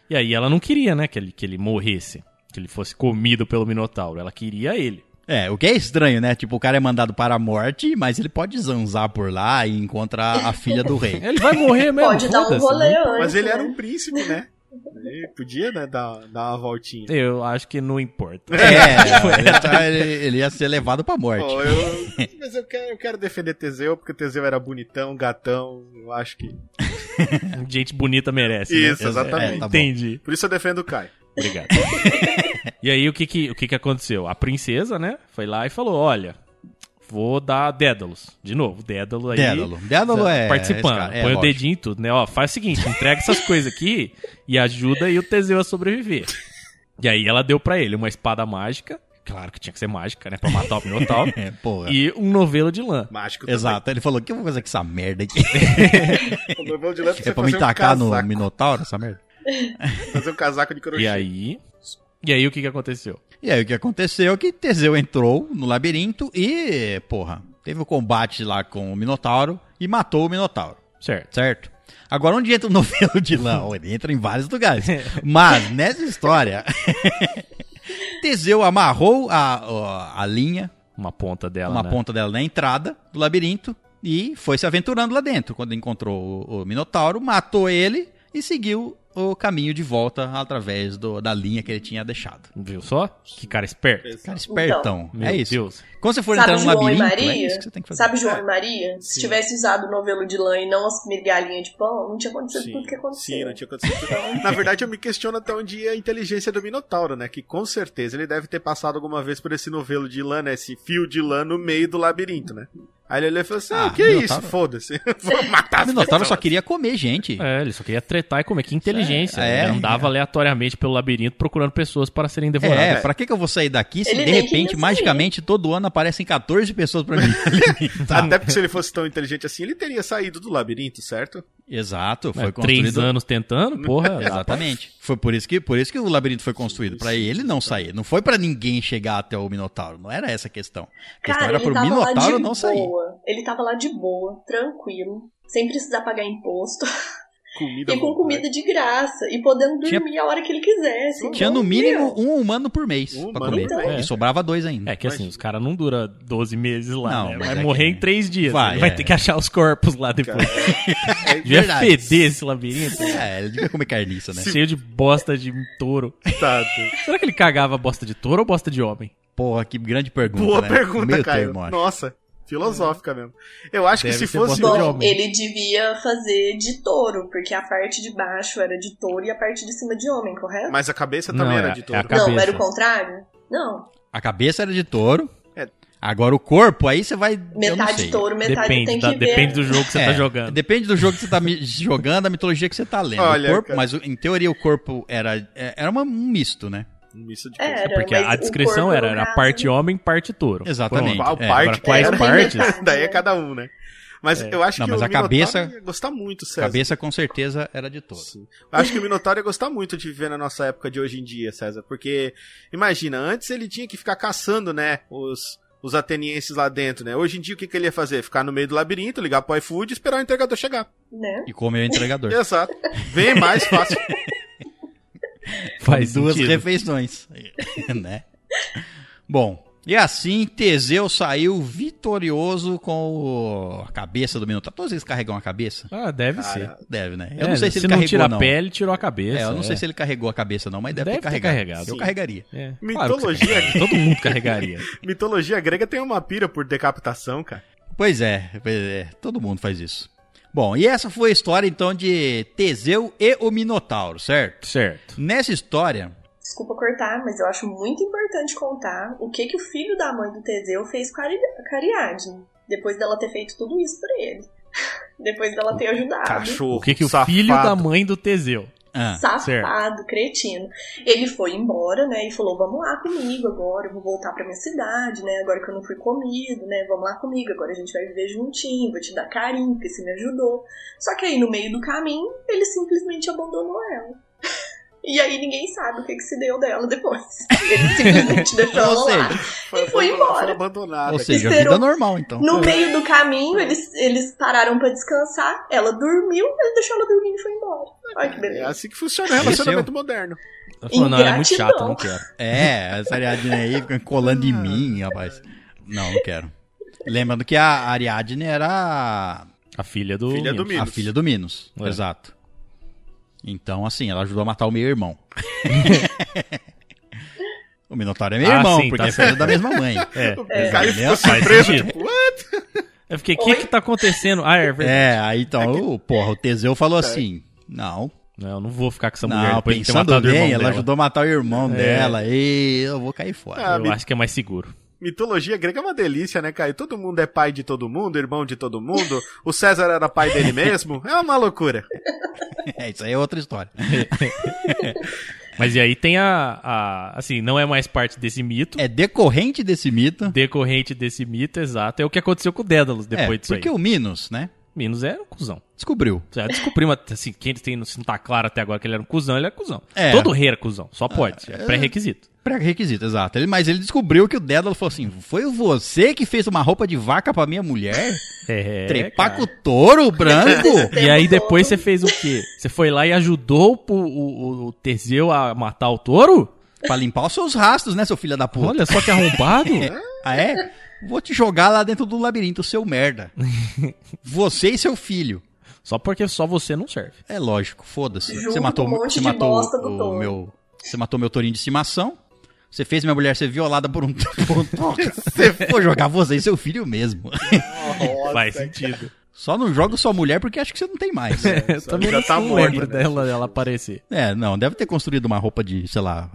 [SPEAKER 2] E aí ela não queria, né, que ele, que ele morresse, que ele fosse comido pelo Minotauro. Ela queria ele.
[SPEAKER 1] É, o que é estranho, né? Tipo, o cara é mandado para a morte, mas ele pode zanzar por lá e encontrar a filha do rei.
[SPEAKER 2] Ele vai morrer mesmo.
[SPEAKER 3] Pode dar um
[SPEAKER 2] foda-se,
[SPEAKER 3] rolê
[SPEAKER 2] né?
[SPEAKER 3] antes.
[SPEAKER 4] Mas ele
[SPEAKER 3] né?
[SPEAKER 4] era um príncipe, né? Ele podia, né, dar, dar uma voltinha.
[SPEAKER 2] Eu acho que não importa.
[SPEAKER 1] É, ele, tá- ele- ele ia ser levado pra morte.
[SPEAKER 4] Pô, eu- mas eu quero, eu quero defender Teseu, porque Teseu era bonitão, gatão, eu acho que...
[SPEAKER 2] Gente bonita merece. né?
[SPEAKER 4] Isso, exatamente.
[SPEAKER 1] É, tá bom.
[SPEAKER 2] Entendi.
[SPEAKER 4] Por isso eu defendo o Kai.
[SPEAKER 2] Obrigado. e aí o que que, o que que aconteceu? A princesa, né, foi lá e falou, olha, vou dar Dédalus. De novo, Dédalo aí.
[SPEAKER 1] Dédalo. Dédalo é.
[SPEAKER 2] participando.
[SPEAKER 1] esse cara, é,
[SPEAKER 2] Põe o
[SPEAKER 1] lógico.
[SPEAKER 2] dedinho em tudo, né? Ó, faz o seguinte, entrega essas coisas aqui e ajuda aí o Teseu a sobreviver. E aí ela deu pra ele uma espada mágica, claro que tinha que ser mágica, né? Pra matar o Minotauro.
[SPEAKER 1] É, porra.
[SPEAKER 2] e um novelo de lã.
[SPEAKER 4] Mágico também.
[SPEAKER 1] Exato. Ele falou: o que eu vou fazer com essa merda aqui?
[SPEAKER 4] O novelo de lã
[SPEAKER 1] é
[SPEAKER 4] você
[SPEAKER 1] pra me
[SPEAKER 4] fazer um
[SPEAKER 1] tacar no
[SPEAKER 4] casaco,
[SPEAKER 1] Minotauro, essa merda?
[SPEAKER 4] Fazer um casaco de crochê.
[SPEAKER 2] E aí... E aí o que que aconteceu?
[SPEAKER 1] E aí o que aconteceu é que Teseu entrou no labirinto e, porra, teve o combate lá com o Minotauro e matou o Minotauro,
[SPEAKER 2] Certo.
[SPEAKER 1] certo? Agora, onde entra o novelo de lã? Oh, Ele entra em vários lugares. Mas, nessa história, Teseu amarrou a- a, a linha
[SPEAKER 2] Uma ponta dela,
[SPEAKER 1] uma
[SPEAKER 2] né?
[SPEAKER 1] ponta dela na entrada do labirinto e foi se aventurando lá dentro. Quando encontrou o, o Minotauro, matou ele e seguiu o caminho de volta através do- da linha que ele tinha deixado.
[SPEAKER 2] Viu só? Que cara esperto.
[SPEAKER 4] Exato.
[SPEAKER 1] Cara, espertão.
[SPEAKER 2] Meu
[SPEAKER 1] é isso.
[SPEAKER 2] Deus.
[SPEAKER 1] Quando você for
[SPEAKER 3] Então, Sabe
[SPEAKER 1] entrar no
[SPEAKER 3] João e
[SPEAKER 1] labirinto,
[SPEAKER 3] Maria?
[SPEAKER 1] é isso que você tem que fazer.
[SPEAKER 3] Sabe João e Maria? Se tivesse usado o novelo de lã e não as migalhinhas de pão, não tinha acontecido
[SPEAKER 4] Sim,
[SPEAKER 3] tudo que aconteceu.
[SPEAKER 4] sim, não
[SPEAKER 1] tipo,
[SPEAKER 4] tinha acontecido tudo. Na verdade, eu me questiono até onde ia a inteligência do Minotauro, né? Que com certeza ele deve ter passado alguma vez por esse novelo de lã, né? Esse fio de lã no meio do labirinto, né? Aí ele olhou e falou assim: ah,
[SPEAKER 1] Ah,
[SPEAKER 4] que
[SPEAKER 1] Minotauro.
[SPEAKER 4] isso? Foda-se. Vou matar
[SPEAKER 1] Tá, O
[SPEAKER 4] as
[SPEAKER 1] Minotauro só
[SPEAKER 4] pessoas.
[SPEAKER 1] queria comer gente.
[SPEAKER 2] É, ele só queria tretar e comer. Que inteligência. né?
[SPEAKER 1] É,
[SPEAKER 2] ele
[SPEAKER 1] é.
[SPEAKER 2] andava aleatoriamente pelo labirinto procurando pessoas para serem
[SPEAKER 1] É,
[SPEAKER 2] devoradas.
[SPEAKER 1] pra que, que eu vou sair daqui se
[SPEAKER 3] Ele
[SPEAKER 1] de
[SPEAKER 3] nem
[SPEAKER 1] repente,
[SPEAKER 3] queria
[SPEAKER 1] magicamente, todo ano aparecem 14 pessoas pra mim? Tá.
[SPEAKER 4] Até porque se ele fosse tão inteligente assim, ele teria saído do labirinto, certo?
[SPEAKER 1] Exato, foi
[SPEAKER 2] Mas
[SPEAKER 1] construído.
[SPEAKER 2] Né? Três anos tentando, porra.
[SPEAKER 1] Exatamente. Foi por isso que, por isso que o labirinto foi construído, pra ele não sair. Não foi pra ninguém chegar até o Minotauro, não era essa a questão. A questão
[SPEAKER 3] Cara,
[SPEAKER 1] era
[SPEAKER 3] ele
[SPEAKER 1] pro
[SPEAKER 3] tava lá de
[SPEAKER 1] Minotauro não
[SPEAKER 3] boa.
[SPEAKER 1] sair.
[SPEAKER 3] Ele tava lá de boa, tranquilo, sem precisar pagar imposto
[SPEAKER 4] Comida.
[SPEAKER 3] e com comida de graça e podendo
[SPEAKER 1] né? Tinha-
[SPEAKER 3] dormir a hora que ele quisesse.
[SPEAKER 1] Tinha no
[SPEAKER 3] Então,
[SPEAKER 1] mínimo
[SPEAKER 3] meu,
[SPEAKER 1] um humano por mês
[SPEAKER 4] Um
[SPEAKER 1] pra comer.
[SPEAKER 4] humano por
[SPEAKER 2] mês.
[SPEAKER 1] E sobrava dois ainda.
[SPEAKER 2] É que assim, os caras não dura 12 meses
[SPEAKER 1] Hum.
[SPEAKER 2] lá,
[SPEAKER 1] Não,
[SPEAKER 2] né?
[SPEAKER 1] mas
[SPEAKER 2] Vai
[SPEAKER 1] é
[SPEAKER 2] morrer
[SPEAKER 1] que-
[SPEAKER 2] em 3 dias.
[SPEAKER 1] Vai,
[SPEAKER 2] Ele vai
[SPEAKER 1] é.
[SPEAKER 2] ter que achar os corpos lá
[SPEAKER 4] né?
[SPEAKER 1] Tipo,
[SPEAKER 2] depois.
[SPEAKER 4] É,
[SPEAKER 2] Devia
[SPEAKER 1] verdade.
[SPEAKER 2] feder esse labirinto.
[SPEAKER 1] É, ele devia comer carniça, né?
[SPEAKER 2] Cheio de bosta de touro.
[SPEAKER 4] Coitado.
[SPEAKER 2] Será que ele cagava bosta de touro ou bosta de homem?
[SPEAKER 1] Porra, que grande pergunta.
[SPEAKER 4] Boa
[SPEAKER 1] né?
[SPEAKER 4] pergunta,
[SPEAKER 1] Meio
[SPEAKER 4] Caio.
[SPEAKER 1] termo, acho.
[SPEAKER 4] Nossa, filosófica mesmo. Eu acho
[SPEAKER 1] Deve
[SPEAKER 4] que se
[SPEAKER 1] ter
[SPEAKER 4] fosse. um
[SPEAKER 1] botado-
[SPEAKER 3] Bom,
[SPEAKER 1] homem.
[SPEAKER 3] ele devia fazer de touro, porque a parte de baixo era de touro e a parte de cima de homem, correto?
[SPEAKER 4] Mas a cabeça
[SPEAKER 2] Não,
[SPEAKER 4] também
[SPEAKER 2] é-
[SPEAKER 4] era de
[SPEAKER 2] é a
[SPEAKER 4] touro.
[SPEAKER 2] cabeça.
[SPEAKER 3] Não, era o contrário? Não.
[SPEAKER 2] A
[SPEAKER 1] A cabeça era de touro.
[SPEAKER 4] É.
[SPEAKER 1] Agora o corpo, aí você vai. eu não
[SPEAKER 3] Metade
[SPEAKER 1] sei.
[SPEAKER 3] touro, metade
[SPEAKER 2] Depende,
[SPEAKER 3] tem
[SPEAKER 2] tá?
[SPEAKER 3] que ver.
[SPEAKER 2] depende do jogo que você tá
[SPEAKER 1] É,
[SPEAKER 2] jogando.
[SPEAKER 1] Depende do jogo que você tá mi- jogando, da mitologia que você tá lendo. O
[SPEAKER 4] Olha,
[SPEAKER 1] corpo-
[SPEAKER 4] cara.
[SPEAKER 1] mas o- em teoria o corpo era, é- era uma- um misto, né?
[SPEAKER 4] Isso de
[SPEAKER 3] É,
[SPEAKER 2] É porque
[SPEAKER 3] mas
[SPEAKER 2] a
[SPEAKER 3] o
[SPEAKER 2] descrição
[SPEAKER 3] corpo,
[SPEAKER 2] era,
[SPEAKER 3] no
[SPEAKER 2] era
[SPEAKER 3] caso,
[SPEAKER 2] parte homem, parte touro.
[SPEAKER 1] Exatamente. É,
[SPEAKER 2] Pronto.
[SPEAKER 4] Qual Tipo, parte?
[SPEAKER 2] agora, quais
[SPEAKER 4] era,
[SPEAKER 2] partes? É.
[SPEAKER 4] Daí é cada um, né? Mas eu acho
[SPEAKER 1] Não,
[SPEAKER 4] que
[SPEAKER 1] mas
[SPEAKER 4] o
[SPEAKER 1] a cabeça-
[SPEAKER 4] Minotauro ia gostar muito,
[SPEAKER 1] A
[SPEAKER 4] César.
[SPEAKER 1] cabeça com certeza era de touro.
[SPEAKER 4] Sim. Acho que o Minotauro ia gostar muito de viver na nossa época de hoje em dia, César. Porque, imagina, antes ele tinha que ficar caçando, né? Os, os atenienses lá dentro, né? Hoje em dia o que, que ele ia fazer? Ficar no meio do labirinto, ligar pro iFood e esperar o entregador chegar.
[SPEAKER 3] Né?
[SPEAKER 1] E comeu o entregador.
[SPEAKER 4] Exato. Bem mais fácil.
[SPEAKER 2] Faz
[SPEAKER 1] duas
[SPEAKER 2] sentido.
[SPEAKER 1] refeições, né? Bom, e assim Teseu saiu vitorioso com o- a cabeça do Minotauro. Todos eles carregam a cabeça?
[SPEAKER 2] Ah, deve ser.
[SPEAKER 4] Cara,
[SPEAKER 1] Deve, né? Eu
[SPEAKER 2] É,
[SPEAKER 1] não sei se, ele
[SPEAKER 2] não
[SPEAKER 1] carregou
[SPEAKER 2] tirar
[SPEAKER 1] não.
[SPEAKER 2] a pele, tirou a cabeça.
[SPEAKER 1] é, eu não sei
[SPEAKER 2] é.
[SPEAKER 1] se ele carregou a cabeça não, mas deve,
[SPEAKER 2] Deve
[SPEAKER 1] ter
[SPEAKER 2] ter
[SPEAKER 1] carregado.
[SPEAKER 2] carregado.
[SPEAKER 1] Eu
[SPEAKER 2] Sim.
[SPEAKER 1] carregaria.
[SPEAKER 2] É. Claro que você
[SPEAKER 4] Mitologia,
[SPEAKER 2] carrega. Todo mundo carregaria.
[SPEAKER 4] mitologia grega tem uma pira por decapitação, cara.
[SPEAKER 1] Pois é, pois é, todo mundo faz isso. Bom, e essa foi a história então de Teseu e o Minotauro, certo?
[SPEAKER 2] certo.
[SPEAKER 1] Nessa história,
[SPEAKER 3] Desculpa cortar, mas eu acho muito importante contar o que, que o filho da mãe do Teseu fez com a Ari- com a Ariadne. Depois dela ter feito tudo isso por ele. Depois dela ter ajudado.
[SPEAKER 4] Cachorro.
[SPEAKER 2] O que, que o
[SPEAKER 4] safado.
[SPEAKER 2] filho da mãe do Teseu?
[SPEAKER 1] ah,
[SPEAKER 3] Safado, cretino. Ele foi embora, né? E falou: Vamos lá comigo agora, eu vou voltar pra minha cidade, né? Agora que eu não fui comido, né? Vamos lá comigo, agora a gente vai viver juntinho, vou te dar carinho, porque você me ajudou. Só que aí no meio do caminho, ele simplesmente abandonou ela. E aí ninguém sabe o que, que se deu dela depois. Ele simplesmente deixou ela
[SPEAKER 1] ou
[SPEAKER 3] lá.
[SPEAKER 1] seja,
[SPEAKER 4] Foi,
[SPEAKER 3] foi embora.
[SPEAKER 4] Foi abandonado.
[SPEAKER 1] ou seja, a
[SPEAKER 3] Esperou.
[SPEAKER 1] vida normal então.
[SPEAKER 3] No meio do caminho, eles, eles pararam pra descansar, ela dormiu, ele deixou ela dormir e foi embora. Olha que
[SPEAKER 4] É
[SPEAKER 3] beleza.
[SPEAKER 4] assim que funciona o
[SPEAKER 2] é
[SPEAKER 4] relacionamento moderno.
[SPEAKER 2] Ela falou, não, ela é muito
[SPEAKER 3] Ingratidão.
[SPEAKER 2] chata, não quero.
[SPEAKER 1] É, essa Ariadne aí fica colando em mim, rapaz. Não, não quero. Lembrando que a Ariadne era
[SPEAKER 2] A filha do.
[SPEAKER 4] Filha do
[SPEAKER 2] Minos.
[SPEAKER 1] a
[SPEAKER 4] Minos.
[SPEAKER 1] filha do Minos.
[SPEAKER 2] É.
[SPEAKER 1] Exato. Então, assim, ela ajudou a matar o meio-irmão. o Minotauro é meio-irmão,
[SPEAKER 2] Ah, sim,
[SPEAKER 1] porque
[SPEAKER 2] tá
[SPEAKER 1] é filho da mesma mãe.
[SPEAKER 2] É.
[SPEAKER 4] O
[SPEAKER 1] É.
[SPEAKER 4] cara ficou
[SPEAKER 1] Faz
[SPEAKER 4] surpreso,
[SPEAKER 2] sentido.
[SPEAKER 4] tipo, "What?"
[SPEAKER 2] Eu fiquei, o que que tá acontecendo? Ah, é verdade.
[SPEAKER 1] É, aí então, o- porra, o Teseu falou assim: não,
[SPEAKER 2] Não, eu não vou ficar com essa mulher
[SPEAKER 1] não,
[SPEAKER 2] depois de ter
[SPEAKER 1] pensando
[SPEAKER 2] matado o irmão
[SPEAKER 1] bem, ela
[SPEAKER 2] dela.
[SPEAKER 1] ajudou a matar o irmão
[SPEAKER 2] É.
[SPEAKER 1] dela, e eu vou cair fora.
[SPEAKER 4] Ah,
[SPEAKER 2] Eu
[SPEAKER 4] me-
[SPEAKER 2] acho que é mais seguro.
[SPEAKER 4] Mitologia grega é uma delícia, né, Caio? Todo mundo é pai de todo mundo, irmão de todo mundo. O César era pai dele mesmo. É uma loucura.
[SPEAKER 1] É, isso aí é outra história.
[SPEAKER 2] Mas e aí tem a, a- Assim, não é mais parte desse mito.
[SPEAKER 1] É decorrente desse mito.
[SPEAKER 2] Decorrente desse mito, exato. É o que aconteceu com o Dédalus depois
[SPEAKER 1] é,
[SPEAKER 2] disso aí.
[SPEAKER 1] porque o Minos, né,
[SPEAKER 2] Minos era um cuzão.
[SPEAKER 1] descobriu.
[SPEAKER 2] Já descobrimos, assim, quem tem, se não tá claro até agora que ele era um cuzão, ele é cuzão.
[SPEAKER 1] É. Ah,
[SPEAKER 2] Todo rei era cuzão, só pode. É pré-requisito.
[SPEAKER 1] Pré-requisito, exato. Ele, mas ele descobriu que o Dédalo falou assim: foi você que fez uma roupa de vaca pra minha mulher?
[SPEAKER 2] É,
[SPEAKER 1] Trepar
[SPEAKER 2] cara.
[SPEAKER 1] com o touro branco?
[SPEAKER 2] E aí depois
[SPEAKER 3] Todo.
[SPEAKER 2] você fez o quê? Você foi lá e ajudou o, o- o Teseu a matar o touro?
[SPEAKER 1] pra limpar os seus rastros, né, seu filho da puta?
[SPEAKER 2] Olha só que arrombado.
[SPEAKER 1] Ah, é? Vou te jogar lá dentro do labirinto, seu merda. Você e seu filho.
[SPEAKER 2] só porque só você não serve.
[SPEAKER 1] É lógico, foda-se.
[SPEAKER 3] Junto
[SPEAKER 1] Você matou,
[SPEAKER 3] com um monte
[SPEAKER 1] você
[SPEAKER 3] de
[SPEAKER 1] matou
[SPEAKER 3] bosta do
[SPEAKER 1] o
[SPEAKER 3] touro.
[SPEAKER 1] meu. Você matou meu tourinho de estimação. Você fez minha mulher ser violada por um. Por um touro. Vou jogar você e seu filho mesmo.
[SPEAKER 2] Faz sentido.
[SPEAKER 1] Só não jogo sua mulher porque acho que você não tem mais.
[SPEAKER 3] É.
[SPEAKER 2] Eu também
[SPEAKER 4] já
[SPEAKER 2] não
[SPEAKER 4] tá morta,
[SPEAKER 2] lembro
[SPEAKER 4] né?
[SPEAKER 2] dela, dela aparecer.
[SPEAKER 1] É, não, deve ter construído uma roupa de, sei lá,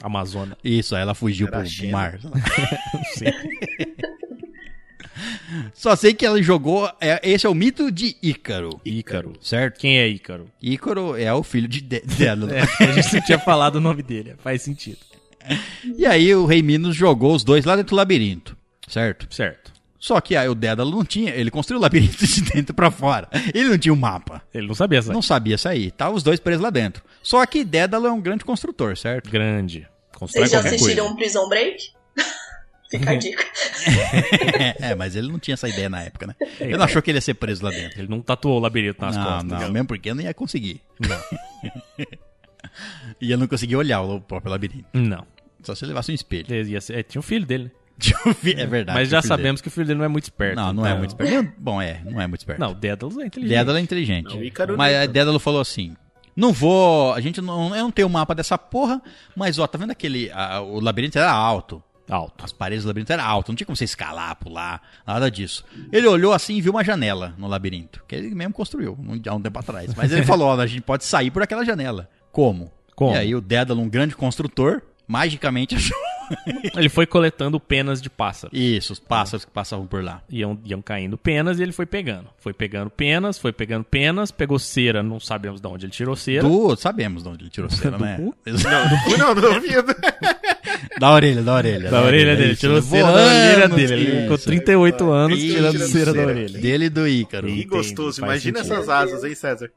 [SPEAKER 2] Amazona.
[SPEAKER 1] isso, aí ela fugiu
[SPEAKER 4] Era
[SPEAKER 1] pro
[SPEAKER 4] Xena.
[SPEAKER 1] mar.
[SPEAKER 2] Não sei.
[SPEAKER 1] Só sei que ela jogou, é, esse é o mito de Ícaro,
[SPEAKER 2] Ícaro.
[SPEAKER 1] certo?
[SPEAKER 2] Quem é Ícaro?
[SPEAKER 1] Ícaro é o filho de Dé- Dédalo.
[SPEAKER 2] É, a gente não tinha falado o nome dele. Faz sentido.
[SPEAKER 1] E aí o rei Minos jogou os dois lá dentro do labirinto, certo?
[SPEAKER 2] Certo.
[SPEAKER 1] Só que aí o Dédalo não tinha, ele construiu o labirinto de dentro pra fora. Ele não tinha o mapa,
[SPEAKER 2] Ele não sabia, sabe?
[SPEAKER 1] não sabia sair, tava os dois presos lá dentro. Só que Dédalo é um grande construtor, certo?
[SPEAKER 2] Grande. Constrói
[SPEAKER 3] Vocês já
[SPEAKER 2] qualquer
[SPEAKER 3] assistiram
[SPEAKER 2] coisa.
[SPEAKER 3] Prison Break? Fica a dica.
[SPEAKER 1] é, é, mas ele não tinha essa ideia na época, né? Ele não achou que ele ia ser preso lá dentro.
[SPEAKER 2] Ele não tatuou o labirinto É. nas
[SPEAKER 1] não,
[SPEAKER 2] costas.
[SPEAKER 1] não,
[SPEAKER 2] né?
[SPEAKER 1] mesmo porque eu não ia conseguir. e eu não conseguia olhar o próprio labirinto.
[SPEAKER 2] Não.
[SPEAKER 1] Só se eu levasse um espelho.
[SPEAKER 2] Ele ia ser- é, tinha um filho dele. né?
[SPEAKER 1] Deixa eu ver, é verdade.
[SPEAKER 2] Mas já
[SPEAKER 1] o filho
[SPEAKER 2] sabemos que Ah, o filho dele não é muito
[SPEAKER 1] dele.
[SPEAKER 2] esperto.
[SPEAKER 1] Não, não é
[SPEAKER 2] então-
[SPEAKER 1] muito esperto. Nem- Bom, é, não é muito esperto.
[SPEAKER 2] Não, o Dédalus é inteligente.
[SPEAKER 1] Dédalo é inteligente.
[SPEAKER 4] Não, o Ícaro
[SPEAKER 1] mas
[SPEAKER 4] não. é
[SPEAKER 1] aí Dédalo falou assim: Não vou. A gente não. Eu não tenho o mapa dessa porra, mas ó, tá vendo aquele. a- o labirinto era alto.
[SPEAKER 2] Alto.
[SPEAKER 1] As paredes do labirinto eram altas, não tinha como você escalar, pular, nada disso. Ele olhou assim e viu uma janela no labirinto, que ele mesmo construiu um- há um tempo atrás. Mas ele falou: "Ó, a gente pode sair por aquela janela. Como?
[SPEAKER 2] Como?
[SPEAKER 1] E aí o Dédalo, um grande construtor, magicamente achou
[SPEAKER 2] Ele foi coletando penas de pássaro.
[SPEAKER 1] Isso, os pássaros que passavam por lá.
[SPEAKER 2] Iam, iam caindo penas e ele foi pegando. Foi pegando penas, foi pegando penas, pegou cera, não sabemos de onde ele tirou cera.
[SPEAKER 1] Do, sabemos de onde ele tirou cera, né?
[SPEAKER 4] Não, não fui não, não vi.
[SPEAKER 1] da orelha, da orelha. né,
[SPEAKER 2] Da orelha dele,
[SPEAKER 1] Isso,
[SPEAKER 2] tirou
[SPEAKER 1] levou
[SPEAKER 2] cera da orelha
[SPEAKER 1] anos
[SPEAKER 2] dele. Ele
[SPEAKER 1] que-
[SPEAKER 2] ficou
[SPEAKER 1] isso.
[SPEAKER 2] 38 anos
[SPEAKER 4] Ih,
[SPEAKER 2] tirando
[SPEAKER 4] tirando
[SPEAKER 2] cera da
[SPEAKER 4] cera.
[SPEAKER 2] orelha.
[SPEAKER 1] Dele e do Ícaro.
[SPEAKER 4] Que
[SPEAKER 2] Entendi,
[SPEAKER 4] gostoso.
[SPEAKER 2] faz
[SPEAKER 4] Imagina
[SPEAKER 2] sentido.
[SPEAKER 4] essas asas, hein, César?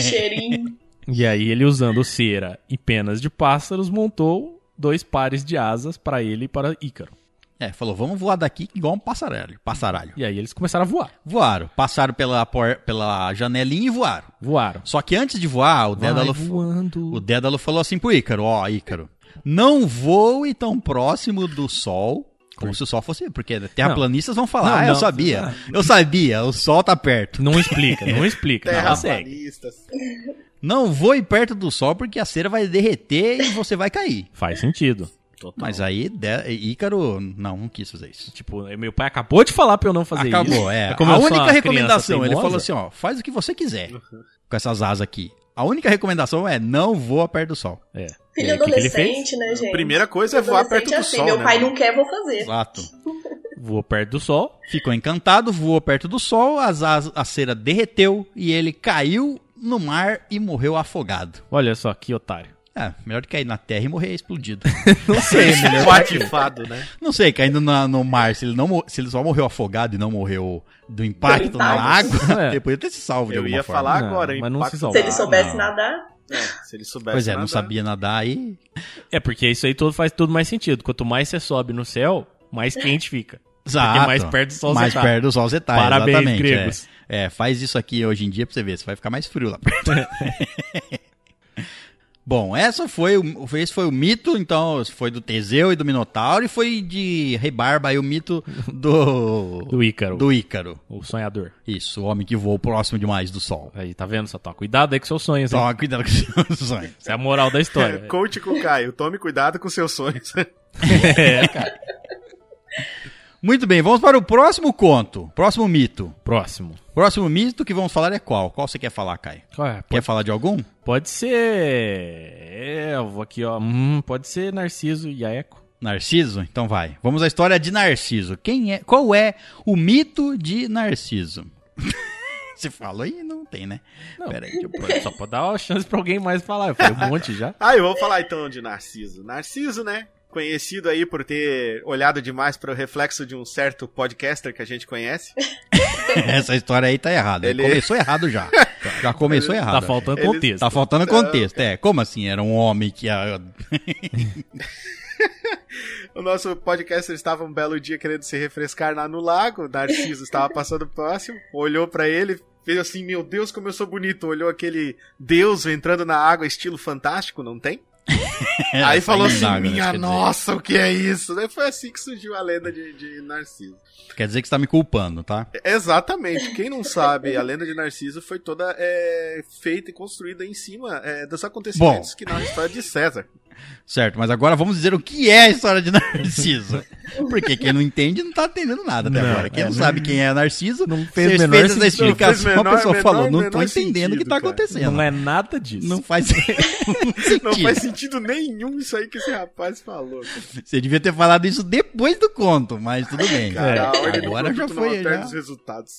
[SPEAKER 3] Cheirinho.
[SPEAKER 2] E aí ele usando cera e penas de pássaros montou dois pares de asas para ele e para Ícaro.
[SPEAKER 1] É, falou, vamos voar daqui igual um passaralho. Passaralho.
[SPEAKER 2] E aí eles começaram a voar.
[SPEAKER 1] Voaram, passaram pela, por- pela janelinha e voaram.
[SPEAKER 2] Voaram.
[SPEAKER 1] Só que antes de voar, o
[SPEAKER 2] Vai
[SPEAKER 1] Dédalo,
[SPEAKER 2] voando.
[SPEAKER 1] o Dédalo falou assim pro Ícaro, ó, Ícaro, não voe tão próximo do Sol, como se o Sol fosse, porque terraplanistas vão falar,
[SPEAKER 2] Não,
[SPEAKER 1] ah, eu
[SPEAKER 2] não.
[SPEAKER 1] sabia, eu sabia, o Sol tá perto.
[SPEAKER 2] Não explica, não explica. não, segue.
[SPEAKER 4] Terraplanistas.
[SPEAKER 1] Não voe perto do Sol, porque a cera vai derreter e você vai cair.
[SPEAKER 2] Faz sentido.
[SPEAKER 1] Mas aí, Dé- Ícaro, não, não quis fazer isso.
[SPEAKER 2] Tipo, meu pai acabou de falar pra eu não fazer isso.
[SPEAKER 1] Acabou, é.
[SPEAKER 2] Mas como
[SPEAKER 1] a
[SPEAKER 2] eu sou uma
[SPEAKER 1] única
[SPEAKER 2] criança
[SPEAKER 1] recomendação, ele
[SPEAKER 2] teimosa- Uhum.
[SPEAKER 1] falou assim, ó, faz o que você quiser com essas asas aqui. A única recomendação é não voa perto do sol.
[SPEAKER 2] É. E
[SPEAKER 3] Filho
[SPEAKER 2] aí, o que que ele fez?
[SPEAKER 3] adolescente, né, gente?
[SPEAKER 4] Primeira coisa é voar perto
[SPEAKER 3] Adolescente é
[SPEAKER 4] do
[SPEAKER 3] assim,
[SPEAKER 4] sol,
[SPEAKER 3] Meu
[SPEAKER 4] né?
[SPEAKER 3] pai
[SPEAKER 4] mano?
[SPEAKER 3] não quer, vou fazer.
[SPEAKER 1] Exato.
[SPEAKER 2] Voou perto do sol.
[SPEAKER 1] Ficou encantado, voou perto do sol, as asas, a cera derreteu e ele caiu no mar e morreu afogado.
[SPEAKER 2] Olha só, que otário.
[SPEAKER 1] É, melhor do que cair na terra e morrer explodido.
[SPEAKER 2] Não sei, né?
[SPEAKER 4] Patifado, né?
[SPEAKER 1] Não sei, caindo na- no mar, se ele, não, mor- se ele só morreu afogado e não morreu do impacto na
[SPEAKER 3] impacto.
[SPEAKER 1] água,
[SPEAKER 2] É.
[SPEAKER 1] ele podia ter se salvo de
[SPEAKER 4] Eu
[SPEAKER 1] alguma
[SPEAKER 4] ia
[SPEAKER 1] forma.
[SPEAKER 4] falar
[SPEAKER 2] Não,
[SPEAKER 4] agora,
[SPEAKER 2] mas não
[SPEAKER 4] impacto
[SPEAKER 2] se salvou.
[SPEAKER 3] Se ele soubesse
[SPEAKER 1] Não.
[SPEAKER 3] nadar,
[SPEAKER 4] É, se ele soubesse né?
[SPEAKER 1] Pois é, não
[SPEAKER 4] nadar.
[SPEAKER 1] sabia nadar aí.
[SPEAKER 2] É porque isso aí todo faz tudo mais sentido. Quanto mais você sobe no céu, mais quente fica.
[SPEAKER 1] Exato.
[SPEAKER 2] mais perto do sol
[SPEAKER 1] mais
[SPEAKER 2] você tá.
[SPEAKER 1] perto do sol você tá,
[SPEAKER 2] Parabéns,
[SPEAKER 1] exatamente.
[SPEAKER 2] gregos.
[SPEAKER 1] É. É, faz isso aqui hoje em dia pra você ver, você vai ficar mais frio lá perto. Bom, essa foi o, foi- esse foi o mito, então, foi do Teseu e do Minotauro, e foi de rebarba aí o mito do,
[SPEAKER 2] Do Ícaro,
[SPEAKER 1] do Ícaro.
[SPEAKER 2] o sonhador.
[SPEAKER 1] Isso, o homem que voou próximo demais do sol.
[SPEAKER 2] Aí, tá vendo, Sató? Cuidado aí com seus sonhos, hein?
[SPEAKER 1] Toma cuidado com seus sonhos.
[SPEAKER 2] Essa é a moral da história.
[SPEAKER 4] Coach com o Caio, tome cuidado com seus sonhos.
[SPEAKER 2] é, cara.
[SPEAKER 1] Muito bem, vamos para o próximo conto, próximo mito.
[SPEAKER 2] Próximo.
[SPEAKER 1] Próximo mito que vamos falar é qual? Qual você quer falar, Caio?
[SPEAKER 2] Qual é?
[SPEAKER 1] Quer falar de algum?
[SPEAKER 2] Pode ser. É, eu vou aqui, ó. Hum, pode ser Narciso e a Eco.
[SPEAKER 1] Narciso? Então vai. Vamos à história de Narciso. Quem é? Qual é o mito de Narciso? Você falou aí, não tem, né?
[SPEAKER 2] Não.
[SPEAKER 1] Peraí, deixa eu pôr.
[SPEAKER 2] Só pra dar uma chance pra alguém mais falar. Eu falei um monte já.
[SPEAKER 4] Ah, eu vou falar então de Narciso. Narciso, né? Conhecido aí por ter olhado demais para o reflexo de um certo podcaster que a gente conhece.
[SPEAKER 1] Essa história aí tá errada.
[SPEAKER 4] Ele-
[SPEAKER 1] Começou errado já. Já começou errado.
[SPEAKER 2] Tá faltando
[SPEAKER 4] Eles-
[SPEAKER 2] contexto.
[SPEAKER 1] Tá faltando contexto. É, como assim? Era um homem que. ah,
[SPEAKER 4] O nosso podcaster estava um belo dia querendo se refrescar lá no lago. Narciso estava passando próximo, olhou para ele, fez assim: Meu Deus, como eu sou bonito. Olhou aquele deus entrando na água, estilo fantástico, não tem?
[SPEAKER 1] era
[SPEAKER 4] Aí falou assim:
[SPEAKER 1] saindo d'água, né? Quer
[SPEAKER 4] Minha
[SPEAKER 1] dizer-
[SPEAKER 4] nossa, o que é isso? Daí Foi assim que surgiu a lenda de, de Narciso.
[SPEAKER 1] Quer dizer que você tá me culpando, tá?
[SPEAKER 4] Exatamente. Quem não sabe, a lenda de Narciso foi toda é, feita e construída em cima é, dos acontecimentos que na história de César.
[SPEAKER 1] Certo, mas agora vamos dizer o que é a história de Narciso. Porque quem não entende não tá entendendo nada até
[SPEAKER 2] Não,
[SPEAKER 1] agora. Quem
[SPEAKER 2] é,
[SPEAKER 4] né?
[SPEAKER 1] não
[SPEAKER 2] não-
[SPEAKER 1] sabe quem é Narciso,
[SPEAKER 2] Não fez
[SPEAKER 1] fez,
[SPEAKER 2] menor
[SPEAKER 1] fez essa
[SPEAKER 2] sentido.
[SPEAKER 1] explicação,
[SPEAKER 4] Não fez menor-
[SPEAKER 1] a pessoa falou,
[SPEAKER 4] menor-
[SPEAKER 1] não tô
[SPEAKER 4] menor
[SPEAKER 1] entendendo o que tá
[SPEAKER 4] sentido, cara.
[SPEAKER 1] acontecendo.
[SPEAKER 2] Não é nada disso.
[SPEAKER 1] Não faz
[SPEAKER 4] Não
[SPEAKER 1] sentido.
[SPEAKER 4] faz sentido nenhum isso aí que esse rapaz falou. cara.
[SPEAKER 1] Você devia ter falado isso depois do conto, mas tudo bem. É,
[SPEAKER 4] Cara, a ordem do
[SPEAKER 1] Agora já
[SPEAKER 4] produto não
[SPEAKER 1] foi.
[SPEAKER 4] altera
[SPEAKER 1] Já.
[SPEAKER 4] os resultados.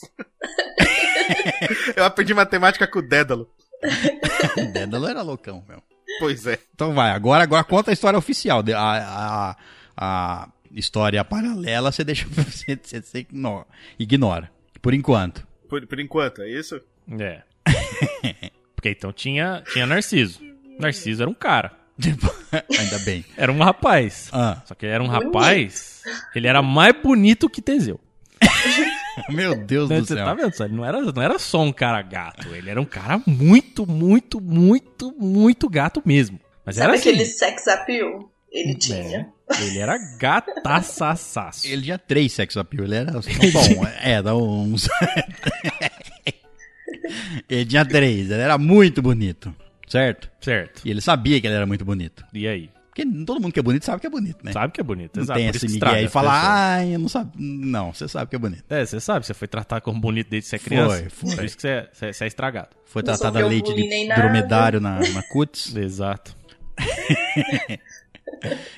[SPEAKER 4] Eu aprendi matemática com o Dédalo.
[SPEAKER 1] O Dédalo era loucão, meu.
[SPEAKER 4] Pois é.
[SPEAKER 1] Então vai, agora, agora conta a história oficial. De- A, a- a história paralela você deixa. Você, você- você ignora, ignora, Por enquanto.
[SPEAKER 4] Por, por enquanto, é isso?
[SPEAKER 2] É. Porque então tinha, tinha Narciso. Narciso era um cara.
[SPEAKER 1] Ainda bem.
[SPEAKER 2] Era um rapaz.
[SPEAKER 1] Ah,
[SPEAKER 2] Só que ele era um rapaz. Ele era mais bonito que Teseu.
[SPEAKER 1] meu Deus
[SPEAKER 2] Né?
[SPEAKER 1] do
[SPEAKER 2] Você
[SPEAKER 1] céu.
[SPEAKER 2] tá vendo? só? Ele não era, não era só um cara gato. Ele era um cara muito, muito, muito, muito gato mesmo. Mas
[SPEAKER 3] sabe
[SPEAKER 2] era assim. Né. É,
[SPEAKER 3] aquele sex appeal? Ele tinha.
[SPEAKER 2] Ele era gataçaçaço.
[SPEAKER 1] Ele tinha três sex appeal, ele era. Bom, é, dá uns. ele tinha três, ele era muito bonito, certo?
[SPEAKER 2] Certo.
[SPEAKER 1] E ele sabia que ele era muito bonito.
[SPEAKER 2] E aí?
[SPEAKER 1] Porque todo mundo que é bonito sabe que é bonito, né?
[SPEAKER 2] Sabe que é bonito.
[SPEAKER 1] não
[SPEAKER 2] exato.
[SPEAKER 1] tem
[SPEAKER 2] Por isso
[SPEAKER 1] esse
[SPEAKER 2] que
[SPEAKER 1] Miguel
[SPEAKER 2] estraga
[SPEAKER 1] aí
[SPEAKER 2] as pessoas.
[SPEAKER 1] falar, ah, eu não sabe. Não, você sabe que é bonito.
[SPEAKER 2] É, você sabe, você foi tratado como bonito desde que você é criança.
[SPEAKER 1] foi.
[SPEAKER 2] Por isso que você é, você é- você é estragado.
[SPEAKER 1] Foi
[SPEAKER 3] Não
[SPEAKER 1] tratada a
[SPEAKER 3] sofreu
[SPEAKER 1] leite
[SPEAKER 3] bullying nem
[SPEAKER 1] de
[SPEAKER 3] nada.
[SPEAKER 1] dromedário na, na cutis.
[SPEAKER 2] Exato.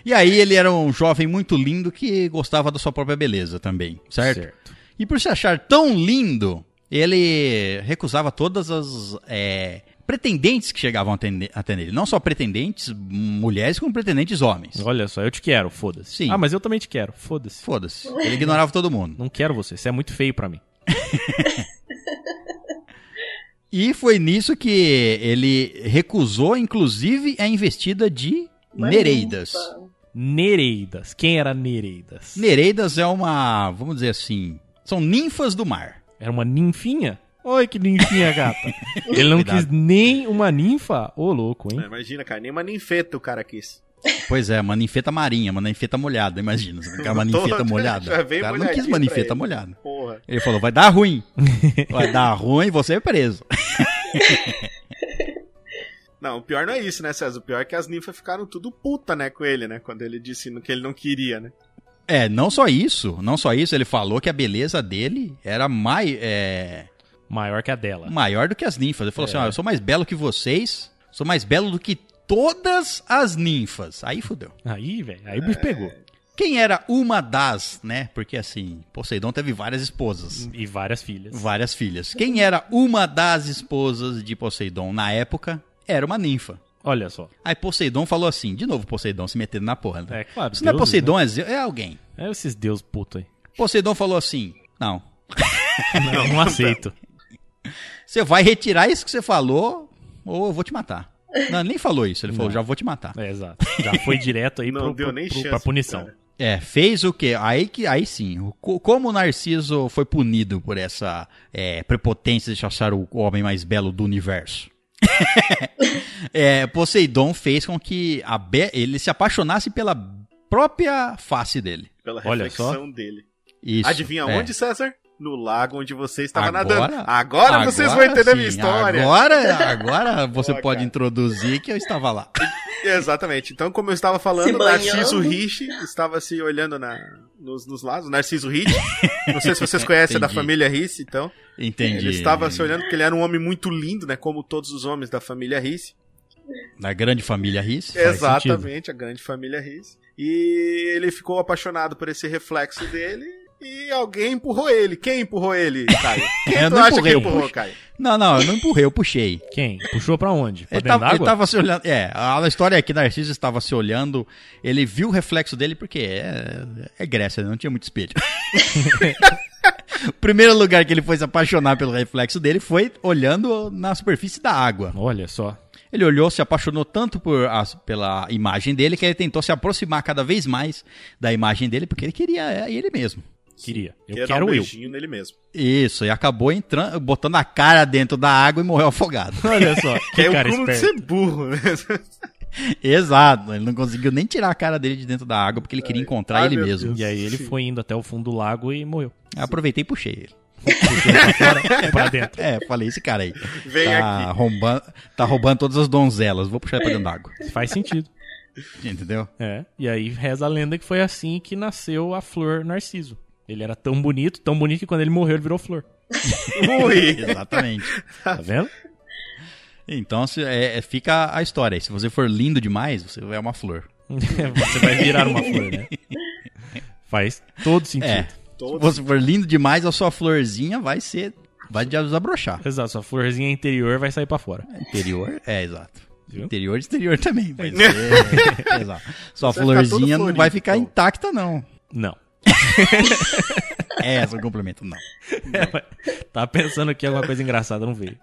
[SPEAKER 1] E aí ele era um jovem muito lindo que gostava da sua própria beleza também, certo? E por se achar tão lindo, ele recusava todas as é, pretendentes que chegavam até ne- até nele. Não só pretendentes mulheres, como pretendentes homens.
[SPEAKER 2] Olha só, eu te quero, foda-se.
[SPEAKER 1] Sim.
[SPEAKER 2] Ah, mas eu também te quero, foda-se.
[SPEAKER 1] Foda-se. Ele ignorava todo mundo.
[SPEAKER 2] Não quero você, você é muito feio pra mim.
[SPEAKER 1] E foi nisso que ele recusou, inclusive, a investida de Nereidas.
[SPEAKER 2] Nereidas. Quem era Nereidas?
[SPEAKER 1] Nereidas é uma, vamos dizer assim, são ninfas do mar.
[SPEAKER 2] Era uma ninfinha? Oi, que ninfinha, gata. Ele não
[SPEAKER 1] Cuidado.
[SPEAKER 2] quis nem uma ninfa? Ô, louco,
[SPEAKER 4] É,
[SPEAKER 2] hein?
[SPEAKER 4] imagina, cara, nem uma ninfeta o cara quis.
[SPEAKER 1] Pois é, uma ninfeta marinha, uma ninfeta molhada, imagina. Você quer uma
[SPEAKER 4] Tô-
[SPEAKER 1] ninfeta molhada?
[SPEAKER 4] já veio
[SPEAKER 1] o cara não
[SPEAKER 4] molhadinho
[SPEAKER 1] quis uma
[SPEAKER 4] pra
[SPEAKER 1] ninfeta
[SPEAKER 4] ele.
[SPEAKER 1] molhada.
[SPEAKER 4] Porra.
[SPEAKER 1] Ele falou, vai dar ruim. Vai dar ruim, você é preso.
[SPEAKER 4] Não, o pior não é isso, né, César? O pior é que as ninfas ficaram tudo puta, né, com ele, né? Quando ele disse no- que ele não queria, né?
[SPEAKER 1] É, não só isso, não só isso, ele falou que a beleza dele era mai, é,
[SPEAKER 2] Maior que a dela.
[SPEAKER 1] maior do que as ninfas. Ele falou assim,
[SPEAKER 2] É.
[SPEAKER 1] ó, eu sou mais belo que vocês, sou mais belo do que todas as ninfas. Aí fudeu.
[SPEAKER 2] Aí, velho, aí o bicho pegou.
[SPEAKER 1] Quem era uma das, né? Porque assim, Poseidon teve várias esposas,
[SPEAKER 2] E várias filhas.
[SPEAKER 1] várias filhas. Quem era uma das esposas de Poseidon na época era uma ninfa.
[SPEAKER 2] Olha só.
[SPEAKER 1] Aí Poseidon falou assim, de novo Poseidon se metendo na porra, né?
[SPEAKER 2] É claro.
[SPEAKER 1] Se não é
[SPEAKER 2] deuses,
[SPEAKER 1] Poseidon, é Ze- é alguém.
[SPEAKER 2] né? É esses deuses putos aí.
[SPEAKER 1] Poseidon falou assim, não,
[SPEAKER 2] Não, não aceito.
[SPEAKER 1] você vai retirar isso que você falou ou eu vou te matar. Não, ele nem falou isso, ele falou,
[SPEAKER 2] Não.
[SPEAKER 1] já vou te matar.
[SPEAKER 2] É, exato. Já foi direto aí
[SPEAKER 4] Não
[SPEAKER 2] pro,
[SPEAKER 4] deu
[SPEAKER 2] pro-
[SPEAKER 4] nem
[SPEAKER 2] pro-
[SPEAKER 4] chance
[SPEAKER 2] pra
[SPEAKER 4] pro
[SPEAKER 2] punição.
[SPEAKER 4] cara.
[SPEAKER 1] É, fez o quê? Aí, que, aí sim, o co- como o Narciso foi punido por essa é, prepotência de achar o homem mais belo do universo? É, Poseidon fez com que a be- ele se apaixonasse pela própria face dele.
[SPEAKER 4] Pela
[SPEAKER 2] Olha
[SPEAKER 4] reflexão dele.
[SPEAKER 1] Isso,
[SPEAKER 4] Adivinha
[SPEAKER 1] é.
[SPEAKER 4] onde, César? No lago onde você estava
[SPEAKER 1] Agora-
[SPEAKER 4] nadando. Agora, vocês vão entender a minha
[SPEAKER 1] sim,
[SPEAKER 4] história.
[SPEAKER 1] Agora, agora você
[SPEAKER 4] Boa,
[SPEAKER 1] pode
[SPEAKER 4] cara.
[SPEAKER 1] introduzir que eu estava lá.
[SPEAKER 4] Exatamente. Então, como eu estava
[SPEAKER 3] Se
[SPEAKER 4] falando,
[SPEAKER 3] banhando.
[SPEAKER 4] Narciso Rich estava se olhando na, nos, nos lados. Narciso Rich. Não sei se vocês conhecem é da
[SPEAKER 1] Entendi.
[SPEAKER 4] família Rich, então.
[SPEAKER 1] Entendi.
[SPEAKER 4] Ele estava se olhando porque ele era um homem muito lindo, né? Como todos os homens da família Rich.
[SPEAKER 1] Na grande família Riz.
[SPEAKER 2] Faz
[SPEAKER 4] Exatamente, a grande família Reis. E ele ficou apaixonado por esse reflexo dele e alguém empurrou ele. Quem empurrou ele, Caio? Quem
[SPEAKER 1] Eu
[SPEAKER 4] tu
[SPEAKER 1] não
[SPEAKER 4] acha
[SPEAKER 1] empurrei.
[SPEAKER 4] que empurrou, Caio?
[SPEAKER 1] Não, não, eu não empurrei, eu puxei.
[SPEAKER 2] Quem? Puxou pra onde? Pra
[SPEAKER 1] Ele
[SPEAKER 2] dentro
[SPEAKER 1] tava, ele
[SPEAKER 2] d'água?
[SPEAKER 1] tava se olhando. É, a a história é que Narciso estava se olhando, ele viu o reflexo dele, porque é, é Grécia, né? não tinha muito espelho. o primeiro lugar que ele foi se apaixonar pelo reflexo dele foi olhando na superfície da água.
[SPEAKER 2] Olha só.
[SPEAKER 1] Ele olhou, se apaixonou tanto por a- pela imagem dele que ele tentou se aproximar cada vez mais da imagem dele, porque ele queria é, ele mesmo.
[SPEAKER 2] Queria. Eu
[SPEAKER 4] Quer dar um
[SPEAKER 2] quero eu.
[SPEAKER 4] beijinho nele mesmo.
[SPEAKER 1] Isso, e acabou entrando, botando a cara dentro da água e morreu afogado.
[SPEAKER 2] Olha só. Que
[SPEAKER 4] é
[SPEAKER 2] cara
[SPEAKER 4] o cúmulo de
[SPEAKER 2] esperto.
[SPEAKER 4] ser burro, né?
[SPEAKER 1] Exato, ele não conseguiu nem tirar a cara dele de dentro da água porque ele queria encontrar
[SPEAKER 4] ai, Ah,
[SPEAKER 1] ele
[SPEAKER 4] meu
[SPEAKER 1] mesmo.
[SPEAKER 4] Deus.
[SPEAKER 2] E aí ele
[SPEAKER 4] Sim.
[SPEAKER 2] foi indo até o fundo do lago e morreu.
[SPEAKER 1] Eu Aproveitei e puxei ele.
[SPEAKER 2] Puxou pra fora, pra dentro.
[SPEAKER 1] É, falei, esse cara aí.
[SPEAKER 4] Vem
[SPEAKER 1] tá,
[SPEAKER 4] aqui.
[SPEAKER 1] roubando, tá roubando todas as donzelas, vou puxar ele pra dentro d'água.
[SPEAKER 2] Faz sentido.
[SPEAKER 1] Entendeu?
[SPEAKER 2] É. E aí reza a lenda que foi assim que nasceu a flor Narciso. Ele era tão bonito, tão bonito que quando ele morreu ele virou flor. É.
[SPEAKER 4] Ui.
[SPEAKER 1] Exatamente.
[SPEAKER 2] Tá vendo?
[SPEAKER 1] Então se- é- é- fica a história. aí. Se você for lindo demais, você é uma flor.
[SPEAKER 2] Você vai virar uma flor, né? Faz todo sentido.
[SPEAKER 1] É. Se
[SPEAKER 4] Todo
[SPEAKER 1] você for lindo demais, a sua florzinha vai ser. Vai desabrochar.
[SPEAKER 2] Exato, sua florzinha interior vai sair pra fora.
[SPEAKER 1] Interior, é, exato.
[SPEAKER 2] Viu?
[SPEAKER 1] Interior e exterior também. Vai ser, é, exato. Sua
[SPEAKER 4] Você vai ficar todo
[SPEAKER 1] florzinha não
[SPEAKER 4] florido,
[SPEAKER 1] vai ficar
[SPEAKER 4] então.
[SPEAKER 1] intacta, não.
[SPEAKER 2] Não.
[SPEAKER 1] É, essa é o complemento, não.
[SPEAKER 2] Tá pensando que alguma coisa engraçada não veio.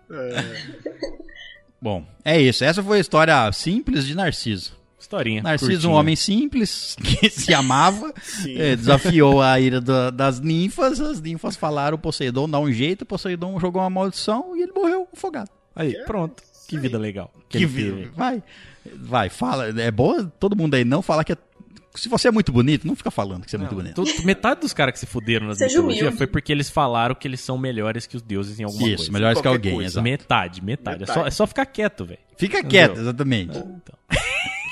[SPEAKER 1] Bom, é isso. Essa foi a história simples de Narciso.
[SPEAKER 4] É
[SPEAKER 2] Historinha.
[SPEAKER 1] Narciso,
[SPEAKER 2] curtinha.
[SPEAKER 1] um homem simples que se amava,
[SPEAKER 4] sim.
[SPEAKER 2] É.
[SPEAKER 1] eh, desafiou a ira da- das ninfas. As ninfas falaram: Poseidon dá um jeito, Poseidon jogou uma maldição e ele morreu afogado.
[SPEAKER 2] Aí, pronto. Que vida legal.
[SPEAKER 1] que
[SPEAKER 2] ele
[SPEAKER 1] vi-
[SPEAKER 2] teve.
[SPEAKER 1] Vai, vai, fala. É bom todo mundo aí não falar que é. Se você é muito bonito, não fica falando que você é muito
[SPEAKER 2] Não,
[SPEAKER 1] bonito.
[SPEAKER 2] todo- metade dos caras que se fuderam nas
[SPEAKER 3] Seja
[SPEAKER 2] mitologias
[SPEAKER 3] humilde.
[SPEAKER 2] foi porque eles falaram que eles são melhores que os deuses em alguma
[SPEAKER 1] Isso,
[SPEAKER 2] coisa.
[SPEAKER 1] melhores que
[SPEAKER 4] Qualquer
[SPEAKER 1] alguém,
[SPEAKER 4] é coisa.
[SPEAKER 1] exato.
[SPEAKER 2] Metade, metade. É, só,
[SPEAKER 4] Metade.
[SPEAKER 2] é só ficar quieto, velho.
[SPEAKER 1] Fica
[SPEAKER 2] Entendeu?
[SPEAKER 1] quieto, exatamente.
[SPEAKER 2] Então.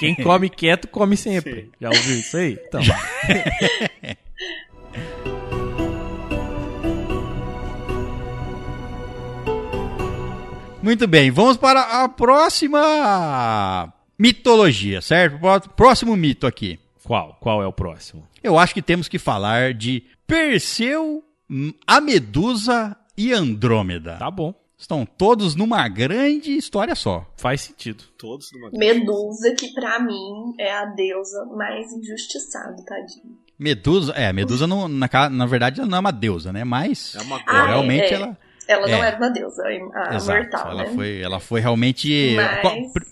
[SPEAKER 2] Quem come quieto, come sempre. Já ouviu isso aí? Então.
[SPEAKER 1] Muito bem, vamos para a próxima Mitologia, certo? Pró- Próximo mito aqui.
[SPEAKER 2] Qual? Qual é o próximo?
[SPEAKER 1] Eu acho que temos que falar de Perseu, hum, a Medusa e Andrômeda.
[SPEAKER 2] Tá bom.
[SPEAKER 1] Estão todos numa grande história só.
[SPEAKER 2] Faz sentido.
[SPEAKER 4] Todos numa
[SPEAKER 3] Medusa, que pra mim é a deusa mais injustiçada, tadinho.
[SPEAKER 1] Medusa, é, a Medusa não, na, ca- na verdade ela não é uma deusa, né? Mas
[SPEAKER 4] É uma
[SPEAKER 3] Ah,
[SPEAKER 4] coisa.
[SPEAKER 1] realmente
[SPEAKER 3] é.
[SPEAKER 1] ela,
[SPEAKER 3] Ela não
[SPEAKER 1] É.
[SPEAKER 3] era uma deusa, a
[SPEAKER 1] exato,
[SPEAKER 3] mortal,
[SPEAKER 1] ela
[SPEAKER 3] né?
[SPEAKER 1] foi, ela foi realmente. eh,
[SPEAKER 3] Mas-
[SPEAKER 1] Qual- pr-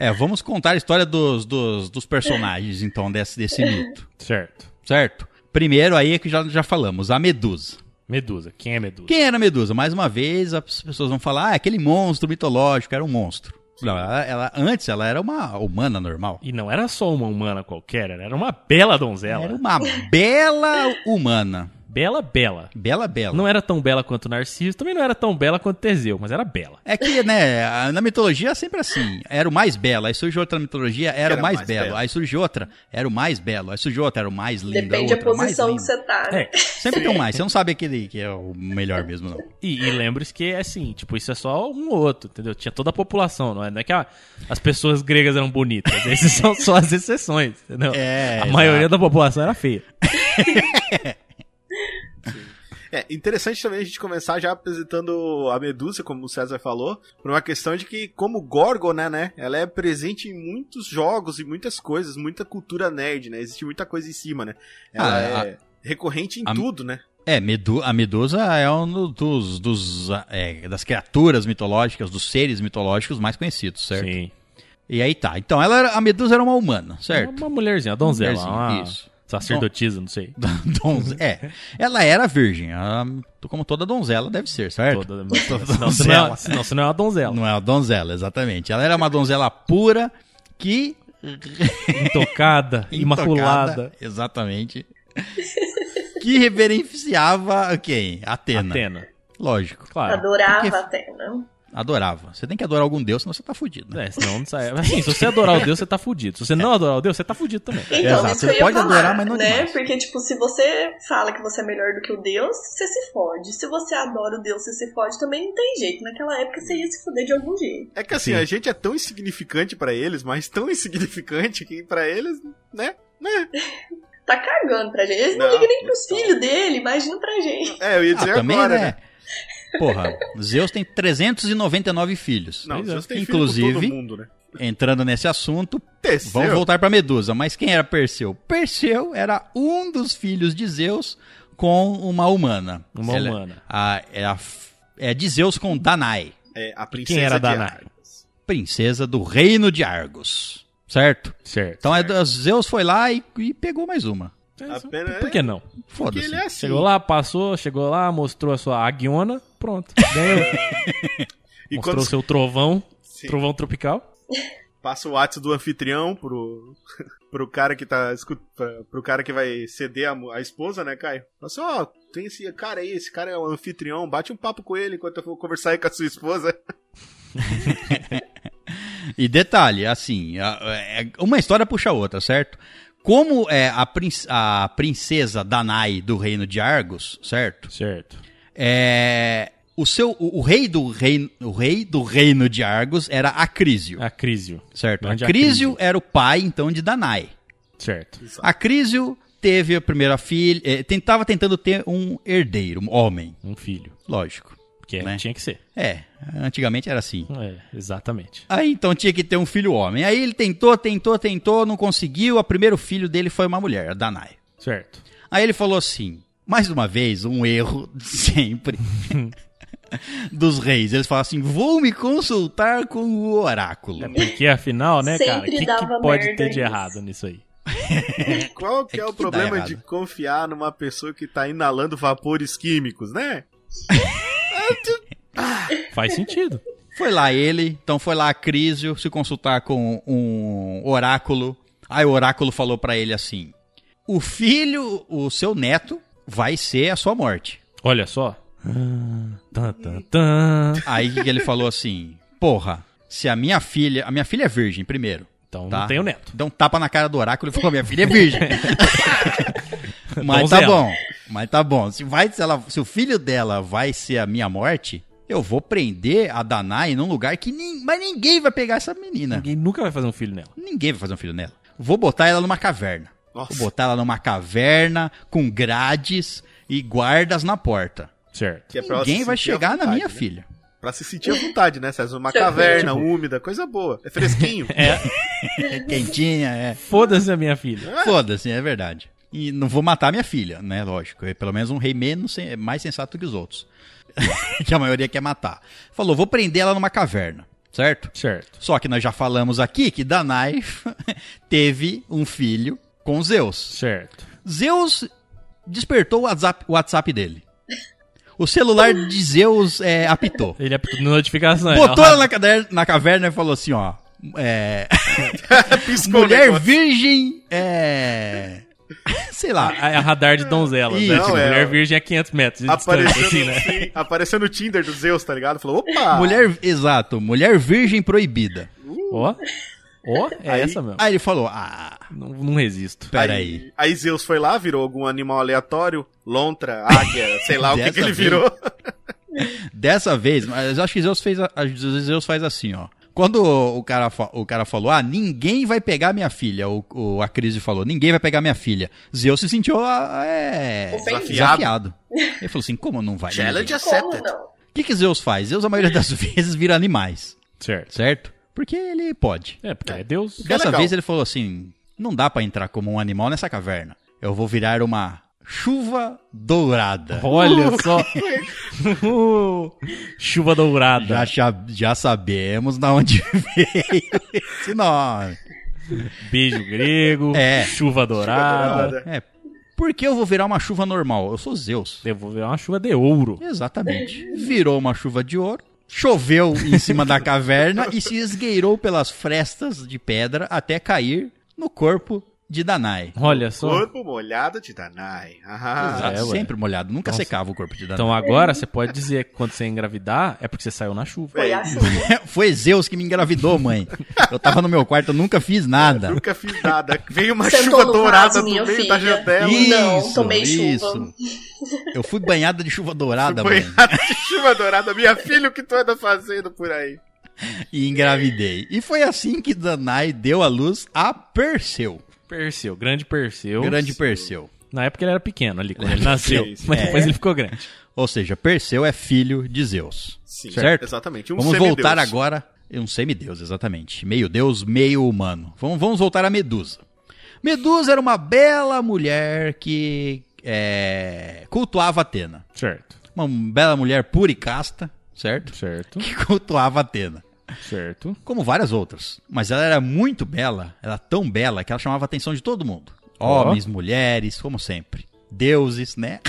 [SPEAKER 1] É, vamos contar a história dos, dos, dos personagens então desse desse mito,
[SPEAKER 2] Certo.
[SPEAKER 1] certo? Primeiro aí é que já já falamos a Medusa.
[SPEAKER 2] Medusa. Quem é Medusa?
[SPEAKER 1] Quem era a Medusa? Mais uma vez, as pessoas vão falar, ah, aquele monstro mitológico, era um monstro. Não, ela, ela- antes ela era uma humana normal.
[SPEAKER 2] E não era só uma humana qualquer, ela era uma bela donzela.
[SPEAKER 1] Era um uma bela humana.
[SPEAKER 2] Bela, bela.
[SPEAKER 1] Bela, bela.
[SPEAKER 2] Não é. era tão bela quanto Narciso, também não era tão bela quanto Teseu, mas era bela.
[SPEAKER 1] É que, né, a- na mitologia é sempre assim. Era o mais belo, aí surgiu outra mitologia, era, o mais, belo. Aí surgiu outra, era o mais belo. Aí surgiu outra, era o mais lindo.
[SPEAKER 3] Depende da
[SPEAKER 1] outra, mais
[SPEAKER 3] posição que
[SPEAKER 1] lindo.
[SPEAKER 3] você tá. né?
[SPEAKER 2] É,
[SPEAKER 1] Sempre tem um mais. Você não sabe aquele que é o melhor mesmo, não.
[SPEAKER 2] E, e lembre-se que é assim, tipo, isso é só um ou outro, entendeu? Tinha toda a população, não é? Não é que a- as pessoas gregas eram bonitas, esses são só as exceções, entendeu?
[SPEAKER 1] É,
[SPEAKER 2] a
[SPEAKER 1] exato.
[SPEAKER 2] maioria da população era feia.
[SPEAKER 4] É interessante também a gente começar já apresentando a Medusa, como o César falou, por uma questão de que, como Gorgona, né? Ela é presente em muitos jogos e muitas coisas, muita cultura nerd, né? Existe muita coisa em cima, né? Ela
[SPEAKER 1] Ah,
[SPEAKER 4] é recorrente em
[SPEAKER 1] a-
[SPEAKER 4] tudo, né?
[SPEAKER 1] É, medu a Medusa é um dos, dos ah, é, das criaturas mitológicas, dos seres mitológicos mais conhecidos, certo?
[SPEAKER 2] Sim.
[SPEAKER 1] E aí tá. Então, ela era, a Medusa era uma humana, certo?
[SPEAKER 2] Uma mulherzinha, uma donzela,
[SPEAKER 1] Mulherzinha,
[SPEAKER 2] uma
[SPEAKER 1] Isso.
[SPEAKER 2] sacerdotisa, não sei.
[SPEAKER 1] Donze- É. Ela era virgem, ah, como toda donzela deve ser, certo?
[SPEAKER 2] Toda,
[SPEAKER 1] Toda
[SPEAKER 2] senão, você não é,
[SPEAKER 1] donzela.
[SPEAKER 2] senão você não é uma donzela.
[SPEAKER 1] Não é uma donzela, exatamente. Ela era uma donzela pura que.
[SPEAKER 2] Intocada, imaculada.
[SPEAKER 1] intocada, Exatamente. que reverenciava quem? Atena.
[SPEAKER 2] Atena,
[SPEAKER 1] Lógico.
[SPEAKER 2] claro.
[SPEAKER 3] Adorava
[SPEAKER 1] Porque-
[SPEAKER 3] a Atena.
[SPEAKER 1] Adorava. Você tem que adorar algum deus, senão você tá fudido, né?
[SPEAKER 2] É, senão não sai. Assim, se você adorar o Deus, você tá
[SPEAKER 1] É.
[SPEAKER 2] fudido. Se você não adorar o Deus, você tá fudido também.
[SPEAKER 3] Então,
[SPEAKER 1] Exato,
[SPEAKER 3] isso que
[SPEAKER 1] você
[SPEAKER 3] eu ia
[SPEAKER 1] pode
[SPEAKER 3] falar,
[SPEAKER 1] adorar, mas não
[SPEAKER 3] né?
[SPEAKER 1] demais.
[SPEAKER 3] Porque, tipo, se você fala que você é melhor do que o Deus, você se fode. Se você adora o Deus, você se fode, também não tem jeito. Naquela época você ia se foder de algum jeito.
[SPEAKER 4] É que assim,
[SPEAKER 2] Sim.
[SPEAKER 4] a gente é tão insignificante pra eles, mas tão insignificante que pra eles, né? Né?
[SPEAKER 3] Tá cagando pra gente. Eles não,
[SPEAKER 4] Não,
[SPEAKER 3] ligam nem pros
[SPEAKER 4] então.
[SPEAKER 3] filhos dele, imagina pra gente.
[SPEAKER 4] É, eu ia dizer
[SPEAKER 1] ah, também,
[SPEAKER 4] agora,
[SPEAKER 1] né?
[SPEAKER 4] né?
[SPEAKER 1] Porra, Zeus tem 399 filhos.
[SPEAKER 4] Não,
[SPEAKER 2] Pois
[SPEAKER 4] Zeus
[SPEAKER 2] é.
[SPEAKER 4] tem filho com
[SPEAKER 1] Inclusive-
[SPEAKER 4] todo mundo, né?
[SPEAKER 1] Entrando nesse assunto,
[SPEAKER 4] Teseu,
[SPEAKER 1] Vamos voltar pra Medusa, mas quem era Perseu? Perseu era um dos filhos de Zeus com uma humana.
[SPEAKER 2] Uma
[SPEAKER 1] Ela-
[SPEAKER 2] humana.
[SPEAKER 1] a- é, a f- é de Zeus com Danai,
[SPEAKER 4] é, a
[SPEAKER 2] quem
[SPEAKER 4] princesa
[SPEAKER 2] era
[SPEAKER 4] de
[SPEAKER 2] Danae?
[SPEAKER 4] Argos.
[SPEAKER 1] princesa do reino de Argos, certo?
[SPEAKER 2] Certo.
[SPEAKER 1] Então é, da- Zeus foi lá e, e pegou mais uma.
[SPEAKER 4] Apenas-
[SPEAKER 2] É Por que não?
[SPEAKER 4] Porque
[SPEAKER 1] Foda-se.
[SPEAKER 4] ele é assim.
[SPEAKER 2] Chegou lá, passou, chegou lá, mostrou a sua aguiona, pronto. Ganhou.
[SPEAKER 4] e
[SPEAKER 2] mostrou
[SPEAKER 4] quando
[SPEAKER 2] seu trovão,
[SPEAKER 4] Sim.
[SPEAKER 2] trovão tropical.
[SPEAKER 4] passa o ato do anfitrião pro, pro cara que tá escu- pra- pro cara que vai ceder a, mu- a esposa, né, Caio? Fala assim, ó, tem esse cara aí, esse cara é um anfitrião, bate um papo com ele enquanto eu vou conversar aí com a sua esposa.
[SPEAKER 1] E detalhe, assim, a- é- uma história puxa a outra, certo? Como é a, prin- a princesa Danai do reino de Argos, certo?
[SPEAKER 2] Certo.
[SPEAKER 1] É, o seu o, o rei do reino, o rei do reino de Argos era Acrísio,
[SPEAKER 2] Acrísio.
[SPEAKER 1] certo?
[SPEAKER 2] É, grande
[SPEAKER 1] Acrísio,
[SPEAKER 2] Acrísio.
[SPEAKER 1] era o pai então de Danai.
[SPEAKER 2] Certo.
[SPEAKER 1] Acrísio teve a primeira filha, eh, tentava tentando ter um herdeiro, um homem,
[SPEAKER 2] Um filho.
[SPEAKER 1] lógico.
[SPEAKER 2] Porque
[SPEAKER 1] Né?
[SPEAKER 2] tinha que ser.
[SPEAKER 1] É, antigamente era assim.
[SPEAKER 2] É, exatamente.
[SPEAKER 1] Aí então tinha que ter um filho homem. Aí ele tentou, tentou, tentou, não conseguiu. O primeiro filho dele foi uma mulher, a Danai.
[SPEAKER 2] Certo.
[SPEAKER 1] Aí ele falou assim: mais uma vez, um erro sempre dos reis. Eles falam assim: vou me consultar com o oráculo.
[SPEAKER 2] Porque afinal, né, cara, o
[SPEAKER 3] Sempre
[SPEAKER 2] que,
[SPEAKER 3] dava
[SPEAKER 2] que pode
[SPEAKER 3] merda
[SPEAKER 2] ter de
[SPEAKER 3] nisso.
[SPEAKER 2] errado nisso aí?
[SPEAKER 4] Qual que é,
[SPEAKER 1] É
[SPEAKER 4] o
[SPEAKER 1] que dá
[SPEAKER 4] problema
[SPEAKER 1] errado.
[SPEAKER 4] de confiar numa pessoa que tá inalando vapores químicos, né?
[SPEAKER 2] Faz sentido.
[SPEAKER 1] Foi lá ele, então foi lá a Crisio se consultar com um oráculo. Aí o oráculo falou pra ele assim: o filho, o seu neto, vai ser a sua morte.
[SPEAKER 2] Olha só. Tan, tan, tan.
[SPEAKER 1] Aí o que que ele falou assim: porra, se a minha filha, a minha filha é virgem primeiro.
[SPEAKER 2] Então
[SPEAKER 1] Tá.
[SPEAKER 2] não tem o neto.
[SPEAKER 1] Deu um tapa na cara do oráculo e falou: Minha filha é virgem. mas tá
[SPEAKER 2] Donzela.
[SPEAKER 1] bom. Mas tá bom. Se, vai, se, ela, se o filho dela vai ser a minha morte, Eu vou prender a Danai num lugar que nin- mas ninguém vai pegar essa menina.
[SPEAKER 2] Ninguém nunca vai fazer um filho nela.
[SPEAKER 1] Ninguém vai fazer um filho nela. Vou botar ela numa caverna.
[SPEAKER 4] Nossa.
[SPEAKER 1] Vou botar ela numa caverna com grades e guardas na porta.
[SPEAKER 2] Certo.
[SPEAKER 4] Que é pra ela se
[SPEAKER 1] Ninguém vai
[SPEAKER 4] sentir à
[SPEAKER 1] chegar na
[SPEAKER 4] vontade,
[SPEAKER 1] minha
[SPEAKER 4] né?
[SPEAKER 1] filha. tipo-
[SPEAKER 4] Pra se sentir à vontade, né, César? Uma
[SPEAKER 3] Certo.
[SPEAKER 4] caverna úmida, coisa boa. É fresquinho.
[SPEAKER 1] É quentinha, é.
[SPEAKER 2] Foda-se a minha filha.
[SPEAKER 1] Foda-se, é verdade. E não vou matar minha filha, né? Lógico. É pelo menos um rei menos sen- mais sensato que os outros. que a maioria quer matar. Falou, vou prender ela numa caverna, certo?
[SPEAKER 2] Certo.
[SPEAKER 1] Só que nós já falamos aqui que Danai teve um filho com Zeus.
[SPEAKER 2] Certo.
[SPEAKER 1] Zeus despertou o WhatsApp, o WhatsApp dele. O celular de Zeus é, apitou.
[SPEAKER 2] Ele é notificação.
[SPEAKER 1] Botou ela na, cader- na caverna e falou assim, ó. É,
[SPEAKER 4] Piscou o
[SPEAKER 1] mulher
[SPEAKER 4] negócio.
[SPEAKER 1] virgem, é... Sei lá.
[SPEAKER 2] É a radar de donzela.
[SPEAKER 1] Isso,
[SPEAKER 2] né? Tipo,
[SPEAKER 4] é.
[SPEAKER 2] mulher virgem a 500 metros de
[SPEAKER 4] Apareceu,
[SPEAKER 2] distância, assim, né?
[SPEAKER 4] no, apareceu no Tinder do Zeus, tá ligado? Falou, opa!
[SPEAKER 1] Mulher, exato, mulher virgem proibida.
[SPEAKER 2] Ó, ó, é
[SPEAKER 4] Aí-
[SPEAKER 2] essa mesmo.
[SPEAKER 1] Aí ele falou, ah,
[SPEAKER 2] Não, não resisto.
[SPEAKER 1] peraí.
[SPEAKER 4] Aí, aí Zeus foi lá, virou algum animal aleatório, lontra, águia, sei lá o que,
[SPEAKER 1] Dessa
[SPEAKER 4] que ele
[SPEAKER 1] vez.
[SPEAKER 4] virou.
[SPEAKER 1] Dessa vez, mas eu acho que Zeus fez, a- a- Zeus faz assim, ó. Quando o cara, fa- o cara falou, ah, ninguém vai pegar minha filha, o, o- a crise falou, ninguém vai pegar minha filha. Zeus se sentiu ah, é,
[SPEAKER 3] Ofendido.
[SPEAKER 1] desafiado. Ele falou assim, como não vai? ninguém?"
[SPEAKER 3] Como não?
[SPEAKER 1] O que, que Zeus faz? Zeus, a maioria das vezes, vira animais,
[SPEAKER 2] Certo.
[SPEAKER 1] certo? Porque ele pode.
[SPEAKER 2] É, porque é Deus.
[SPEAKER 1] Dessa
[SPEAKER 4] legal.
[SPEAKER 1] vez ele falou assim: não dá pra entrar como um animal nessa caverna. Eu vou virar uma chuva dourada.
[SPEAKER 2] Olha só. Uh, Chuva dourada.
[SPEAKER 1] Já, cha- já sabemos da onde veio esse nome.
[SPEAKER 2] Beijo grego.
[SPEAKER 1] É.
[SPEAKER 2] Chuva
[SPEAKER 4] Tá
[SPEAKER 2] dourada.
[SPEAKER 4] Dourada.
[SPEAKER 1] É, por que eu vou virar uma chuva normal? Eu sou Zeus.
[SPEAKER 2] Eu vou ver uma chuva de ouro.
[SPEAKER 1] Exatamente. Virou uma chuva de ouro, choveu em cima da caverna e se esgueirou pelas frestas de pedra até cair no corpo de Danai.
[SPEAKER 2] Olha só.
[SPEAKER 4] Corpo molhado de Danai. Ah,
[SPEAKER 1] Exato,
[SPEAKER 2] é, ué.
[SPEAKER 1] sempre molhado, nunca
[SPEAKER 2] Nossa.
[SPEAKER 1] secava o corpo de Danai.
[SPEAKER 2] Então agora você pode dizer que quando você engravidar é porque você saiu na chuva.
[SPEAKER 3] Foi assim.
[SPEAKER 4] É.
[SPEAKER 3] a chuva.
[SPEAKER 1] Foi Zeus que me engravidou, mãe. Eu tava no meu quarto, eu nunca fiz nada.
[SPEAKER 4] Nunca fiz nada. Veio uma
[SPEAKER 3] Sentou
[SPEAKER 4] chuva
[SPEAKER 3] no
[SPEAKER 4] dourada
[SPEAKER 3] vaso,
[SPEAKER 4] no
[SPEAKER 3] minha
[SPEAKER 4] meio da
[SPEAKER 3] filha.
[SPEAKER 4] janela.
[SPEAKER 3] Ih, não, tomei chuva.
[SPEAKER 1] Eu fui banhada de chuva dourada,
[SPEAKER 4] Foi
[SPEAKER 1] mãe,
[SPEAKER 4] de chuva dourada. Minha filha, o que tu anda fazendo por aí?
[SPEAKER 1] e engravidei. E foi assim que Danai deu à luz a Perseu.
[SPEAKER 2] Perseu, grande Perseu.
[SPEAKER 1] Grande Perseu.
[SPEAKER 2] Na época ele era pequeno ali, quando ele nasceu.
[SPEAKER 4] Isso.
[SPEAKER 2] Mas
[SPEAKER 1] É.
[SPEAKER 2] depois ele ficou grande.
[SPEAKER 1] Ou seja, Perseu é filho de Zeus.
[SPEAKER 4] Sim,
[SPEAKER 1] Certo?
[SPEAKER 4] exatamente. Um
[SPEAKER 1] Vamos
[SPEAKER 4] semideus.
[SPEAKER 1] voltar agora. é Um semideus, exatamente. Meio deus, meio humano. Vamos, vamos voltar a Medusa. Medusa era uma bela mulher que é, cultuava Atena.
[SPEAKER 2] Certo.
[SPEAKER 1] uma bela mulher pura e casta, certo?
[SPEAKER 2] Certo.
[SPEAKER 1] Que cultuava Atena,
[SPEAKER 2] Certo.
[SPEAKER 1] como várias outras. Mas ela era muito bela, ela era tão bela que ela chamava a atenção de todo mundo.
[SPEAKER 2] Ó.
[SPEAKER 1] Homens, mulheres, como sempre. Deuses, né?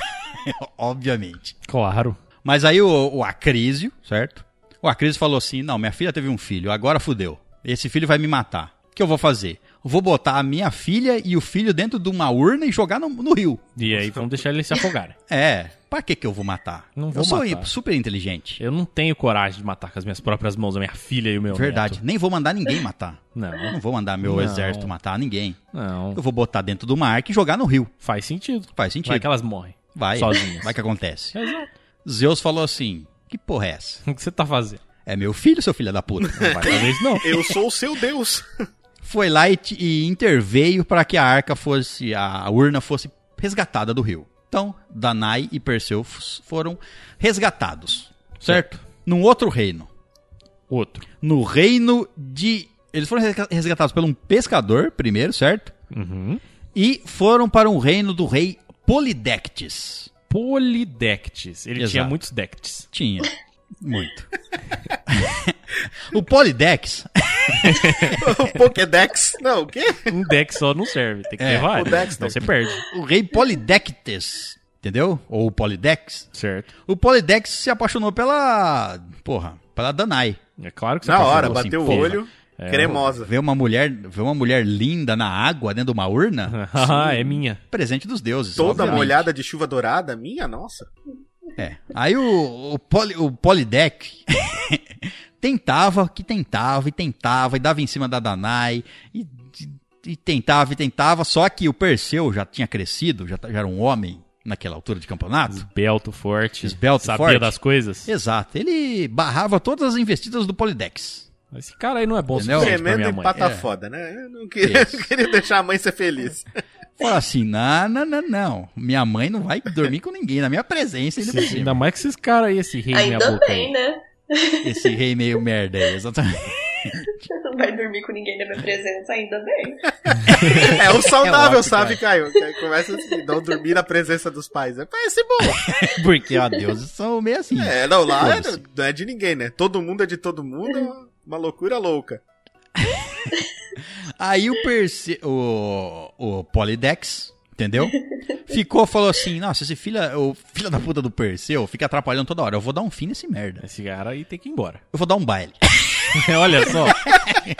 [SPEAKER 1] Obviamente.
[SPEAKER 2] Claro.
[SPEAKER 1] Mas aí o, o Acrísio, certo? O Acrísio falou assim: não, minha filha teve um filho, agora fudeu. Esse filho vai me matar. O que eu vou fazer? Eu vou botar a minha filha e o filho dentro de uma urna e jogar no- no rio.
[SPEAKER 2] E aí vamos deixar eles se afogarem.
[SPEAKER 1] É, pra que que eu vou matar?
[SPEAKER 2] Não
[SPEAKER 1] eu
[SPEAKER 2] vou
[SPEAKER 1] sou
[SPEAKER 2] matar.
[SPEAKER 1] super inteligente.
[SPEAKER 2] Eu não tenho coragem de matar com as minhas próprias mãos a minha filha e o meu
[SPEAKER 1] Verdade.
[SPEAKER 2] neto.
[SPEAKER 1] Nem vou mandar ninguém matar. Eu
[SPEAKER 2] Não,
[SPEAKER 1] não vou mandar meu
[SPEAKER 2] Não.
[SPEAKER 1] exército matar ninguém.
[SPEAKER 2] não.
[SPEAKER 1] Eu vou botar dentro do mar e jogar no rio.
[SPEAKER 2] Faz sentido.
[SPEAKER 1] Faz
[SPEAKER 2] Vai
[SPEAKER 1] sentido.
[SPEAKER 2] que elas morrem.
[SPEAKER 1] Vai,
[SPEAKER 2] sozinhas.
[SPEAKER 1] vai que acontece.
[SPEAKER 2] Exato.
[SPEAKER 1] Zeus falou assim: Que porra é essa?
[SPEAKER 2] O que você tá fazendo?
[SPEAKER 1] É meu filho, seu filho da puta.
[SPEAKER 2] Não vai fazer isso, não.
[SPEAKER 4] Eu sou o seu Deus.
[SPEAKER 1] Foi lá e, te- e interveio para que a arca fosse, a urna fosse resgatada do rio. Então, Danai e Perseu f- foram resgatados, certo? Num outro reino.
[SPEAKER 2] Outro.
[SPEAKER 1] No reino de. Eles foram resga- resgatados por um pescador, primeiro, certo?
[SPEAKER 2] Uhum.
[SPEAKER 1] e foram para um reino do rei Polidectes.
[SPEAKER 2] Polidectes. Ele
[SPEAKER 1] Exato.
[SPEAKER 2] tinha muitos dectes.
[SPEAKER 1] Tinha. Muito. o Polidex,
[SPEAKER 4] o Pokédex. Não, o quê?
[SPEAKER 2] Um deck só não serve. Tem que
[SPEAKER 1] É,
[SPEAKER 2] ter vários.
[SPEAKER 4] o Dexter.
[SPEAKER 2] Então você perde.
[SPEAKER 1] o rei Polidectes, entendeu? Ou o Polidex.
[SPEAKER 2] Certo.
[SPEAKER 1] O Polidex se apaixonou pela. Porra, pela Danai.
[SPEAKER 2] É claro que você
[SPEAKER 4] Na
[SPEAKER 2] passa
[SPEAKER 4] hora,
[SPEAKER 2] por
[SPEAKER 1] assim,
[SPEAKER 4] bateu o
[SPEAKER 1] porra.
[SPEAKER 4] olho.
[SPEAKER 2] É,
[SPEAKER 4] cremosa.
[SPEAKER 1] Ver uma mulher, ver uma mulher linda na água dentro de uma urna?
[SPEAKER 2] Ah, é minha.
[SPEAKER 1] Presente dos deuses.
[SPEAKER 4] Toda
[SPEAKER 1] obviamente.
[SPEAKER 4] molhada de chuva dourada, minha nossa.
[SPEAKER 1] É. Aí o, o, poli, o Polidec tentava, que tentava, e tentava, e dava em cima da Danai, e, e- e tentava, e tentava, só que o Perseu já tinha crescido, já, tá- já era um homem, naquela altura de campeonato.
[SPEAKER 2] Esbelto, forte.
[SPEAKER 1] Esbelto,
[SPEAKER 2] sabia
[SPEAKER 1] forte.
[SPEAKER 2] das coisas.
[SPEAKER 1] Exato. Ele barrava todas as investidas do Polidex.
[SPEAKER 2] Esse cara aí não é bom
[SPEAKER 1] Entendeu?
[SPEAKER 2] suficiente pra
[SPEAKER 4] Tremendo
[SPEAKER 2] minha
[SPEAKER 4] e
[SPEAKER 2] mãe.
[SPEAKER 4] pata
[SPEAKER 1] É.
[SPEAKER 4] foda, né? Eu não queria,
[SPEAKER 1] Isso.
[SPEAKER 4] não queria deixar a mãe ser feliz.
[SPEAKER 1] Fala assim, não, não, não, não. Minha mãe não vai dormir com ninguém, na minha presença, ainda por
[SPEAKER 2] Esse-
[SPEAKER 1] cima.
[SPEAKER 2] ainda mais que esses caras aí, esse rei minha
[SPEAKER 3] Ainda
[SPEAKER 2] boca
[SPEAKER 3] bem,
[SPEAKER 2] aí.
[SPEAKER 3] né?
[SPEAKER 1] Esse rei meio merda aí, exatamente.
[SPEAKER 3] Não vai dormir com ninguém na minha presença, ainda bem.
[SPEAKER 4] É o saudável,
[SPEAKER 1] É óbvio,
[SPEAKER 4] sabe, Caio? Que Começa assim, não dormir na presença dos pais. É, parece bom.
[SPEAKER 1] Porque, ó, deuses são meio assim.
[SPEAKER 4] É, não, lá é-
[SPEAKER 1] Foda-se.
[SPEAKER 4] não é de ninguém, né? Todo mundo é de todo mundo, é uma- uma loucura louca.
[SPEAKER 1] Aí o Perse... o, o Polidex, entendeu? Ficou, falou assim, nossa, esse filha, o filho da puta do Perseu fica atrapalhando toda hora. Eu vou dar um fim nesse merda.
[SPEAKER 2] Esse cara aí tem que ir embora.
[SPEAKER 1] Eu vou dar um baile.
[SPEAKER 2] Olha só.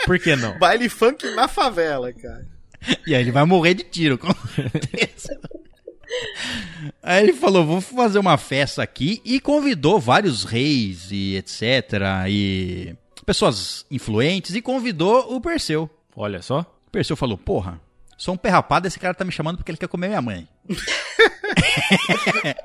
[SPEAKER 2] Por que não?
[SPEAKER 4] Baile funk na favela, cara.
[SPEAKER 1] E aí ele vai morrer de tiro, com certeza. Aí ele falou, vou fazer uma festa aqui e convidou vários reis e etc. E pessoas influentes e convidou o Perseu.
[SPEAKER 2] Olha só.
[SPEAKER 1] O Perseu falou, porra, sou um perrapado, esse cara tá me chamando porque ele quer comer minha mãe.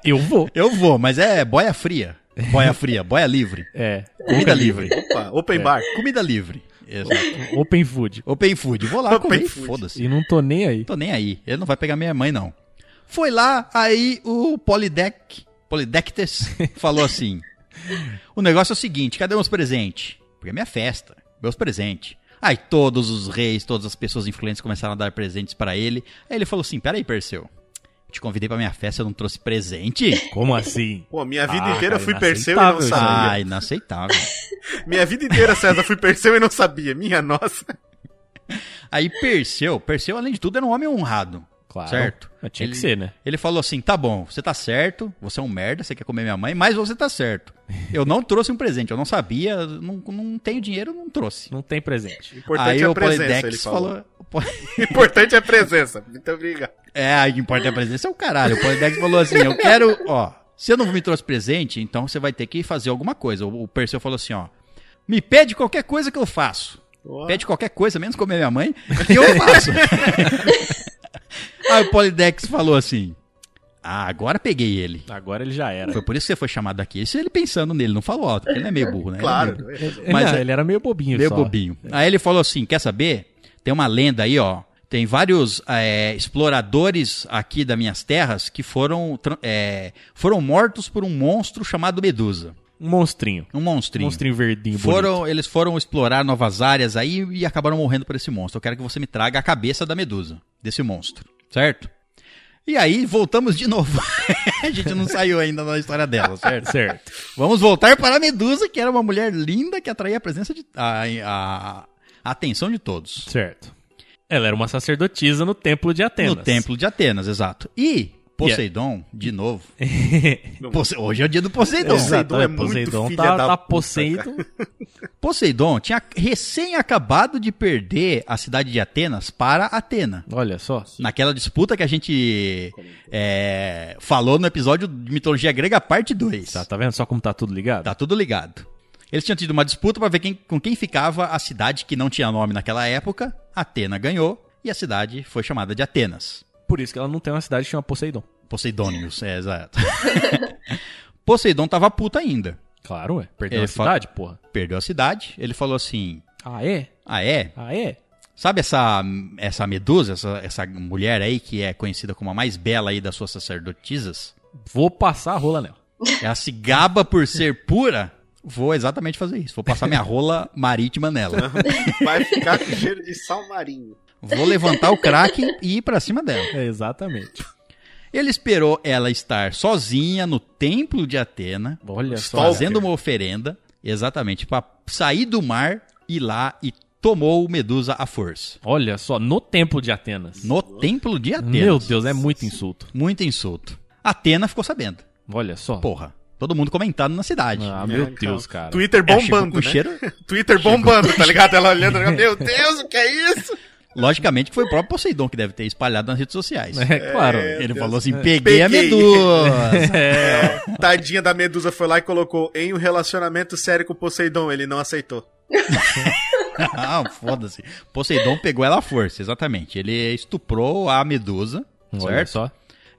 [SPEAKER 2] Eu vou.
[SPEAKER 1] Eu vou, mas é boia fria. Boia fria, boia livre.
[SPEAKER 2] É.
[SPEAKER 1] Comida livre.
[SPEAKER 4] Opa, open bar.
[SPEAKER 1] Comida livre. Exato.
[SPEAKER 2] Open food.
[SPEAKER 1] Open food. Vou lá
[SPEAKER 4] Open
[SPEAKER 1] comer,
[SPEAKER 4] food.
[SPEAKER 1] foda-se.
[SPEAKER 2] E não tô nem aí.
[SPEAKER 1] Tô nem aí. Ele não vai pegar minha mãe, não. Foi lá, aí o Polidec, Polidectes falou assim: O negócio é o seguinte, cadê meus presentes? Porque é minha festa, meus presentes. Aí todos os reis, todas as pessoas influentes começaram a dar presentes pra ele. Aí ele falou assim: Peraí, Perseu, te convidei pra minha festa, eu não trouxe presente?
[SPEAKER 2] Como assim?
[SPEAKER 4] Pô, minha vida
[SPEAKER 2] Ah,
[SPEAKER 4] inteira
[SPEAKER 2] cara,
[SPEAKER 4] fui Perseu e não
[SPEAKER 2] inaceitável isso
[SPEAKER 4] sabia.
[SPEAKER 1] Ah, inaceitável.
[SPEAKER 4] Minha vida inteira, César, fui Perseu e não sabia. Minha nossa.
[SPEAKER 1] Aí Perseu, Perseu, além de tudo, era um homem honrado.
[SPEAKER 2] Claro.
[SPEAKER 1] Certo.
[SPEAKER 2] Mas tinha
[SPEAKER 1] Ele-
[SPEAKER 2] que ser, né?
[SPEAKER 1] Ele falou assim: tá bom, você tá certo, você é um merda, você quer comer minha mãe, mas você tá certo. Eu não trouxe um presente, eu não sabia, não, não tenho dinheiro, não trouxe.
[SPEAKER 2] Não tem presente.
[SPEAKER 4] Importante
[SPEAKER 1] Aí
[SPEAKER 4] é a
[SPEAKER 1] o
[SPEAKER 4] presença, ele
[SPEAKER 1] Polidex
[SPEAKER 4] falou.
[SPEAKER 1] falou. o Po-
[SPEAKER 4] Importante é a presença. Muito obrigado.
[SPEAKER 1] É, aí que importa é a presença é o caralho. O Polidex falou assim: eu quero, ó, se eu não me trouxe presente, então você vai ter que fazer alguma coisa. O o Perseu falou assim: ó, me pede qualquer coisa que eu faço. Pede qualquer coisa, menos comer minha mãe, que eu faço. Aí o Polidex falou assim: Ah, agora peguei ele.
[SPEAKER 2] Agora ele já era.
[SPEAKER 1] Foi por isso que você foi chamado aqui. Isso ele pensando nele, não falou alto, porque ele é meio burro, né? Ele é
[SPEAKER 4] Claro.
[SPEAKER 1] meio- Mas
[SPEAKER 2] Mas
[SPEAKER 1] é-
[SPEAKER 2] ele era meio bobinho
[SPEAKER 1] meio
[SPEAKER 2] só.
[SPEAKER 1] bobinho. Aí ele falou assim: Quer saber? Tem uma lenda aí, ó. Tem vários é, exploradores aqui das minhas terras que foram, tra- é, foram mortos por um monstro chamado Medusa.
[SPEAKER 2] Um monstrinho.
[SPEAKER 1] Um monstrinho.
[SPEAKER 2] Monstrinho verdinho bonito.
[SPEAKER 1] Foram, eles foram explorar novas áreas aí e acabaram morrendo por esse monstro. Eu quero que você me traga a cabeça da medusa, desse monstro, certo? E aí voltamos de novo. a gente não saiu ainda na história dela, certo?
[SPEAKER 2] Certo.
[SPEAKER 1] Vamos voltar para a medusa, que era uma mulher linda que atraía a presença de a, a- a atenção de todos.
[SPEAKER 2] Certo. Ela era uma sacerdotisa no templo de Atenas. é-
[SPEAKER 1] No templo de Atenas, exato. E Poseidon, de novo. Posse- Hoje é o dia do Poseidon.
[SPEAKER 4] Poseidon
[SPEAKER 2] Exato,
[SPEAKER 4] é
[SPEAKER 2] é,
[SPEAKER 4] muito
[SPEAKER 2] Poseidon
[SPEAKER 4] filha
[SPEAKER 2] tá,
[SPEAKER 4] da
[SPEAKER 2] tá
[SPEAKER 4] puta,
[SPEAKER 2] Poseidon.
[SPEAKER 1] Poseidon tinha recém acabado de perder a cidade de Atenas para Atena.
[SPEAKER 2] Olha só.
[SPEAKER 1] Naquela disputa que a gente é, falou no episódio de Mitologia Grega, parte 2.
[SPEAKER 2] Tá, tá vendo só como tá tudo ligado?
[SPEAKER 1] Tá tudo ligado. Eles tinham tido uma disputa pra ver quem- com quem ficava a cidade que não tinha nome naquela época. Atena ganhou e a cidade foi chamada de Atenas.
[SPEAKER 2] Por isso que ela não tem uma cidade que chama Poseidon.
[SPEAKER 1] Poseidônios, é exato. Poseidon tava puto ainda.
[SPEAKER 2] Claro, é. Perdeu
[SPEAKER 1] Ele
[SPEAKER 2] a
[SPEAKER 1] fala-
[SPEAKER 2] cidade, porra.
[SPEAKER 1] Perdeu a cidade, ele falou assim:
[SPEAKER 2] Ah, é?
[SPEAKER 1] Ah, é?
[SPEAKER 2] Ah, é?
[SPEAKER 1] Sabe essa, essa medusa, essa, essa mulher aí que é conhecida como a mais bela aí das suas sacerdotisas?
[SPEAKER 2] Vou passar a rola nela.
[SPEAKER 1] Ela se gaba por ser pura? Vou exatamente fazer isso. Vou passar minha rola marítima nela.
[SPEAKER 4] Vai ficar com cheiro de sal marinho.
[SPEAKER 1] Vou levantar o Kraken e ir pra cima dela.
[SPEAKER 2] É, exatamente.
[SPEAKER 1] Ele esperou ela estar sozinha no templo de Atena,
[SPEAKER 2] Olha só. né?
[SPEAKER 4] Stalker.
[SPEAKER 1] fazendo uma oferenda, exatamente, pra sair do mar, ir lá e tomou Medusa à força.
[SPEAKER 2] Olha só, no templo de Atenas.
[SPEAKER 1] No templo de Atena.
[SPEAKER 2] Meu Deus, é muito insulto.
[SPEAKER 1] Muito insulto. Atena ficou sabendo.
[SPEAKER 2] Olha só.
[SPEAKER 1] Porra, todo mundo comentando na cidade.
[SPEAKER 2] ah,
[SPEAKER 4] É,
[SPEAKER 2] meu
[SPEAKER 4] então,
[SPEAKER 2] Deus, cara.
[SPEAKER 4] Twitter
[SPEAKER 1] É, chegou
[SPEAKER 4] bombando,
[SPEAKER 1] com
[SPEAKER 4] né?
[SPEAKER 1] cheiro
[SPEAKER 4] Twitter bombando, tá ligado? Ela olhando, meu Deus, o que é isso?
[SPEAKER 1] Logicamente que foi o próprio Poseidon que deve ter espalhado nas redes sociais.
[SPEAKER 2] É claro.
[SPEAKER 1] Ele
[SPEAKER 4] Deus.
[SPEAKER 1] falou
[SPEAKER 2] É.
[SPEAKER 1] assim: peguei, a
[SPEAKER 4] Peguei.
[SPEAKER 1] medusa.
[SPEAKER 4] É, tadinha da Medusa foi lá e colocou em um relacionamento sério com o Poseidon. Ele não aceitou.
[SPEAKER 1] ah, foda-se. Poseidon pegou ela à força, exatamente. Ele estuprou a medusa,
[SPEAKER 2] Olha
[SPEAKER 1] certo?
[SPEAKER 2] só.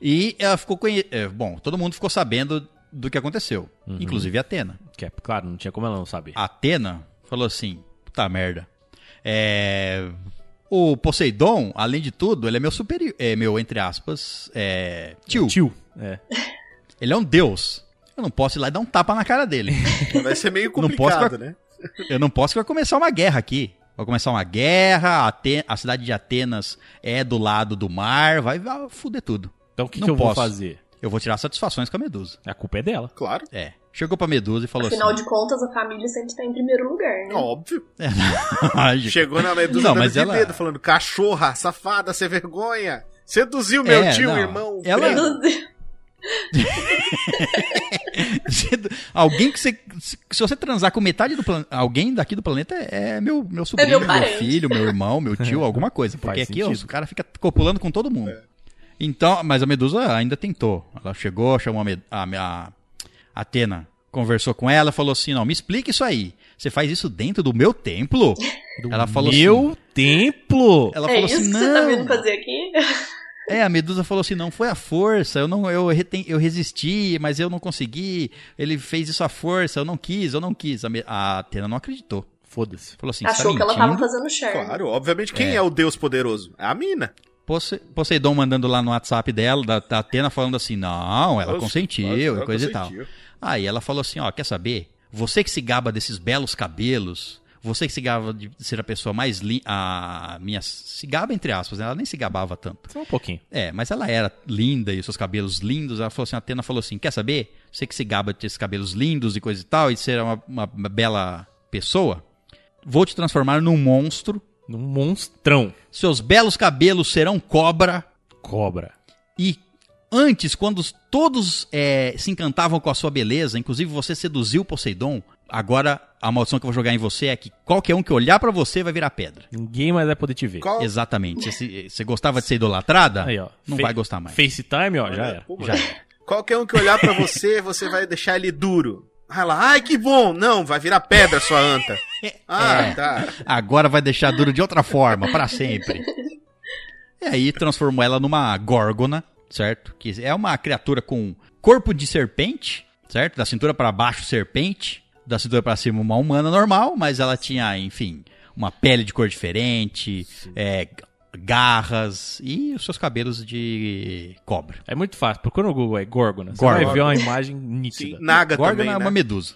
[SPEAKER 1] E ela ficou conhe... é, Bom, todo mundo ficou sabendo do que aconteceu. Inclusive a Atena.
[SPEAKER 2] Que é, claro, não tinha como ela não saber.
[SPEAKER 1] A Atena falou assim: puta merda. É. O Poseidon, além de tudo, ele é meu superior. É meu, entre aspas, é. Tio.
[SPEAKER 2] Tio. É.
[SPEAKER 1] Ele é um deus. Eu não posso ir lá e dar um tapa na cara dele.
[SPEAKER 4] Vai ser meio
[SPEAKER 1] Não posso
[SPEAKER 4] complicado,
[SPEAKER 1] pra-
[SPEAKER 4] né?
[SPEAKER 1] Eu não posso que vai começar uma guerra aqui. Vai começar uma guerra, a, Aten- a cidade de Atenas é do lado do mar, vai, vai fuder tudo.
[SPEAKER 2] Então o que,
[SPEAKER 1] Não
[SPEAKER 2] que eu vou
[SPEAKER 1] posso.
[SPEAKER 2] fazer?
[SPEAKER 1] Eu vou tirar satisfações com a Medusa.
[SPEAKER 2] A culpa é dela.
[SPEAKER 4] Claro.
[SPEAKER 1] É. Chegou pra Medusa e falou
[SPEAKER 3] Afinal
[SPEAKER 1] assim.
[SPEAKER 3] de contas, a família sempre tá em primeiro lugar, né?
[SPEAKER 4] É Óbvio.
[SPEAKER 1] "Lógico."
[SPEAKER 4] Chegou na medusa
[SPEAKER 1] Não,
[SPEAKER 4] dando
[SPEAKER 1] mas
[SPEAKER 4] de
[SPEAKER 1] ela-
[SPEAKER 4] dedo, falando, cachorra, safada, sem vergonha. Seduziu meu
[SPEAKER 1] É,
[SPEAKER 4] tio,
[SPEAKER 1] não.
[SPEAKER 4] irmão.
[SPEAKER 1] Ela-
[SPEAKER 4] primo."
[SPEAKER 3] Meu Deus.
[SPEAKER 1] alguém que você. Se se você transar com metade do planeta. Alguém daqui do planeta é é meu, meu sobrinho,
[SPEAKER 3] meu
[SPEAKER 1] meu,
[SPEAKER 3] parente.
[SPEAKER 1] filho, meu irmão, meu tio, alguma coisa. Porque
[SPEAKER 2] Faz
[SPEAKER 1] aqui ó,
[SPEAKER 2] sentido. É.
[SPEAKER 1] o cara fica copulando com todo mundo. Então, mas a Medusa ainda tentou. Ela chegou, chamou a, Med- a, a Atena, conversou com ela, falou assim: não, me explica isso aí. Você faz isso dentro do meu templo?
[SPEAKER 2] Do
[SPEAKER 1] Ela falou assim.
[SPEAKER 2] Meu templo!
[SPEAKER 1] Ela
[SPEAKER 3] É
[SPEAKER 1] falou
[SPEAKER 3] isso
[SPEAKER 1] assim:
[SPEAKER 3] que
[SPEAKER 1] não.
[SPEAKER 3] você tá vindo fazer aqui?
[SPEAKER 1] É, a Medusa falou assim: não foi a força, eu não, eu, reten- eu resisti, mas eu não consegui. Ele fez isso à força, eu não quis, eu não quis. A, Me- a Atena não acreditou.
[SPEAKER 2] Foda-se.
[SPEAKER 1] Falou assim: você
[SPEAKER 3] Achou que
[SPEAKER 1] tá
[SPEAKER 3] ela
[SPEAKER 1] mentindo?
[SPEAKER 3] tava fazendo charme.
[SPEAKER 4] Claro, obviamente, quem é.
[SPEAKER 1] É.
[SPEAKER 4] o deus poderoso? É a mina.
[SPEAKER 1] Posse- Poseidon mandando lá no WhatsApp dela, da, da Atena, falando assim: não, ela
[SPEAKER 4] Nossa, nossa,
[SPEAKER 1] consentiu
[SPEAKER 4] ela
[SPEAKER 1] e coisa e
[SPEAKER 4] consentiu.
[SPEAKER 1] tal. Aí ela falou assim: ó, quer saber? Você que se gaba desses belos cabelos, você que se gaba de ser a pessoa mais linda. A minha. Se gaba, entre aspas, né? ela nem se gabava tanto.
[SPEAKER 2] Só um pouquinho.
[SPEAKER 1] É, mas ela era linda e os seus cabelos lindos. Ela falou assim, a Atena falou assim, quer saber? Você que se gaba de ter esses cabelos lindos e coisa e tal, e ser uma, uma bela pessoa, vou te transformar num monstro.
[SPEAKER 2] Num Um monstrão.
[SPEAKER 1] Seus belos cabelos serão cobra.
[SPEAKER 2] Cobra.
[SPEAKER 1] E antes, quando os- todos é, se encantavam com a sua beleza, inclusive você seduziu Poseidon, agora a maldição que eu vou jogar em você é que qualquer um que olhar pra você vai virar pedra.
[SPEAKER 2] Ninguém mais vai poder te ver.
[SPEAKER 4] Qual-
[SPEAKER 1] Exatamente. Você- Você gostava de ser idolatrada?
[SPEAKER 2] Aí, ó.
[SPEAKER 1] Não
[SPEAKER 2] Fe-
[SPEAKER 1] vai gostar mais. é,
[SPEAKER 2] FaceTime, ó, já era.
[SPEAKER 4] Pô, mano,
[SPEAKER 1] Já era.
[SPEAKER 4] Qualquer um que olhar pra você, você vai deixar ele duro. Aí lá, ai que bom! Não, vai virar pedra, sua anta. Ah,
[SPEAKER 1] É.
[SPEAKER 4] tá.
[SPEAKER 1] Agora vai deixar duro de outra forma, pra sempre. E aí transformou ela numa górgona, certo? Que é uma criatura com corpo de serpente, certo? Da cintura pra baixo, serpente. Da cintura pra cima, uma humana normal, mas ela tinha, enfim, uma pele de cor diferente, é, garras e os seus cabelos de cobra.
[SPEAKER 2] É muito fácil. Procura no Google aí, Górgona. Você
[SPEAKER 1] Górgona.
[SPEAKER 2] vai ver uma imagem
[SPEAKER 4] Sim,
[SPEAKER 2] nítida.
[SPEAKER 4] Naga
[SPEAKER 1] Górgona
[SPEAKER 4] também,
[SPEAKER 1] é uma
[SPEAKER 4] né?
[SPEAKER 1] medusa.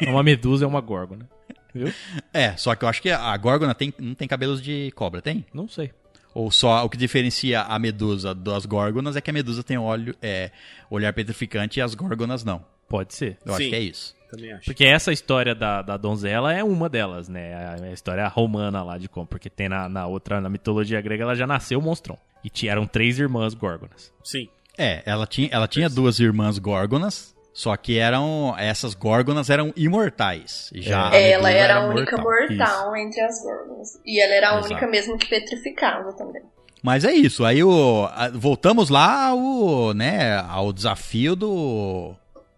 [SPEAKER 2] É. Uma medusa é uma Górgona. Viu?
[SPEAKER 1] É, só que eu acho que a górgona tem, não tem cabelos de cobra, tem?
[SPEAKER 2] Não sei.
[SPEAKER 1] Ou só o que diferencia a medusa das górgonas é que a medusa tem olho, é, olhar petrificante e as górgonas não.
[SPEAKER 2] Pode ser.
[SPEAKER 1] Eu acho
[SPEAKER 4] Sim.
[SPEAKER 1] que é isso.
[SPEAKER 4] Também acho.
[SPEAKER 2] Porque essa história da, da donzela é uma delas, né? A, a história romana lá de como. Porque tem na, na outra, na mitologia grega, ela já nasceu monstrão. E tinha- eram três irmãs górgonas.
[SPEAKER 4] Sim.
[SPEAKER 1] É, ela tinha, ela tinha duas irmãs górgonas, só que eram essas górgonas eram imortais. Já a
[SPEAKER 2] É,
[SPEAKER 1] medusa
[SPEAKER 3] ela era a única
[SPEAKER 1] mortal.
[SPEAKER 2] mortal.
[SPEAKER 3] mortal, entre as Gorgons. E ela era a
[SPEAKER 1] Exato.
[SPEAKER 3] única mesmo que petrificava também.
[SPEAKER 1] Mas é isso. Aí o, a- voltamos lá ao, né, ao desafio do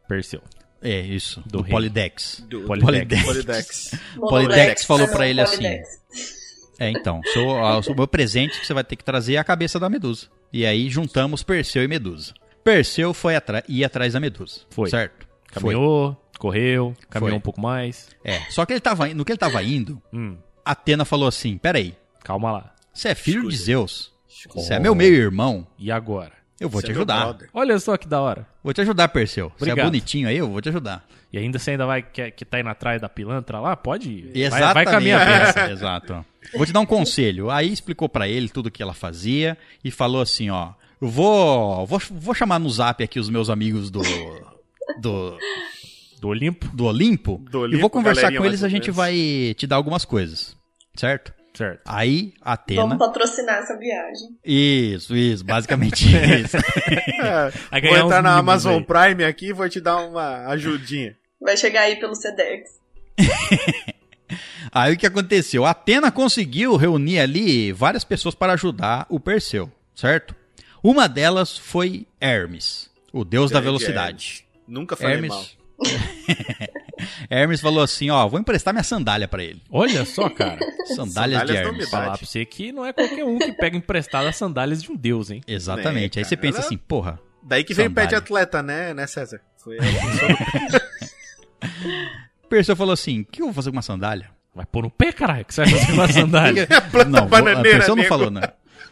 [SPEAKER 2] Perseu.
[SPEAKER 1] é isso,
[SPEAKER 2] Do
[SPEAKER 1] do,
[SPEAKER 2] rei.
[SPEAKER 1] Polidex.
[SPEAKER 4] Do-
[SPEAKER 2] Polidex.
[SPEAKER 4] Polidex.
[SPEAKER 1] Polidex falou pra ele assim,
[SPEAKER 3] Ah, Polidex.
[SPEAKER 1] É, então, seu- a- o meu presente que você vai ter que trazer é a cabeça da Medusa. E aí juntamos Perseu e Medusa. Perseu foi atra ia atrás da Medusa.
[SPEAKER 2] Foi.
[SPEAKER 1] Certo?
[SPEAKER 2] Caminhou, correu, caminhou
[SPEAKER 1] Foi.
[SPEAKER 2] um pouco mais.
[SPEAKER 1] Foi. É. Só que ele tava, in- no que ele tava indo,
[SPEAKER 2] Hum,
[SPEAKER 1] Atena falou assim: peraí,
[SPEAKER 2] calma lá.
[SPEAKER 1] você é filho de
[SPEAKER 4] Escuta.
[SPEAKER 1] Zeus. Você é
[SPEAKER 2] Oh.
[SPEAKER 1] meu meio-irmão.
[SPEAKER 2] E agora?
[SPEAKER 1] Eu vou
[SPEAKER 4] Você
[SPEAKER 1] te
[SPEAKER 4] é meu
[SPEAKER 1] ajudar.
[SPEAKER 4] brother.
[SPEAKER 2] Olha só que da hora.
[SPEAKER 1] Vou te ajudar, Perseu. Você é
[SPEAKER 2] Obrigado.
[SPEAKER 1] bonitinho aí, eu vou te ajudar.
[SPEAKER 2] E ainda você ainda vai que, que tá indo atrás da pilantra lá? Pode ir. Vai,
[SPEAKER 1] Exatamente.
[SPEAKER 2] vai com a minha peça.
[SPEAKER 1] Exato. Vou te dar um conselho. Aí explicou pra ele tudo o que ela fazia e falou assim, ó, eu vou, vou, vou chamar no zap aqui os meus amigos do do
[SPEAKER 2] Do Olimpo?
[SPEAKER 1] do Olimpo,
[SPEAKER 4] Do
[SPEAKER 1] e
[SPEAKER 4] Olimpo,
[SPEAKER 1] vou conversar
[SPEAKER 4] galerinha
[SPEAKER 1] com eles,
[SPEAKER 4] mais
[SPEAKER 1] a
[SPEAKER 4] ou
[SPEAKER 1] gente
[SPEAKER 4] menos.
[SPEAKER 1] vai te dar algumas coisas, certo?
[SPEAKER 2] Certo.
[SPEAKER 1] Aí,
[SPEAKER 3] Vamos
[SPEAKER 1] Atena.
[SPEAKER 3] patrocinar essa viagem.
[SPEAKER 1] Isso, isso, basicamente isso.
[SPEAKER 4] É,
[SPEAKER 2] Vai
[SPEAKER 4] vou
[SPEAKER 2] ganhar uns
[SPEAKER 4] entrar na
[SPEAKER 2] mimos
[SPEAKER 4] Amazon
[SPEAKER 2] aí.
[SPEAKER 4] Prime aqui e vou te dar uma ajudinha.
[SPEAKER 3] Vai chegar aí pelo Sedex.
[SPEAKER 1] Aí o que aconteceu? A Atena conseguiu reunir ali várias pessoas para ajudar o Perseu, certo? Uma delas foi Hermes, o deus da
[SPEAKER 4] Grande
[SPEAKER 1] velocidade.
[SPEAKER 4] Hermes. Nunca falei é mal.
[SPEAKER 1] Hermes. Hermes falou assim, ó, vou emprestar minha sandália pra ele.
[SPEAKER 2] Olha só, cara.
[SPEAKER 1] Sandálias,
[SPEAKER 4] Sandálias
[SPEAKER 1] de
[SPEAKER 4] não
[SPEAKER 1] Hermes.
[SPEAKER 4] me dá.
[SPEAKER 2] Falar pra você que não é qualquer um que pega emprestado as sandálias de um deus, hein?
[SPEAKER 1] Exatamente.
[SPEAKER 4] É,
[SPEAKER 1] Aí você
[SPEAKER 4] cara.
[SPEAKER 1] pensa assim, porra,
[SPEAKER 4] Daí que vem o pé de
[SPEAKER 1] Sandália.
[SPEAKER 4] atleta, né, né, César? Foi
[SPEAKER 1] Perseu falou assim, o que eu vou fazer com uma sandália?
[SPEAKER 2] Vai pôr no pé, caralho, que você vai fazer com a sandália.
[SPEAKER 4] a planta
[SPEAKER 1] não, vou- a
[SPEAKER 4] bananeira,
[SPEAKER 1] pessoa não
[SPEAKER 4] nego.
[SPEAKER 1] falou, né?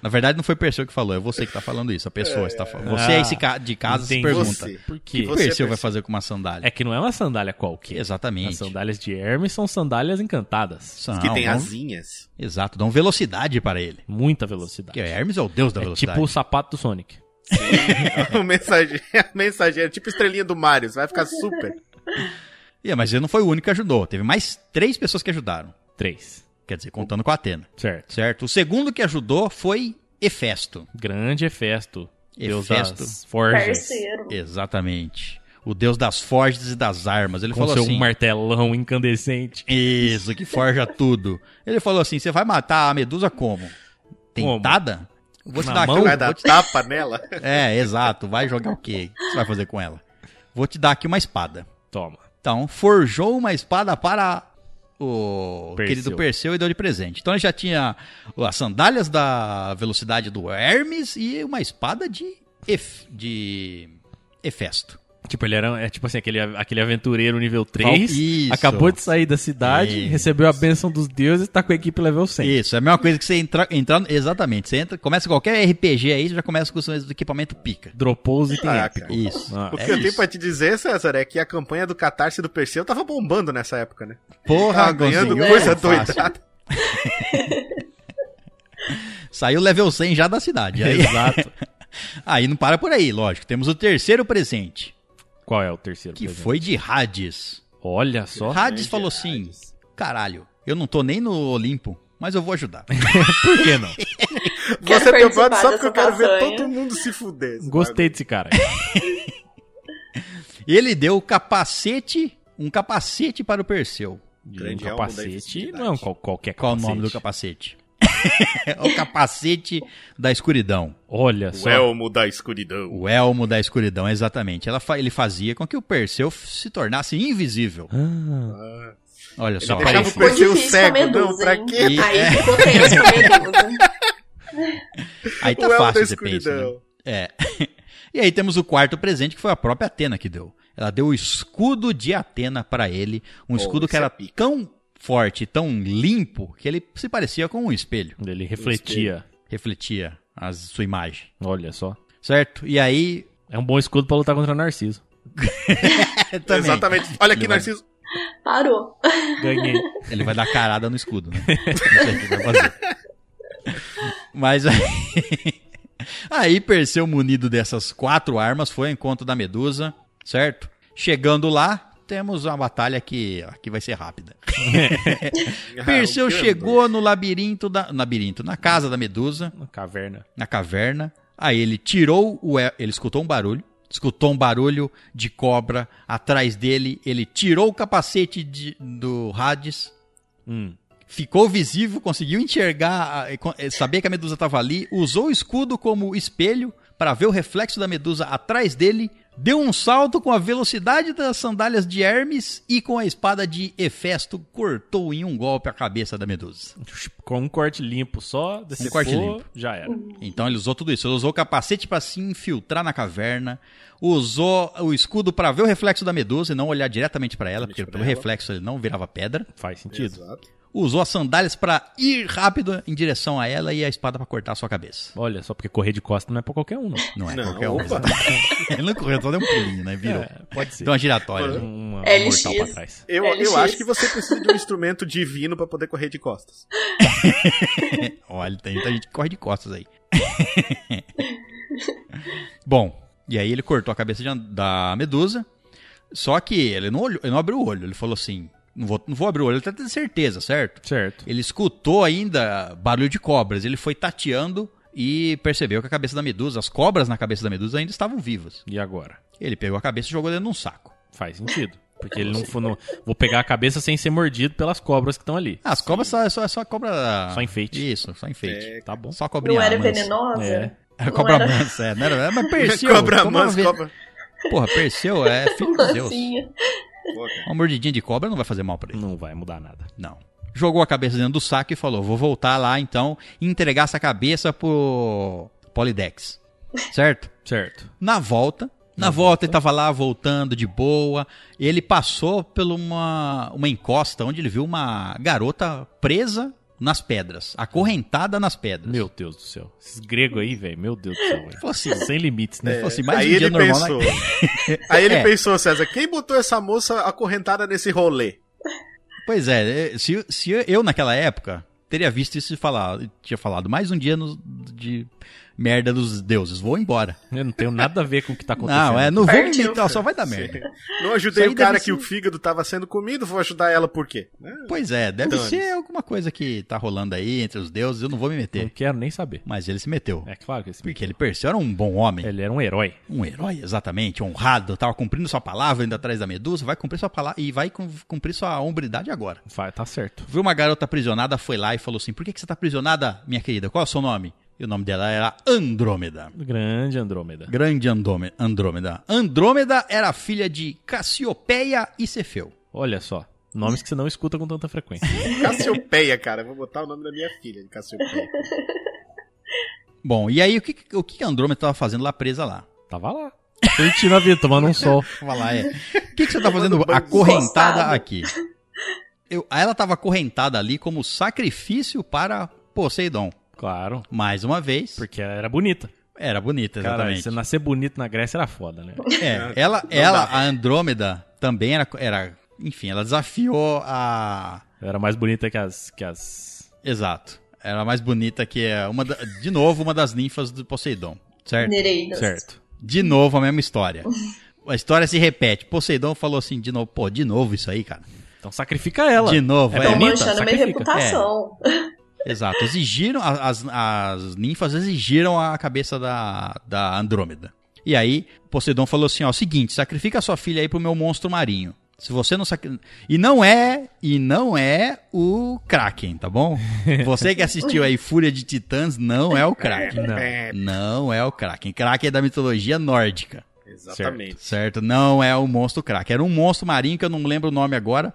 [SPEAKER 1] Na verdade, não foi a pessoa que falou, é você que tá falando isso. A pessoa está falando. Você é esse ca- de casa se
[SPEAKER 2] Entendi.
[SPEAKER 1] pergunta.
[SPEAKER 4] Você.
[SPEAKER 2] Por
[SPEAKER 1] O que
[SPEAKER 2] quê?
[SPEAKER 1] o
[SPEAKER 4] Você, é
[SPEAKER 1] Perseu vai
[SPEAKER 4] Perseu.
[SPEAKER 1] fazer com uma sandália?
[SPEAKER 2] É que não é uma sandália qualquer. As
[SPEAKER 1] Exatamente.
[SPEAKER 2] sandálias de Hermes são sandálias encantadas.
[SPEAKER 1] São-
[SPEAKER 4] Que tem
[SPEAKER 1] dão-
[SPEAKER 4] asinhas.
[SPEAKER 1] Exato, dão velocidade para ele.
[SPEAKER 2] Muita
[SPEAKER 1] Porque
[SPEAKER 2] velocidade.
[SPEAKER 1] Hermes é o deus da
[SPEAKER 2] É
[SPEAKER 1] velocidade.
[SPEAKER 2] tipo o sapato do Sonic.
[SPEAKER 4] o mensageiro, mensageiro, tipo estrelinha do Mario, você vai ficar super.
[SPEAKER 1] É, mas ele não foi o único que ajudou. Teve mais três pessoas que ajudaram.
[SPEAKER 2] Três.
[SPEAKER 1] Quer dizer, contando com a Atena.
[SPEAKER 2] Certo.
[SPEAKER 1] Certo? O segundo que ajudou foi Hefesto.
[SPEAKER 2] Grande Hefesto. Deus
[SPEAKER 1] Hefesto.
[SPEAKER 2] das forjas.
[SPEAKER 3] Parceiro.
[SPEAKER 1] Exatamente. O deus das forjas e das armas. Ele
[SPEAKER 2] Com
[SPEAKER 1] falou
[SPEAKER 2] seu
[SPEAKER 1] assim.
[SPEAKER 2] martelão incandescente.
[SPEAKER 1] Isso, que forja tudo. Ele falou assim: você vai matar a medusa como?
[SPEAKER 2] Como?
[SPEAKER 1] Tentada? Vou te
[SPEAKER 2] Na
[SPEAKER 1] dar
[SPEAKER 2] mão?
[SPEAKER 1] aqui.
[SPEAKER 4] Vai
[SPEAKER 1] um-
[SPEAKER 4] dar
[SPEAKER 1] vou te-
[SPEAKER 4] tapa nela.
[SPEAKER 1] É, exato. Vai jogar o quê? O que você vai fazer com ela? Vou te dar aqui uma espada.
[SPEAKER 2] Toma.
[SPEAKER 1] Então, forjou uma espada para o
[SPEAKER 2] Perseu.
[SPEAKER 1] querido Perseu e deu de presente. Então, ele já tinha as sandálias da velocidade do Hermes e uma espada de, Ef- de Hefesto.
[SPEAKER 2] Tipo, ele era é tipo assim, aquele, aquele aventureiro nível 3.
[SPEAKER 1] Então, Isso.
[SPEAKER 2] Acabou de sair da cidade,
[SPEAKER 1] Isso.
[SPEAKER 2] recebeu a bênção dos deuses e tá com a equipe level 100.
[SPEAKER 1] Isso, é a mesma coisa que você entrar. Entrar, exatamente, você entra, começa qualquer RPG aí, você já começa com o seu equipamento pica.
[SPEAKER 2] Dropou os itens
[SPEAKER 4] Ah,
[SPEAKER 2] épicos.
[SPEAKER 4] cara.
[SPEAKER 1] Isso.
[SPEAKER 2] Ah,
[SPEAKER 4] O
[SPEAKER 1] é
[SPEAKER 4] que eu tenho
[SPEAKER 1] isso.
[SPEAKER 4] pra te dizer, César, é que a campanha do Catarse do Perseu tava bombando nessa época, né?
[SPEAKER 1] Porra,
[SPEAKER 4] Tava ganhando
[SPEAKER 1] conseguiu,
[SPEAKER 4] coisa
[SPEAKER 1] fácil.
[SPEAKER 4] doidada.
[SPEAKER 1] Saiu level 100 já da cidade. Aí,
[SPEAKER 2] Exato.
[SPEAKER 1] aí não para por aí, lógico. Temos o terceiro presente,
[SPEAKER 2] Qual é o terceiro?
[SPEAKER 1] que
[SPEAKER 2] presente?
[SPEAKER 1] foi de Hades.
[SPEAKER 2] Olha só.
[SPEAKER 1] Hades falou assim: caralho, eu não tô nem no Olimpo, mas eu vou ajudar.
[SPEAKER 2] Por que não?
[SPEAKER 3] Quero
[SPEAKER 4] Você tem
[SPEAKER 3] participar
[SPEAKER 4] voto só porque eu
[SPEAKER 3] dessa
[SPEAKER 4] quero ver
[SPEAKER 3] façanha.
[SPEAKER 4] todo mundo se fuder.
[SPEAKER 2] Gostei desse cara.
[SPEAKER 1] Ele deu o capacete, um capacete para o Perseu.
[SPEAKER 2] Um
[SPEAKER 4] Grande alma da
[SPEAKER 2] capacete.
[SPEAKER 4] efetividade.
[SPEAKER 2] Não é um qual- qualquer
[SPEAKER 1] Qual o
[SPEAKER 2] capacete.
[SPEAKER 1] nome do capacete? o capacete da escuridão.
[SPEAKER 2] Olha
[SPEAKER 4] O
[SPEAKER 2] só.
[SPEAKER 4] elmo da escuridão.
[SPEAKER 1] O elmo da escuridão, exatamente. Ela fa- ele fazia com que o Perseu f- se tornasse invisível.
[SPEAKER 2] Ah,
[SPEAKER 4] Ah,
[SPEAKER 1] Olha
[SPEAKER 4] Ele
[SPEAKER 1] só.
[SPEAKER 4] deixava
[SPEAKER 1] isso.
[SPEAKER 4] o Perseu
[SPEAKER 3] Ficou difícil
[SPEAKER 4] cego,
[SPEAKER 3] com a medusa,
[SPEAKER 4] não, pra
[SPEAKER 3] hein?
[SPEAKER 4] quê?
[SPEAKER 1] É.
[SPEAKER 3] Aí ficou tenso né, com a medusa.
[SPEAKER 1] Aí
[SPEAKER 4] o
[SPEAKER 1] tá
[SPEAKER 4] elmo
[SPEAKER 1] fácil,
[SPEAKER 4] da
[SPEAKER 1] você pensa. né?
[SPEAKER 4] escuridão.
[SPEAKER 1] É. e aí temos o quarto presente, que foi a própria Atena que deu. Ela deu o escudo de Atena pra ele. Um
[SPEAKER 4] Oh,
[SPEAKER 1] escudo que
[SPEAKER 4] esse
[SPEAKER 1] era
[SPEAKER 4] é pica.
[SPEAKER 1] tão forte, tão limpo, que ele se parecia com um espelho.
[SPEAKER 2] ele refletia.
[SPEAKER 1] Refletia a sua imagem.
[SPEAKER 2] Olha só.
[SPEAKER 1] Certo? E aí.
[SPEAKER 2] É um bom escudo pra lutar contra Narciso.
[SPEAKER 1] também,
[SPEAKER 4] Exatamente. Olha aqui,
[SPEAKER 1] Ele vai-
[SPEAKER 4] Narciso.
[SPEAKER 3] Parou.
[SPEAKER 2] Ganhei.
[SPEAKER 1] Ele vai dar carada no escudo, né? Não sei o que ele vai fazer. Mas aí. Aí Perseu, munido dessas quatro armas, foi ao encontro da Medusa, certo? Chegando lá, temos uma batalha que aqui vai ser rápida.
[SPEAKER 4] Ah,
[SPEAKER 1] Perseu
[SPEAKER 4] o grande.
[SPEAKER 1] chegou no labirinto da. Labirinto, na casa da Medusa,
[SPEAKER 2] Uma caverna.
[SPEAKER 1] na caverna. Aí ele tirou o. e- Ele escutou um barulho. Escutou um barulho de cobra atrás dele. Ele tirou o capacete de- do Hades.
[SPEAKER 2] Hum.
[SPEAKER 1] Ficou visível, conseguiu enxergar, a- co- eh, saber que a medusa estava ali, usou o escudo como espelho para ver o reflexo da medusa atrás dele, deu um salto com a velocidade das sandálias de Hermes e com a espada de Hefesto cortou em um golpe a cabeça da medusa.
[SPEAKER 2] Com um corte limpo só, decepou,
[SPEAKER 1] Um corte limpo.
[SPEAKER 2] já era.
[SPEAKER 1] Então ele usou tudo isso, ele usou o capacete para se infiltrar na caverna, usou o escudo para ver o reflexo da medusa e não olhar diretamente para ela, porque
[SPEAKER 4] Diretamente pra
[SPEAKER 1] pelo
[SPEAKER 4] ela.
[SPEAKER 1] reflexo ele não virava pedra.
[SPEAKER 2] Faz sentido.
[SPEAKER 4] Exato.
[SPEAKER 1] Usou as sandálias para ir rápido em direção a ela e a espada para cortar a sua cabeça.
[SPEAKER 2] Olha, só porque correr de costa não é pra qualquer um, não.
[SPEAKER 1] Não é
[SPEAKER 4] Não,
[SPEAKER 1] qualquer um.
[SPEAKER 4] opa.
[SPEAKER 1] exatamente. Ele não correu, só deu um pulinho, né? Virou.
[SPEAKER 2] É, pode ser.
[SPEAKER 1] Deu uma giratória. né?
[SPEAKER 2] Um- um
[SPEAKER 3] LX.
[SPEAKER 2] mortal pra trás.
[SPEAKER 4] Eu,
[SPEAKER 3] LX.
[SPEAKER 4] eu acho que você precisa de um instrumento divino pra poder correr de costas.
[SPEAKER 1] Olha, tem muita gente que corre de costas aí. Bom, e aí ele cortou a cabeça de an- da medusa. Só que ele não, olhou, ele não abriu o olho. Ele falou assim: não vou, não vou abrir o olho até ter certeza, certo?
[SPEAKER 2] Certo.
[SPEAKER 1] Ele escutou ainda barulho de cobras. Ele foi tateando e percebeu que a cabeça da medusa, as cobras na cabeça da medusa ainda estavam vivas.
[SPEAKER 2] E agora?
[SPEAKER 1] Ele pegou a cabeça e jogou dentro de um saco.
[SPEAKER 2] Faz sentido. Porque ele não, foi- não. Vou pegar a cabeça sem ser mordido pelas cobras que estão ali.
[SPEAKER 1] Ah, as cobras só, só, só cobra.
[SPEAKER 2] Só enfeite.
[SPEAKER 1] Isso, só enfeite.
[SPEAKER 2] Tá bom.
[SPEAKER 1] Só cobrinha.
[SPEAKER 3] Não era
[SPEAKER 1] mansa.
[SPEAKER 3] venenosa?
[SPEAKER 2] É.
[SPEAKER 1] Era cobra
[SPEAKER 3] Não era-
[SPEAKER 1] mansa, é. Não era, mas Perseu.
[SPEAKER 4] cobra
[SPEAKER 1] como uma
[SPEAKER 4] mansa,
[SPEAKER 1] ve-
[SPEAKER 4] cobra.
[SPEAKER 1] Porra, Perseu é filho de Deus.
[SPEAKER 3] Mansinha.
[SPEAKER 4] Pô, cara.
[SPEAKER 1] Uma mordidinha de cobra não vai fazer mal pra ele.
[SPEAKER 2] Não vai mudar nada.
[SPEAKER 1] Não. Jogou a cabeça dentro do saco e falou: vou voltar lá então e entregar essa cabeça pro Polidex. Certo?
[SPEAKER 2] Certo.
[SPEAKER 1] Na volta. Na,
[SPEAKER 2] Na
[SPEAKER 1] volta ele tava lá voltando de boa. Ele passou por uma, uma encosta onde ele viu uma garota presa nas pedras, acorrentada nas pedras.
[SPEAKER 2] Meu Deus do céu. Esses gregos aí, velho. Meu Deus do céu, velho.
[SPEAKER 1] Falou assim,
[SPEAKER 2] Sem limites, né?
[SPEAKER 1] Ele falou assim, mais
[SPEAKER 4] Aí
[SPEAKER 1] um dia
[SPEAKER 4] ele
[SPEAKER 1] normal.
[SPEAKER 4] pensou.
[SPEAKER 1] né?
[SPEAKER 4] Aí ele
[SPEAKER 1] É.
[SPEAKER 4] pensou, César, quem botou essa moça acorrentada nesse rolê?
[SPEAKER 1] Pois é, se, se eu naquela época teria visto isso e falar, tinha falado mais um dia nos- de merda dos deuses, vou embora.
[SPEAKER 2] Eu não tenho nada a ver com o que tá acontecendo.
[SPEAKER 1] Não, é, não vou me
[SPEAKER 3] Partiu.
[SPEAKER 1] imitar, só vai dar merda.
[SPEAKER 4] Não ajudei
[SPEAKER 1] Isso aí
[SPEAKER 4] o cara
[SPEAKER 1] deve
[SPEAKER 4] que o fígado tava sendo comido, vou ajudar ela por quê? Né?
[SPEAKER 1] Pois é, deve
[SPEAKER 4] Dane-se.
[SPEAKER 1] ser alguma coisa que tá rolando aí entre os deuses, eu não vou me
[SPEAKER 2] Não
[SPEAKER 1] meter.
[SPEAKER 2] quero nem saber.
[SPEAKER 1] Mas ele se meteu.
[SPEAKER 2] É claro que esse
[SPEAKER 1] Porque ele Perseu era um bom homem,
[SPEAKER 2] Ele era um herói.
[SPEAKER 1] um herói, exatamente, honrado, tava cumprindo sua palavra, indo atrás da medusa, vai cumprir sua palavra e vai cum- cumprir sua hombridade agora.
[SPEAKER 2] Fa- Tá certo.
[SPEAKER 1] Viu uma garota aprisionada, foi lá e falou assim: Por que, que você tá aprisionada, minha querida? Qual é o seu nome? E o nome dela era Andrômeda.
[SPEAKER 2] Grande Andrômeda.
[SPEAKER 1] Grande Andôme- Andrômeda. Andrômeda era filha de Cassiopeia e Cefeu.
[SPEAKER 2] Olha só. Nomes que você não escuta com tanta frequência.
[SPEAKER 4] Cassiopeia, cara. Vou botar o nome da minha filha de Cassiopeia.
[SPEAKER 1] Bom, e aí o que, o que que Andrômeda tava fazendo lá presa lá?
[SPEAKER 2] Tava lá. Curtindo a vida, tomando um sol.
[SPEAKER 1] Vou falar, é. O que, que você tá fazendo
[SPEAKER 4] Tomando banho
[SPEAKER 1] acorrentada
[SPEAKER 3] desgostado.
[SPEAKER 1] aqui? Eu, aí ela tava acorrentada ali como sacrifício para Poseidon.
[SPEAKER 2] Claro.
[SPEAKER 1] Mais uma vez,
[SPEAKER 2] Porque ela era bonita.
[SPEAKER 1] era bonita,
[SPEAKER 2] Cara,
[SPEAKER 1] exatamente.
[SPEAKER 2] você nascer bonito na Grécia era foda, né?
[SPEAKER 1] É, ela, ela a Andrômeda, também era, era. Enfim, ela desafiou a.
[SPEAKER 2] Era mais bonita que as. Que as...
[SPEAKER 1] Exato. Era mais bonita que é uma. da- de novo, uma das ninfas do Poseidon, certo?
[SPEAKER 3] Nereidas.
[SPEAKER 2] Certo.
[SPEAKER 1] De novo, a mesma história. A história se repete. Poseidon falou assim de novo. Pô, de novo isso aí, cara.
[SPEAKER 2] Então sacrifica ela.
[SPEAKER 1] De novo,
[SPEAKER 2] É
[SPEAKER 3] Estão
[SPEAKER 1] é.
[SPEAKER 2] bonita,
[SPEAKER 3] manchando minha
[SPEAKER 2] sacrifica.
[SPEAKER 3] reputação.
[SPEAKER 1] Exato. Exigiram, a- as, as ninfas exigiram a cabeça da, da Andrômeda. E aí, Poseidon falou assim: ó, seguinte, sacrifica sua filha aí pro meu monstro marinho. Se você não sacri... E não é, e não é o Kraken, tá bom? Você que assistiu aí Fúria de Titãs, não é o Kraken.
[SPEAKER 2] Não.
[SPEAKER 4] É,
[SPEAKER 1] Não é o Kraken. Kraken é da mitologia nórdica.
[SPEAKER 4] exatamente.
[SPEAKER 1] Certo? Não é o monstro crack. Era um monstro marinho que eu não me lembro o nome agora.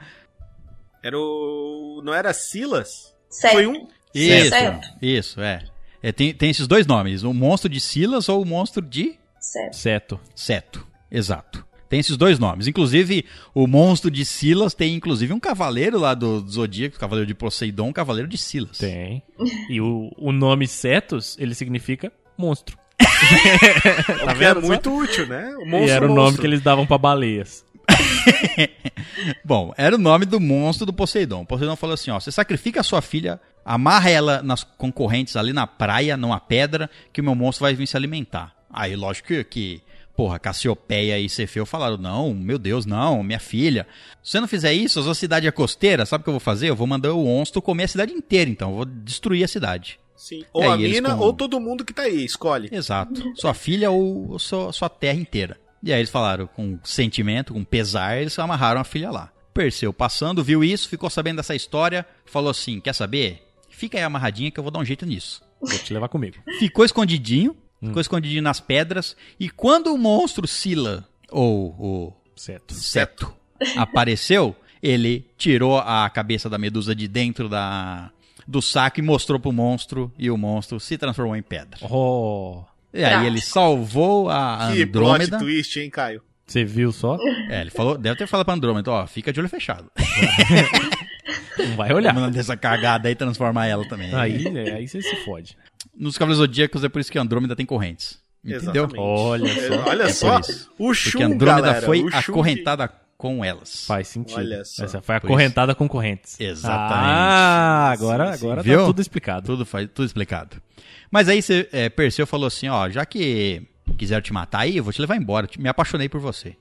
[SPEAKER 4] Era o. Não era Silas?
[SPEAKER 1] É.
[SPEAKER 3] Certo.
[SPEAKER 4] Foi um.
[SPEAKER 1] Isso.
[SPEAKER 3] Certo.
[SPEAKER 1] Isso, é. É, tem, tem esses dois nomes: o monstro de Silas ou o monstro de
[SPEAKER 3] certo.
[SPEAKER 2] Certo.
[SPEAKER 1] Seto. Exato. Tem esses dois nomes. Inclusive, o monstro de Silas tem, inclusive, um cavaleiro lá do Zodíaco, cavaleiro de Poseidon, um cavaleiro de Silas.
[SPEAKER 2] Tem. E o, o nome Cetus, ele significa monstro.
[SPEAKER 4] Tá
[SPEAKER 2] vendo
[SPEAKER 4] É muito útil, né? O monstro.
[SPEAKER 2] e era o nome
[SPEAKER 4] monstro.
[SPEAKER 2] que eles davam pra baleias.
[SPEAKER 1] Bom, era o nome do monstro do Poseidon. O Poseidon falou assim: ó, você sacrifica a sua filha, amarra ela nas concorrentes ali na praia, numa pedra, que o meu monstro vai vir se alimentar. Aí, lógico que, que porra, Cassiopeia e Cefeu falaram: não, meu Deus, não, minha filha. Se você não fizer isso, a sua cidade é costeira, sabe o que eu vou fazer? Eu vou mandar o monstro comer a cidade inteira, então, eu vou destruir a cidade.
[SPEAKER 4] Sim. Ou
[SPEAKER 1] É,
[SPEAKER 4] a
[SPEAKER 1] e eles
[SPEAKER 4] mina,
[SPEAKER 1] com-
[SPEAKER 4] ou todo mundo que tá aí, escolhe.
[SPEAKER 1] Exato. Sua filha ou sua, sua terra inteira. E aí eles falaram com sentimento, com pesar, eles amarraram a filha lá. Perseu passando, viu isso, ficou sabendo dessa história, falou assim: quer saber? Fica aí amarradinha que eu vou dar um jeito nisso.
[SPEAKER 2] Vou te levar comigo.
[SPEAKER 1] Ficou escondidinho,
[SPEAKER 2] Hum.
[SPEAKER 1] ficou escondidinho nas pedras, e quando o monstro Sila, ou o
[SPEAKER 2] Ceto.
[SPEAKER 1] Seto, apareceu, ele tirou a cabeça da medusa de dentro da, do saco e mostrou pro monstro, e o monstro se transformou em pedra.
[SPEAKER 2] Oh,
[SPEAKER 1] E aí
[SPEAKER 3] Prático.
[SPEAKER 1] ele salvou a
[SPEAKER 4] Que plot
[SPEAKER 1] Andrômeda.
[SPEAKER 4] twist, hein, Caio?
[SPEAKER 2] você viu só?
[SPEAKER 1] É, ele falou, deve ter falado pra Andrômeda, ó, fica de olho fechado.
[SPEAKER 2] Não vai É olhar.
[SPEAKER 1] Mandando essa cagada aí transformar ela também.
[SPEAKER 2] Aí, é, aí você se fode.
[SPEAKER 1] Nos Cavaleiros Zodíacos é por isso que Andrômeda tem correntes. Entendeu?
[SPEAKER 4] Exatamente.
[SPEAKER 2] Olha só.
[SPEAKER 4] Olha
[SPEAKER 1] É
[SPEAKER 4] só.
[SPEAKER 1] por isso.
[SPEAKER 4] O
[SPEAKER 1] Porque
[SPEAKER 4] Shun,
[SPEAKER 1] Andrômeda
[SPEAKER 4] galera.
[SPEAKER 1] foi
[SPEAKER 4] o Shun
[SPEAKER 1] acorrentada com elas.
[SPEAKER 2] Faz sentido.
[SPEAKER 4] Olha só.
[SPEAKER 2] Essa foi a
[SPEAKER 1] Por
[SPEAKER 2] correntada com correntes.
[SPEAKER 1] Exatamente.
[SPEAKER 2] Ah, agora, agora
[SPEAKER 1] Viu?
[SPEAKER 2] tá tudo explicado.
[SPEAKER 1] Tudo, faz, tudo explicado. Mas aí cê, é, Perseu falou assim, ó, já que quiseram te matar aí, eu vou te levar embora. Te- Me apaixonei por você.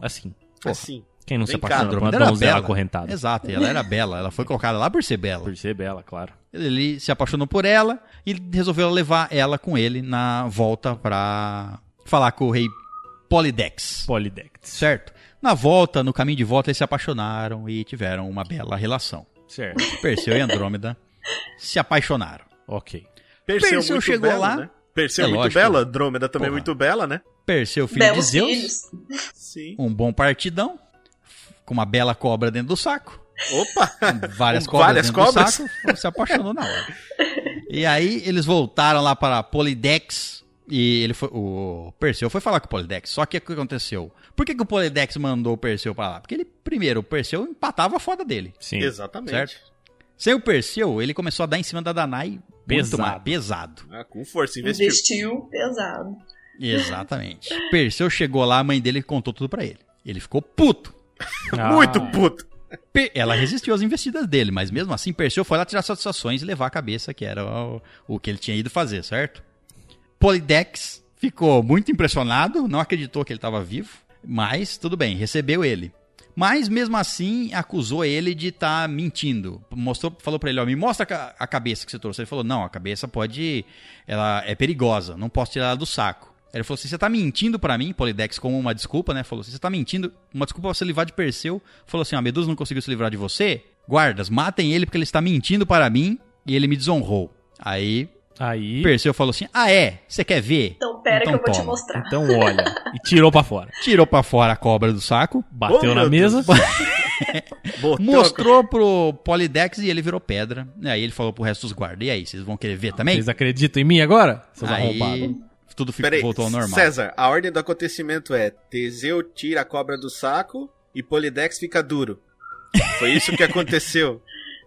[SPEAKER 2] Assim,
[SPEAKER 4] que- Assim.
[SPEAKER 2] quem não se
[SPEAKER 4] Vem cá,
[SPEAKER 2] apaixona por uma
[SPEAKER 1] Andrômeda era
[SPEAKER 2] donzela
[SPEAKER 1] bela.
[SPEAKER 2] acorrentada?
[SPEAKER 1] Exato, e ela era bela. Ela foi colocada lá por ser bela.
[SPEAKER 2] Por ser bela, claro.
[SPEAKER 1] Ele se apaixonou por ela e resolveu levar ela com ele na volta pra falar com o rei Polidex.
[SPEAKER 2] Polydect.
[SPEAKER 1] Certo? Na volta, no caminho de volta, eles se apaixonaram e tiveram uma bela relação.
[SPEAKER 2] Certo.
[SPEAKER 1] Perseu e Andrômeda se apaixonaram.
[SPEAKER 2] Ok.
[SPEAKER 4] Perseu,
[SPEAKER 1] Perseu
[SPEAKER 4] muito
[SPEAKER 1] chegou
[SPEAKER 4] bela,
[SPEAKER 1] lá.
[SPEAKER 4] Né? Perseu
[SPEAKER 1] É
[SPEAKER 4] muito
[SPEAKER 1] lógico.
[SPEAKER 4] bela, Andrômeda também
[SPEAKER 1] Porra.
[SPEAKER 4] muito bela, né?
[SPEAKER 1] Perseu, filho
[SPEAKER 3] Belos
[SPEAKER 1] de Zeus,
[SPEAKER 3] filhos.
[SPEAKER 4] Sim.
[SPEAKER 1] um bom partidão, com uma bela cobra dentro do saco.
[SPEAKER 4] Opa!
[SPEAKER 1] Várias
[SPEAKER 4] Com
[SPEAKER 1] cobras
[SPEAKER 4] várias
[SPEAKER 1] dentro
[SPEAKER 4] cobras?
[SPEAKER 1] do saco. Se apaixonou na hora. E aí eles voltaram lá para Polidex. E ele foi, o Perseu foi falar com o Polidex. Só que o que aconteceu? Por que, que o Polidex mandou o Perseu para lá? Porque ele, primeiro, o Perseu empatava a foda dele.
[SPEAKER 2] Sim.
[SPEAKER 4] Exatamente.
[SPEAKER 1] Certo? Sem o Perseu, ele começou a dar em cima da Danai
[SPEAKER 2] Pesado.
[SPEAKER 1] Muito mais, pesado.
[SPEAKER 4] Ah, com
[SPEAKER 3] Um
[SPEAKER 4] força, investiu.
[SPEAKER 3] Investiu pesado.
[SPEAKER 1] Exatamente. Perseu chegou lá, a mãe dele contou tudo pra ele. Ele ficou puto.
[SPEAKER 2] Ah,
[SPEAKER 4] Muito puto.
[SPEAKER 1] Per- Ela resistiu às investidas dele, mas mesmo assim Perseu foi lá tirar satisfações e levar a cabeça, que era o, o que ele tinha ido fazer, certo? Polidex ficou muito impressionado, não acreditou que ele estava vivo, mas tudo bem, recebeu ele. Mas mesmo assim acusou ele de estar mentindo. Mostrou, falou pra ele, ó, me mostra a ca- a cabeça que você trouxe. Ele falou: "Não, a cabeça pode ela é perigosa, não posso tirar ela do saco". Ele falou assim: "Você tá mentindo pra mim, Polidex, como uma desculpa, né?" Falou assim: "Você tá mentindo, uma desculpa pra se livrar de Perseu". Falou assim: "A Medusa não conseguiu se livrar de você? Guardas, matem ele porque ele está mentindo para mim e ele me desonrou". Aí
[SPEAKER 2] Aí.
[SPEAKER 1] Perseu falou assim: "Ah é, você quer ver?"
[SPEAKER 3] Então, pera
[SPEAKER 1] Então
[SPEAKER 3] que eu vou te
[SPEAKER 1] toma.
[SPEAKER 3] mostrar.
[SPEAKER 2] Então olha. E tirou pra fora.
[SPEAKER 1] Tirou pra fora a cobra do saco,
[SPEAKER 2] Bateu
[SPEAKER 4] Oh,
[SPEAKER 2] na
[SPEAKER 4] meu
[SPEAKER 2] mesa.
[SPEAKER 4] Deus. Botou-
[SPEAKER 1] mostrou pro Polidex e ele virou pedra. E Aí ele falou pro resto dos guardas: "E aí, vocês vão querer ver também?"
[SPEAKER 2] Ah, Vocês acreditam em mim agora? Seus arrombados.
[SPEAKER 1] Aí tudo ficou,
[SPEAKER 4] Peraí,
[SPEAKER 1] voltou ao normal.
[SPEAKER 4] César, a ordem do acontecimento é Teseu tira a cobra do saco e Polidex fica duro. Foi isso que aconteceu.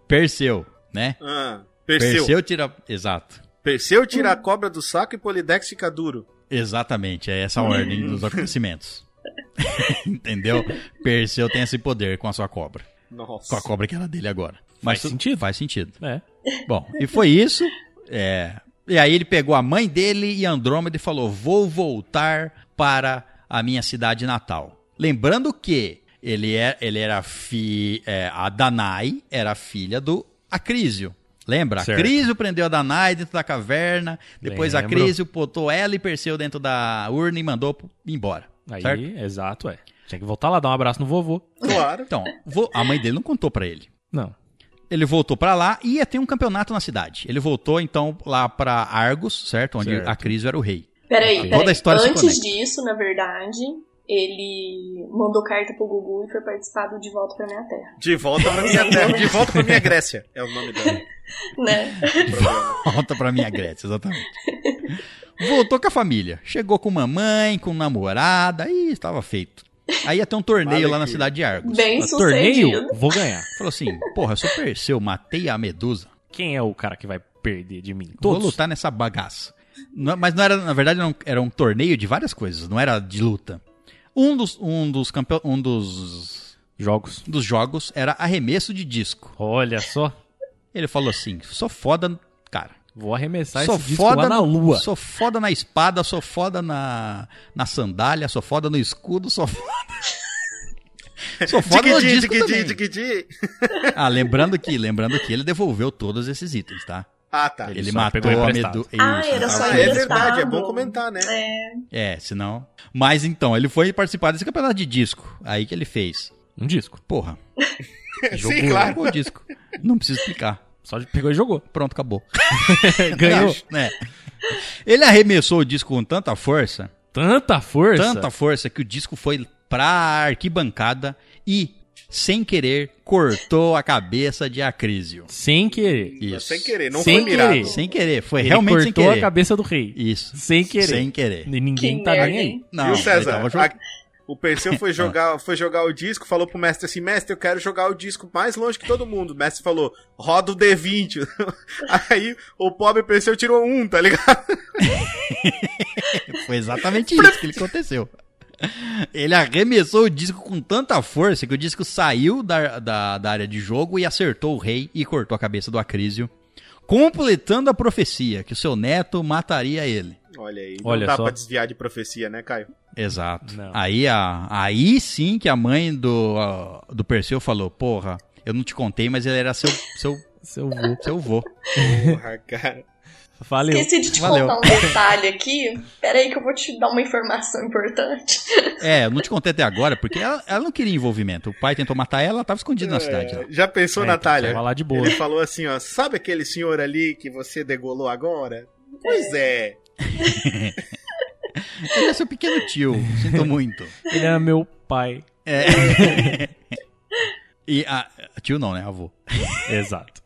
[SPEAKER 1] Perseu, né?
[SPEAKER 4] Ah,
[SPEAKER 1] Perseu.
[SPEAKER 4] Perseu.
[SPEAKER 1] tira. Exato.
[SPEAKER 4] Perseu tira a cobra do saco e Polidex fica duro.
[SPEAKER 1] Exatamente, é essa a ordem dos acontecimentos. Entendeu? Perseu tem esse poder com a sua cobra. Com a
[SPEAKER 4] Nossa.
[SPEAKER 1] cobra que era dele agora.
[SPEAKER 2] Faz sentido.
[SPEAKER 1] Faz sentido.
[SPEAKER 2] É.
[SPEAKER 1] Bom, e foi isso. É, E aí ele pegou a mãe dele e Andrômeda e falou: Vou voltar para a minha cidade natal. Lembrando que ele, é, ele era fi, é, a Danai era filha do Acrísio. Lembra?
[SPEAKER 2] Certo.
[SPEAKER 1] Acrísio prendeu a Danai dentro da caverna. Depois
[SPEAKER 2] Lembro.
[SPEAKER 1] Acrísio botou ela e Perseu dentro da urna e mandou embora.
[SPEAKER 2] Aí,
[SPEAKER 1] certo?
[SPEAKER 2] exato, é. Tinha que voltar lá, dar um abraço no vovô.
[SPEAKER 4] Claro.
[SPEAKER 1] Então, vo- a mãe dele não contou pra ele.
[SPEAKER 2] Não.
[SPEAKER 1] Ele voltou pra lá e ia ter um campeonato na cidade. Ele voltou então lá pra Argos, certo? Onde
[SPEAKER 2] Certo.
[SPEAKER 1] a Cris era o rei.
[SPEAKER 3] Peraí,
[SPEAKER 2] Toda
[SPEAKER 3] peraí.
[SPEAKER 1] a história se
[SPEAKER 3] Antes
[SPEAKER 1] conecta.
[SPEAKER 3] disso, na verdade, ele mandou carta pro Gugu e foi participar do De Volta pra Minha Terra.
[SPEAKER 4] De volta pra minha terra, de volta pra minha Grécia. É o nome dela.
[SPEAKER 3] Né?
[SPEAKER 1] Volta pra minha Grécia, exatamente. Voltou com a família. Chegou com mamãe, com namorada e estava feito. Aí ia ter um torneio
[SPEAKER 4] Vale
[SPEAKER 1] lá na
[SPEAKER 4] que-
[SPEAKER 1] cidade de Argos.
[SPEAKER 3] Bem sucedido.
[SPEAKER 2] Torneio, vou ganhar.
[SPEAKER 1] Falou assim: porra, eu sou Perseu, matei a Medusa.
[SPEAKER 2] Quem é o cara que vai perder de mim?
[SPEAKER 1] Vou lutar nessa bagaça. Não- é, mas não era, na verdade, não, era um torneio de várias coisas, não era de luta. Um dos, um dos, campeon, um dos,
[SPEAKER 2] Jogos.
[SPEAKER 1] dos jogos era arremesso de disco.
[SPEAKER 2] Olha só.
[SPEAKER 1] Ele falou assim: sou foda, cara.
[SPEAKER 2] Vou arremessar
[SPEAKER 1] Sou
[SPEAKER 2] Tá esse disco lá
[SPEAKER 1] foda
[SPEAKER 2] na
[SPEAKER 1] no-
[SPEAKER 2] lua.
[SPEAKER 1] Sou foda na espada, sou foda na, na sandália, sou foda no escudo, sou foda. sou foda no
[SPEAKER 4] Digidi,
[SPEAKER 1] disco
[SPEAKER 4] digidi,
[SPEAKER 1] também.
[SPEAKER 4] digidi.
[SPEAKER 1] Ah, lembrando que, lembrando que ele devolveu todos esses itens, tá?
[SPEAKER 4] Ah, tá.
[SPEAKER 1] Ele,
[SPEAKER 2] Ele só
[SPEAKER 1] matou
[SPEAKER 2] pegou
[SPEAKER 1] a
[SPEAKER 2] emprestado.
[SPEAKER 1] medusa.
[SPEAKER 3] Ah, era só
[SPEAKER 4] Ah, é
[SPEAKER 3] emprestado.
[SPEAKER 4] verdade, é bom comentar, né?
[SPEAKER 1] É, senão. Mas então, ele foi participar desse campeonato de disco. Aí que ele fez.
[SPEAKER 2] Um disco.
[SPEAKER 1] Porra,
[SPEAKER 4] Sim, claro.
[SPEAKER 1] jogou o disco. Não preciso explicar.
[SPEAKER 2] Só pegou e jogou.
[SPEAKER 1] Pronto, acabou.
[SPEAKER 2] Ganhou.
[SPEAKER 1] É. Ele arremessou o disco com tanta força
[SPEAKER 2] Tanta força.
[SPEAKER 1] tanta força que o disco foi pra arquibancada e, sem querer, cortou a cabeça de Acrísio.
[SPEAKER 2] Sem querer.
[SPEAKER 1] Isso.
[SPEAKER 4] Sem querer, não
[SPEAKER 2] Sem
[SPEAKER 4] foi mirado.
[SPEAKER 2] querer.
[SPEAKER 1] Sem querer, foi
[SPEAKER 2] Ele
[SPEAKER 1] realmente sem
[SPEAKER 2] cortou
[SPEAKER 1] querer.
[SPEAKER 2] a cabeça do rei.
[SPEAKER 1] Isso.
[SPEAKER 2] Sem querer.
[SPEAKER 1] Sem querer.
[SPEAKER 2] E ninguém
[SPEAKER 3] Que
[SPEAKER 2] tá
[SPEAKER 3] merda,
[SPEAKER 2] nem aí.
[SPEAKER 3] hein?
[SPEAKER 1] Não,
[SPEAKER 4] Viu,
[SPEAKER 1] ele
[SPEAKER 4] César?
[SPEAKER 1] tava jogando- Ah.
[SPEAKER 4] A- O Perseu foi jogar, foi jogar o disco, falou pro mestre assim, mestre, eu quero jogar o disco mais longe que todo mundo. O mestre falou, roda o D20. Aí o pobre Perseu tirou um, tá ligado?
[SPEAKER 1] Foi exatamente isso que ele aconteceu. Ele arremessou o disco com tanta força que o disco saiu da, da, da área de jogo e acertou o rei e cortou a cabeça do Acrísio, completando a profecia que o seu neto mataria ele.
[SPEAKER 4] Olha aí,
[SPEAKER 2] Olha
[SPEAKER 4] não dá
[SPEAKER 2] só.
[SPEAKER 4] pra desviar de profecia, né, Caio?
[SPEAKER 1] Exato.
[SPEAKER 2] Não.
[SPEAKER 1] Aí, a, aí sim que a mãe do, ah, do Perseu falou: Porra, eu não te contei, mas ele era seu, seu,
[SPEAKER 2] Seu vô.
[SPEAKER 1] seu vô.
[SPEAKER 4] Porra, cara.
[SPEAKER 2] Valeu.
[SPEAKER 3] Esqueci de te
[SPEAKER 1] Valeu.
[SPEAKER 3] contar um detalhe aqui. Peraí que eu vou te dar uma informação importante.
[SPEAKER 1] É, eu não te contei até agora, porque ela, ela não queria envolvimento. O pai tentou matar ela, ela tava escondida na cidade. lá.
[SPEAKER 4] É, já pensou,
[SPEAKER 2] É, então,
[SPEAKER 4] Natália?
[SPEAKER 2] tava lá de boa.
[SPEAKER 4] Ele falou assim, ó, sabe aquele senhor ali que você degolou agora? Pois é.
[SPEAKER 1] Ele é seu pequeno tio, sinto muito.
[SPEAKER 2] Ele era meu pai.
[SPEAKER 1] É. E a, tio não, né? Avô.
[SPEAKER 2] Exato.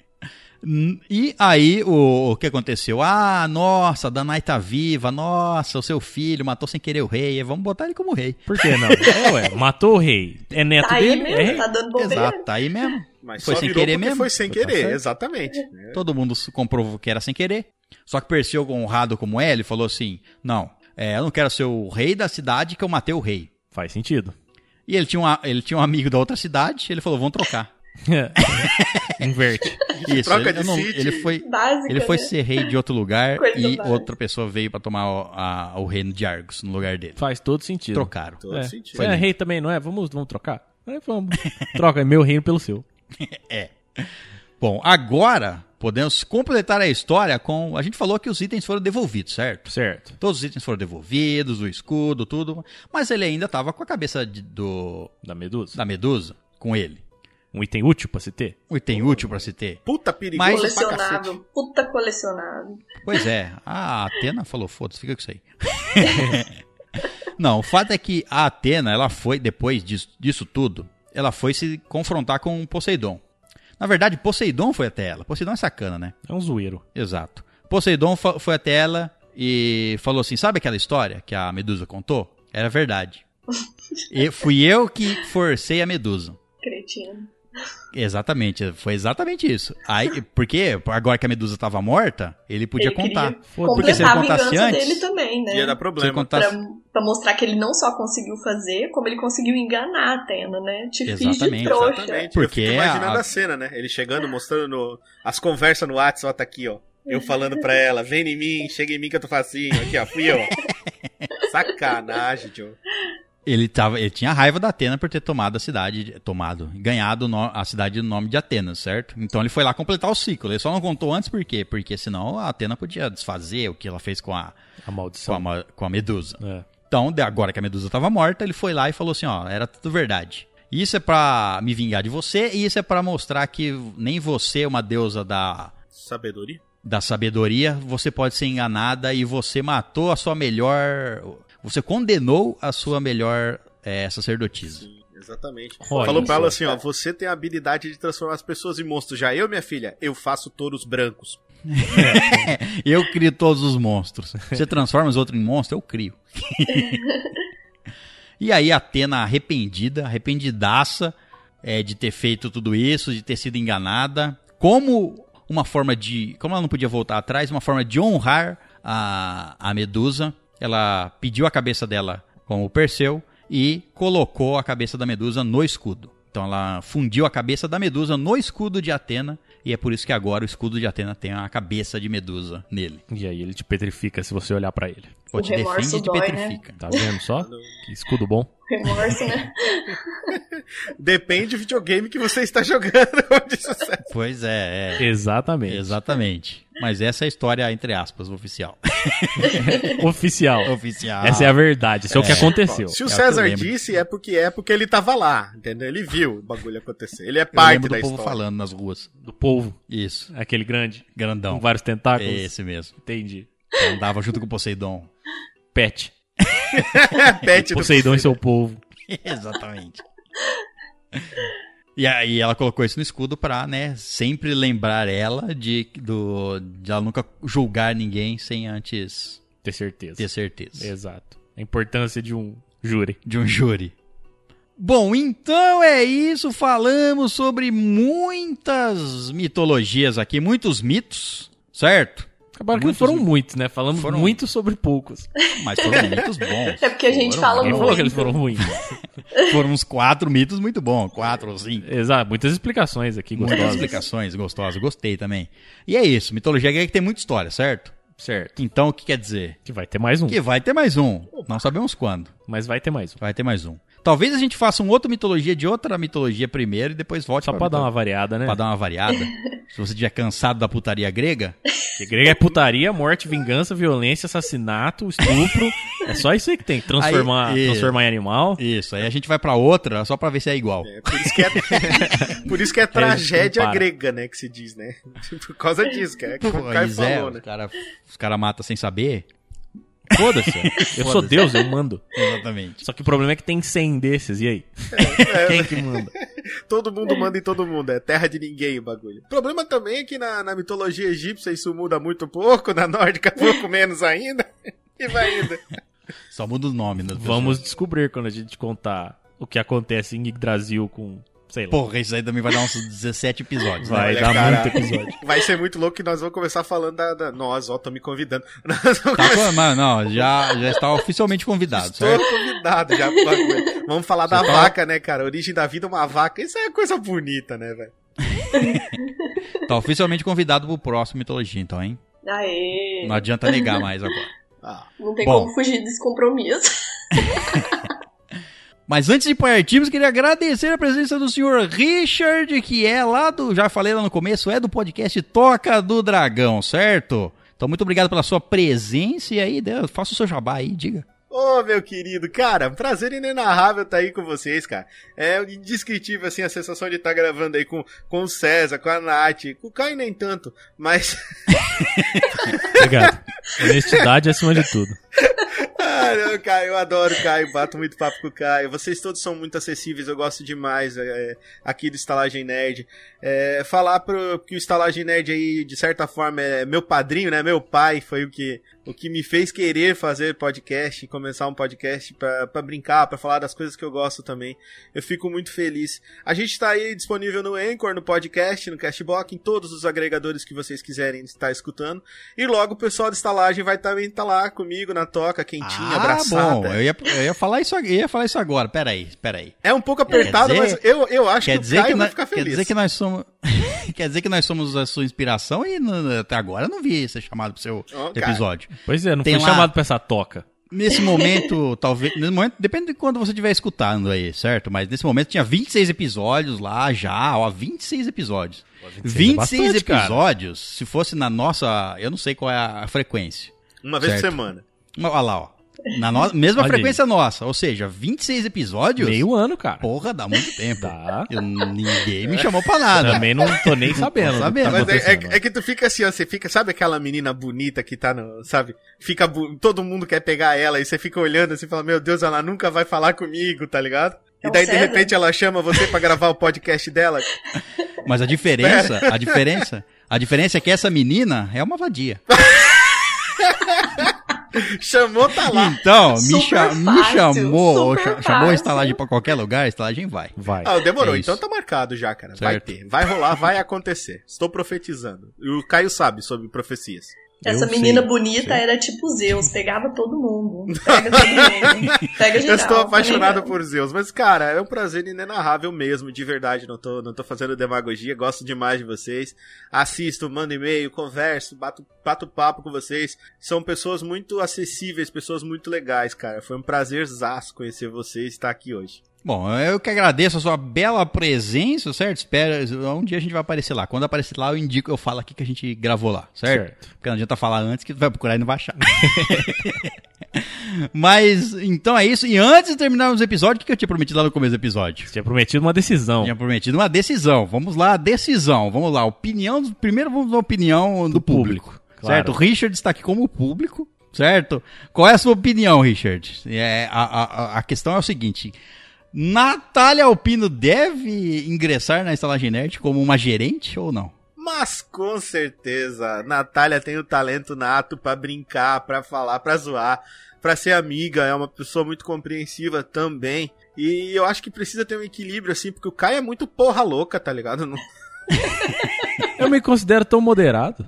[SPEAKER 1] N- E aí, o, o que aconteceu? Ah, nossa, a Danai tá viva, nossa, o seu filho matou sem querer o rei, vamos botar ele como rei.
[SPEAKER 2] Por que não? É, ué, matou o rei. É neto
[SPEAKER 3] Tá aí
[SPEAKER 2] dele? É
[SPEAKER 3] mesmo,
[SPEAKER 2] rei.
[SPEAKER 3] tá dando bobeira.
[SPEAKER 1] Exato, tá aí mesmo.
[SPEAKER 4] Mas
[SPEAKER 1] Foi
[SPEAKER 4] só
[SPEAKER 1] sem
[SPEAKER 4] virou
[SPEAKER 1] querer
[SPEAKER 4] porque
[SPEAKER 1] mesmo?
[SPEAKER 4] foi sem
[SPEAKER 1] Tá
[SPEAKER 4] querer,
[SPEAKER 1] certo.
[SPEAKER 4] exatamente.
[SPEAKER 1] Todo mundo s- comprovou que era sem querer. Só que Perseu, honrado como é, ele falou assim: não, é, eu não quero ser o rei da cidade que eu matei o rei.
[SPEAKER 2] Faz sentido.
[SPEAKER 1] E ele tinha, um, a- ele tinha um amigo da outra cidade, ele falou: vamos trocar.
[SPEAKER 2] Inverte.
[SPEAKER 1] Isso,
[SPEAKER 4] troca
[SPEAKER 1] ele,
[SPEAKER 4] de
[SPEAKER 1] não-
[SPEAKER 4] sítio.
[SPEAKER 1] ele foi.
[SPEAKER 3] Básica,
[SPEAKER 1] Ele foi
[SPEAKER 3] né?
[SPEAKER 1] ser rei de outro lugar
[SPEAKER 3] Coisa
[SPEAKER 1] e
[SPEAKER 3] básica.
[SPEAKER 1] outra pessoa veio pra tomar o, a- o reino de Argos no lugar dele.
[SPEAKER 2] Faz todo sentido.
[SPEAKER 1] Trocaram.
[SPEAKER 4] Todo
[SPEAKER 2] é.
[SPEAKER 4] sentido.
[SPEAKER 2] Você é rei também, não é? Vamos, vamos trocar? É, vamos. Troca é meu reino pelo seu.
[SPEAKER 1] Bom, agora podemos completar a história com. A gente falou que os itens foram devolvidos, certo?
[SPEAKER 2] Certo.
[SPEAKER 1] Todos os itens foram devolvidos, o escudo, tudo. Mas ele ainda estava com a cabeça de- do
[SPEAKER 2] Da Medusa.
[SPEAKER 1] da Medusa com ele.
[SPEAKER 2] Um item útil pra se ter?
[SPEAKER 1] Um item útil para se ter.
[SPEAKER 4] Puta
[SPEAKER 1] Mas-
[SPEAKER 4] perigoso.
[SPEAKER 1] pra
[SPEAKER 3] Colecionável. Puta colecionável.
[SPEAKER 1] Pois é, a Atena falou, foda-se, fica com isso aí. Não, o fato é que a Atena, ela foi, depois disso, disso tudo, ela foi se confrontar com Poseidon. Na verdade, Poseidon foi até ela. Poseidon é sacana, né?
[SPEAKER 2] É um zoeiro.
[SPEAKER 1] Exato. Poseidon fa- foi até ela e falou assim: sabe aquela história que a Medusa contou? Era verdade. E fui eu que forcei a Medusa.
[SPEAKER 3] Cretino.
[SPEAKER 1] Exatamente, foi exatamente isso. Aí, porque agora que a Medusa estava morta, ele podia
[SPEAKER 3] Ele queria
[SPEAKER 1] contar.
[SPEAKER 2] Foda-se.
[SPEAKER 1] Porque é se ele
[SPEAKER 3] Completar a
[SPEAKER 1] contasse
[SPEAKER 3] vingança
[SPEAKER 1] antes,
[SPEAKER 3] dele também, né?
[SPEAKER 4] Ia dar
[SPEAKER 1] Se ele
[SPEAKER 4] problema.
[SPEAKER 3] Pra,
[SPEAKER 1] contasse,
[SPEAKER 3] pra mostrar que ele não só conseguiu fazer, como ele conseguiu enganar a Atena, né? Te fiz de
[SPEAKER 1] Exatamente.
[SPEAKER 3] trouxa.
[SPEAKER 4] Exatamente.
[SPEAKER 1] Porque
[SPEAKER 4] eu fico imaginando
[SPEAKER 1] a-
[SPEAKER 4] a... cena, né? Ele chegando, mostrando no- as conversas no WhatsApp, ó, tá aqui, ó. Eu falando pra ela, vem em mim, chega em mim que eu tô facinho. Aqui, ó, fui eu. Sacanagem, Joe.
[SPEAKER 1] ele, tava, ele tinha raiva da Atena por ter tomado a cidade, de- tomado, ganhado o no- a cidade do nome de Atenas, certo? Então ele foi lá completar o ciclo. Ele só não contou antes por quê? Porque senão a Atena podia desfazer o que ela fez com a,
[SPEAKER 2] A
[SPEAKER 1] com a,
[SPEAKER 2] maldição.
[SPEAKER 1] ma- com a Medusa.
[SPEAKER 2] É.
[SPEAKER 1] Então, de- agora que a Medusa estava morta, ele foi lá e falou assim, ó, era tudo verdade. Isso é pra me vingar de você e isso é pra mostrar que nem você é uma deusa da
[SPEAKER 4] Sabedoria?
[SPEAKER 1] da sabedoria, você pode ser enganada e você matou a sua melhor. Você condenou a sua melhor eh, sacerdotisa.
[SPEAKER 4] Sim, exatamente.
[SPEAKER 2] Olha
[SPEAKER 4] Falou
[SPEAKER 2] isso.
[SPEAKER 4] pra ela assim, ó, você tem a habilidade de transformar as pessoas em monstros. Já eu, minha filha, eu faço touros brancos.
[SPEAKER 1] Eu crio todos os monstros. Você transforma os outros em monstros, eu crio. e aí, Atena, arrependida, arrependidaça eh, de ter feito tudo isso, de ter sido enganada, como uma forma de. Como ela não podia voltar atrás, uma forma de honrar a, a Medusa, ela pediu a cabeça dela com o Perseu e colocou a cabeça da Medusa no escudo. Então ela fundiu a cabeça da Medusa no escudo de Atena, e é por isso que agora o escudo de Atena tem a cabeça de Medusa nele.
[SPEAKER 2] E aí ele te petrifica se você olhar pra ele.
[SPEAKER 1] Ou
[SPEAKER 3] O
[SPEAKER 1] te defende
[SPEAKER 3] remorso
[SPEAKER 1] e te
[SPEAKER 3] dói, né?
[SPEAKER 1] petrifica.
[SPEAKER 2] Tá vendo só? Que escudo bom.
[SPEAKER 3] Remorso, né?
[SPEAKER 4] Depende do videogame que você está jogando. onde isso sai.
[SPEAKER 1] Pois é, é.
[SPEAKER 2] Exatamente.
[SPEAKER 1] Exatamente. Mas essa é a história, entre aspas, oficial.
[SPEAKER 2] Oficial.
[SPEAKER 1] oficial.
[SPEAKER 2] Essa é a verdade. Isso é, o que aconteceu.
[SPEAKER 4] Se
[SPEAKER 1] É
[SPEAKER 4] o
[SPEAKER 1] o que
[SPEAKER 4] César
[SPEAKER 1] eu lembro.
[SPEAKER 4] disse, é porque é porque ele tava lá, entendeu? Ele viu o bagulho acontecer. Ele é
[SPEAKER 1] Eu
[SPEAKER 4] parte
[SPEAKER 1] lembro
[SPEAKER 4] da
[SPEAKER 1] do povo
[SPEAKER 4] história.
[SPEAKER 1] falando nas ruas.
[SPEAKER 2] Do povo.
[SPEAKER 1] Isso.
[SPEAKER 2] Aquele grande. Com
[SPEAKER 1] Grandão.
[SPEAKER 2] vários tentáculos.
[SPEAKER 1] Esse mesmo.
[SPEAKER 2] Entendi.
[SPEAKER 1] Andava junto com Poseidon.
[SPEAKER 2] Pet.
[SPEAKER 4] É Pet do-
[SPEAKER 2] Poseidon e seu povo.
[SPEAKER 1] Exatamente. E aí ela colocou isso no escudo pra, né, sempre lembrar ela de, do, de ela nunca julgar ninguém sem antes
[SPEAKER 2] Ter certeza.
[SPEAKER 1] ter certeza.
[SPEAKER 2] Exato. A importância de um júri.
[SPEAKER 1] de um júri. Bom, então é isso. Falamos sobre muitas mitologias aqui, muitos mitos, certo?
[SPEAKER 2] Acabaram que não
[SPEAKER 1] Muitos
[SPEAKER 2] foram
[SPEAKER 1] mi-
[SPEAKER 2] muitos, né? Falamos
[SPEAKER 1] Foram-
[SPEAKER 2] muito sobre poucos.
[SPEAKER 1] Mas foram mitos bons.
[SPEAKER 3] É porque a gente fala
[SPEAKER 2] Quem
[SPEAKER 1] bons.
[SPEAKER 2] falou que eles foram ruins?
[SPEAKER 1] Foram uns quatro mitos muito bons, quatro ou cinco.
[SPEAKER 2] Exato. Muitas explicações aqui
[SPEAKER 1] Muitas
[SPEAKER 2] gostosas.
[SPEAKER 1] explicações gostosas, gostei também. E é isso, mitologia grega tem muita história, certo?
[SPEAKER 2] Certo.
[SPEAKER 1] Então o que quer dizer?
[SPEAKER 2] Que vai ter mais um.
[SPEAKER 1] Que vai ter mais um. Não sabemos quando.
[SPEAKER 2] Mas vai ter mais um.
[SPEAKER 1] Vai ter mais um. Talvez a gente faça um outro mitologia de outra mitologia primeiro e depois volte
[SPEAKER 2] Só pra dar uma variada, né?
[SPEAKER 1] Pra dar uma variada. Se você tiver cansado da putaria grega,
[SPEAKER 2] Porque grego é putaria, morte, vingança, violência, assassinato, estupro. é só isso aí que tem. Transformar,
[SPEAKER 1] Aí, e-
[SPEAKER 2] transformar em animal.
[SPEAKER 1] isso. Aí a gente vai pra outra só pra ver se é igual.
[SPEAKER 4] É, por isso que é, por isso que é tragédia
[SPEAKER 2] não para.
[SPEAKER 4] grega, né, que se diz, né? Por causa disso, que é que o Caio
[SPEAKER 1] Pois é,
[SPEAKER 4] falou,
[SPEAKER 1] os
[SPEAKER 4] né?
[SPEAKER 1] caras cara matam sem saber.
[SPEAKER 2] Foda-se. Eu sou
[SPEAKER 1] Foda-se.
[SPEAKER 2] Deus, eu mando.
[SPEAKER 1] Exatamente.
[SPEAKER 2] Só que o problema é que tem 100 desses, e aí? Quem que manda?
[SPEAKER 4] Todo mundo manda em todo mundo, é terra de ninguém o bagulho. O problema também é que na, na mitologia egípcia isso muda muito pouco, na nórdica pouco menos ainda. E vai indo.
[SPEAKER 1] Só muda o nome né, das pessoas.
[SPEAKER 2] Vamos descobrir quando a gente contar o que acontece em Yggdrasil com, sei lá.
[SPEAKER 1] Porra, isso aí também vai dar uns 17 episódios. né?
[SPEAKER 2] Vai
[SPEAKER 4] Olha,
[SPEAKER 2] dar
[SPEAKER 4] cara,
[SPEAKER 2] muito episódio.
[SPEAKER 4] Vai ser muito louco que nós vamos começar falando da. da- Nós, ó, tô me convidando. Nós vamos
[SPEAKER 1] Tá,
[SPEAKER 4] começar-
[SPEAKER 1] pô, mas não, já, já está oficialmente convidado,
[SPEAKER 4] Estou
[SPEAKER 1] certo?
[SPEAKER 4] convidado já pro bagulho. Vamos falar da
[SPEAKER 1] Você tá-
[SPEAKER 4] vaca, né, cara? Origem da vida, uma vaca. Isso é coisa bonita, né, velho?
[SPEAKER 1] Tá oficialmente convidado pro próximo Mitologia, então, hein?
[SPEAKER 3] Aê!
[SPEAKER 1] Não adianta negar mais agora.
[SPEAKER 4] Ah,
[SPEAKER 3] Não tem
[SPEAKER 1] Bom.
[SPEAKER 3] como fugir desse compromisso.
[SPEAKER 1] Mas antes de partirmos, queria agradecer a presença do senhor Richard, que é lá do, já falei lá no começo, é do podcast Toca do Dragão, certo? Então, muito obrigado pela sua presença e aí, né, faça o seu jabá aí, diga.
[SPEAKER 4] Ô, meu querido, cara, um prazer inenarrável estar aí com vocês, cara. É indescritível, assim, a sensação de estar gravando aí com, com o César, com a Nath, com o Caio nem tanto, mas...
[SPEAKER 2] Obrigado. Honestidade é acima de tudo.
[SPEAKER 4] Ah, não, Caio, eu adoro o Caio, bato muito papo com o Caio. Vocês todos são muito acessíveis, eu gosto demais é, aqui do Estalagem Nerd. É, falar pro, que o Estalagem Nerd aí, de certa forma, é meu padrinho, né? Meu pai foi o que, o que me fez querer fazer podcast, começar um podcast pra pra brincar, pra falar das coisas que eu gosto também. Eu fico muito feliz. A gente tá aí disponível no Anchor, no podcast, no Cashbox, em todos os agregadores que vocês quiserem estar escutando. E logo o pessoal da estalagem vai também estar lá comigo na toca, quentinha, abraçada.
[SPEAKER 1] Ah, bom, eu ia, eu ia falar isso, ag- eu ia falar isso agora, peraí, peraí.
[SPEAKER 4] É um pouco apertado,
[SPEAKER 1] Quer dizer-
[SPEAKER 4] mas eu, eu acho
[SPEAKER 1] Quer
[SPEAKER 4] que o
[SPEAKER 1] dizer
[SPEAKER 4] Caio
[SPEAKER 1] que,
[SPEAKER 4] vai
[SPEAKER 1] nós,
[SPEAKER 4] ficar
[SPEAKER 1] quer
[SPEAKER 4] feliz.
[SPEAKER 1] dizer que nós somos quer dizer que nós somos a sua inspiração e n- até agora eu não vi ser chamado pro seu
[SPEAKER 4] Ó, cara.
[SPEAKER 1] episódio.
[SPEAKER 2] Pois é, não
[SPEAKER 1] Tem
[SPEAKER 2] fui
[SPEAKER 1] lá-
[SPEAKER 2] chamado pra essa toca.
[SPEAKER 1] Nesse momento, talvez. Nesse momento, depende de quando você estiver escutando aí, certo? Mas nesse momento tinha 26 episódios lá já, ó, 26 episódios. 26,
[SPEAKER 2] é bastante, cara.
[SPEAKER 1] episódios, se fosse na nossa. Eu não sei qual é a frequência.
[SPEAKER 4] Uma vez por
[SPEAKER 1] Certo.
[SPEAKER 4] semana.
[SPEAKER 1] Mas Olha lá, ó. Na no- mesma
[SPEAKER 2] Olha aí.
[SPEAKER 1] frequência nossa, ou seja, 26 episódios.
[SPEAKER 2] Meio ano, cara.
[SPEAKER 1] Porra, dá muito tempo.
[SPEAKER 2] Dá.
[SPEAKER 1] Eu- ninguém me chamou pra nada.
[SPEAKER 2] Também não tô nem sabendo.
[SPEAKER 1] Ah, Tô sabendo.
[SPEAKER 2] do que
[SPEAKER 4] Mas
[SPEAKER 2] tá
[SPEAKER 4] é,
[SPEAKER 2] acontecendo.
[SPEAKER 4] é- é que tu fica assim, ó, você fica, sabe aquela menina bonita que tá no, sabe? Fica, bu- todo mundo quer pegar ela e você fica olhando assim e fala, meu Deus, ela nunca vai falar comigo, tá ligado?
[SPEAKER 3] É
[SPEAKER 4] E
[SPEAKER 3] o
[SPEAKER 4] daí, de
[SPEAKER 3] César.
[SPEAKER 4] repente, ela chama você pra gravar o podcast dela.
[SPEAKER 1] Mas a diferença, a diferença, a diferença é que essa menina é uma vadia.
[SPEAKER 4] Chamou, tá lá.
[SPEAKER 1] Então, me,
[SPEAKER 3] Super
[SPEAKER 1] cha- me
[SPEAKER 3] fácil,
[SPEAKER 1] chamou,
[SPEAKER 3] super
[SPEAKER 1] cha- chamou a
[SPEAKER 3] fácil.
[SPEAKER 1] estalagem pra qualquer lugar, a estalagem vai.
[SPEAKER 2] Vai.
[SPEAKER 4] Ah, demorou.
[SPEAKER 1] É isso.
[SPEAKER 4] então tá marcado já, cara. Vai
[SPEAKER 1] Certo.
[SPEAKER 4] ter. Vai rolar, vai acontecer. Estou profetizando. E o Caio sabe sobre profecias.
[SPEAKER 3] Essa
[SPEAKER 1] Eu
[SPEAKER 3] menina
[SPEAKER 1] sei,
[SPEAKER 3] bonita
[SPEAKER 1] sei.
[SPEAKER 3] era tipo Zeus, pegava todo mundo. Pega todo mundo. Pega geral.
[SPEAKER 4] Eu estou apaixonado
[SPEAKER 3] tá
[SPEAKER 4] por Zeus, mas cara, é um prazer inenarrável mesmo, de verdade, não tô, não tô fazendo demagogia, gosto demais de vocês. Assisto, mando e-mail, converso, bato, bato papo com vocês. São pessoas muito acessíveis, pessoas muito legais, cara. Foi um prazer conhecer vocês e estar aqui hoje.
[SPEAKER 1] Bom, eu que agradeço a sua bela presença, certo? Espera, um dia a gente vai aparecer lá. Quando aparecer lá, eu indico, eu falo aqui que a gente gravou lá, certo? Porque não adianta falar antes que tu vai procurar e não vai achar. Mas, então é isso. E antes de terminarmos o episódio, o que que eu tinha prometido lá no começo do episódio?
[SPEAKER 2] Você tinha prometido uma decisão.
[SPEAKER 1] Tinha prometido uma decisão. Vamos lá, decisão. Vamos lá, opinião. do- Primeiro vamos à opinião do, público.
[SPEAKER 2] claro.
[SPEAKER 1] Certo? O Richard está aqui como público, certo? Qual é a sua opinião, Richard? É, a, a- a- a questão é o seguinte: Natália Alpino deve ingressar na Estalagem Nerd como uma gerente ou não?
[SPEAKER 4] Mas com certeza, Natália tem o talento nato pra brincar, pra falar, pra zoar, pra ser amiga, é uma pessoa muito compreensiva também. E eu acho que precisa ter um equilíbrio assim, porque o Caio é muito porra louca, tá ligado? Não-
[SPEAKER 2] Eu me considero tão moderado.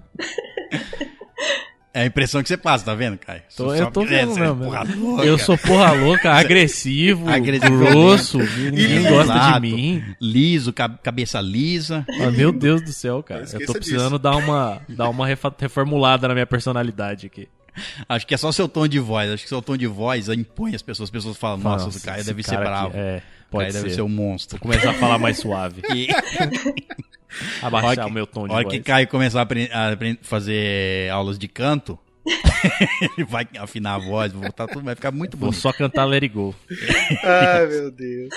[SPEAKER 1] É a impressão que você passa, tá vendo, Caio?
[SPEAKER 2] Tô-
[SPEAKER 1] Só-
[SPEAKER 2] eu tô
[SPEAKER 1] é,
[SPEAKER 2] vendo
[SPEAKER 1] você é
[SPEAKER 2] mesmo.
[SPEAKER 1] porra louca,
[SPEAKER 2] Eu sou porra louca, agressivo,
[SPEAKER 1] Agressivo.
[SPEAKER 2] grosso, ninguém
[SPEAKER 1] Exato.
[SPEAKER 2] gosta de mim.
[SPEAKER 1] Liso, cab- cabeça lisa.
[SPEAKER 2] Ah, meu Deus do céu, cara.
[SPEAKER 4] Não
[SPEAKER 2] Eu
[SPEAKER 4] esqueça
[SPEAKER 2] tô precisando dar uma, dar uma refa- reformulada na minha personalidade aqui.
[SPEAKER 1] Acho que é só seu tom de voz. Acho que seu tom de voz impõe as pessoas. As pessoas falam, nossa, esse Caio deve ser
[SPEAKER 2] cara aqui-
[SPEAKER 1] bravo.
[SPEAKER 2] É,
[SPEAKER 1] O
[SPEAKER 2] pode
[SPEAKER 1] Caio
[SPEAKER 2] ser.
[SPEAKER 1] deve ser um monstro.
[SPEAKER 2] Vou começar a falar mais suave.
[SPEAKER 1] E-
[SPEAKER 2] Abaixar
[SPEAKER 1] Olha que-
[SPEAKER 2] o meu tom de
[SPEAKER 1] A hora
[SPEAKER 2] voz.
[SPEAKER 1] que Caio começar a, apren- a apren- fazer aulas de canto, ele vai afinar a voz, vai voltar tudo, vai ficar muito
[SPEAKER 2] Vou
[SPEAKER 1] bonito.
[SPEAKER 2] só cantar Let It Go.
[SPEAKER 4] Ai, meu Deus.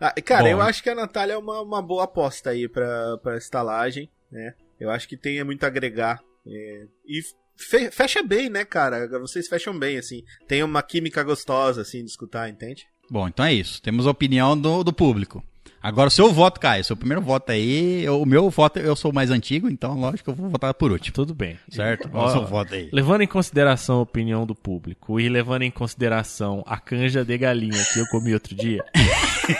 [SPEAKER 4] Ah, cara,
[SPEAKER 1] Bom.
[SPEAKER 4] eu acho que a Natália é uma, uma boa aposta aí pra, pra estalagem, né? Eu acho que tem muito a agregar. é, e fe- fecha bem, né, cara? Vocês fecham bem, assim. Tem uma química gostosa, assim, de escutar, entende?
[SPEAKER 1] Bom, então é isso. Temos a opinião do, do público. Agora o seu voto, Caio. Seu primeiro voto aí. eu- o meu voto, eu sou o mais antigo, então lógico eu vou votar por último.
[SPEAKER 2] Tudo bem.
[SPEAKER 1] Certo? Qual
[SPEAKER 2] Ó,
[SPEAKER 1] o seu voto aí?
[SPEAKER 2] Levando em consideração a opinião do público e levando em consideração a canja de galinha que eu comi outro dia,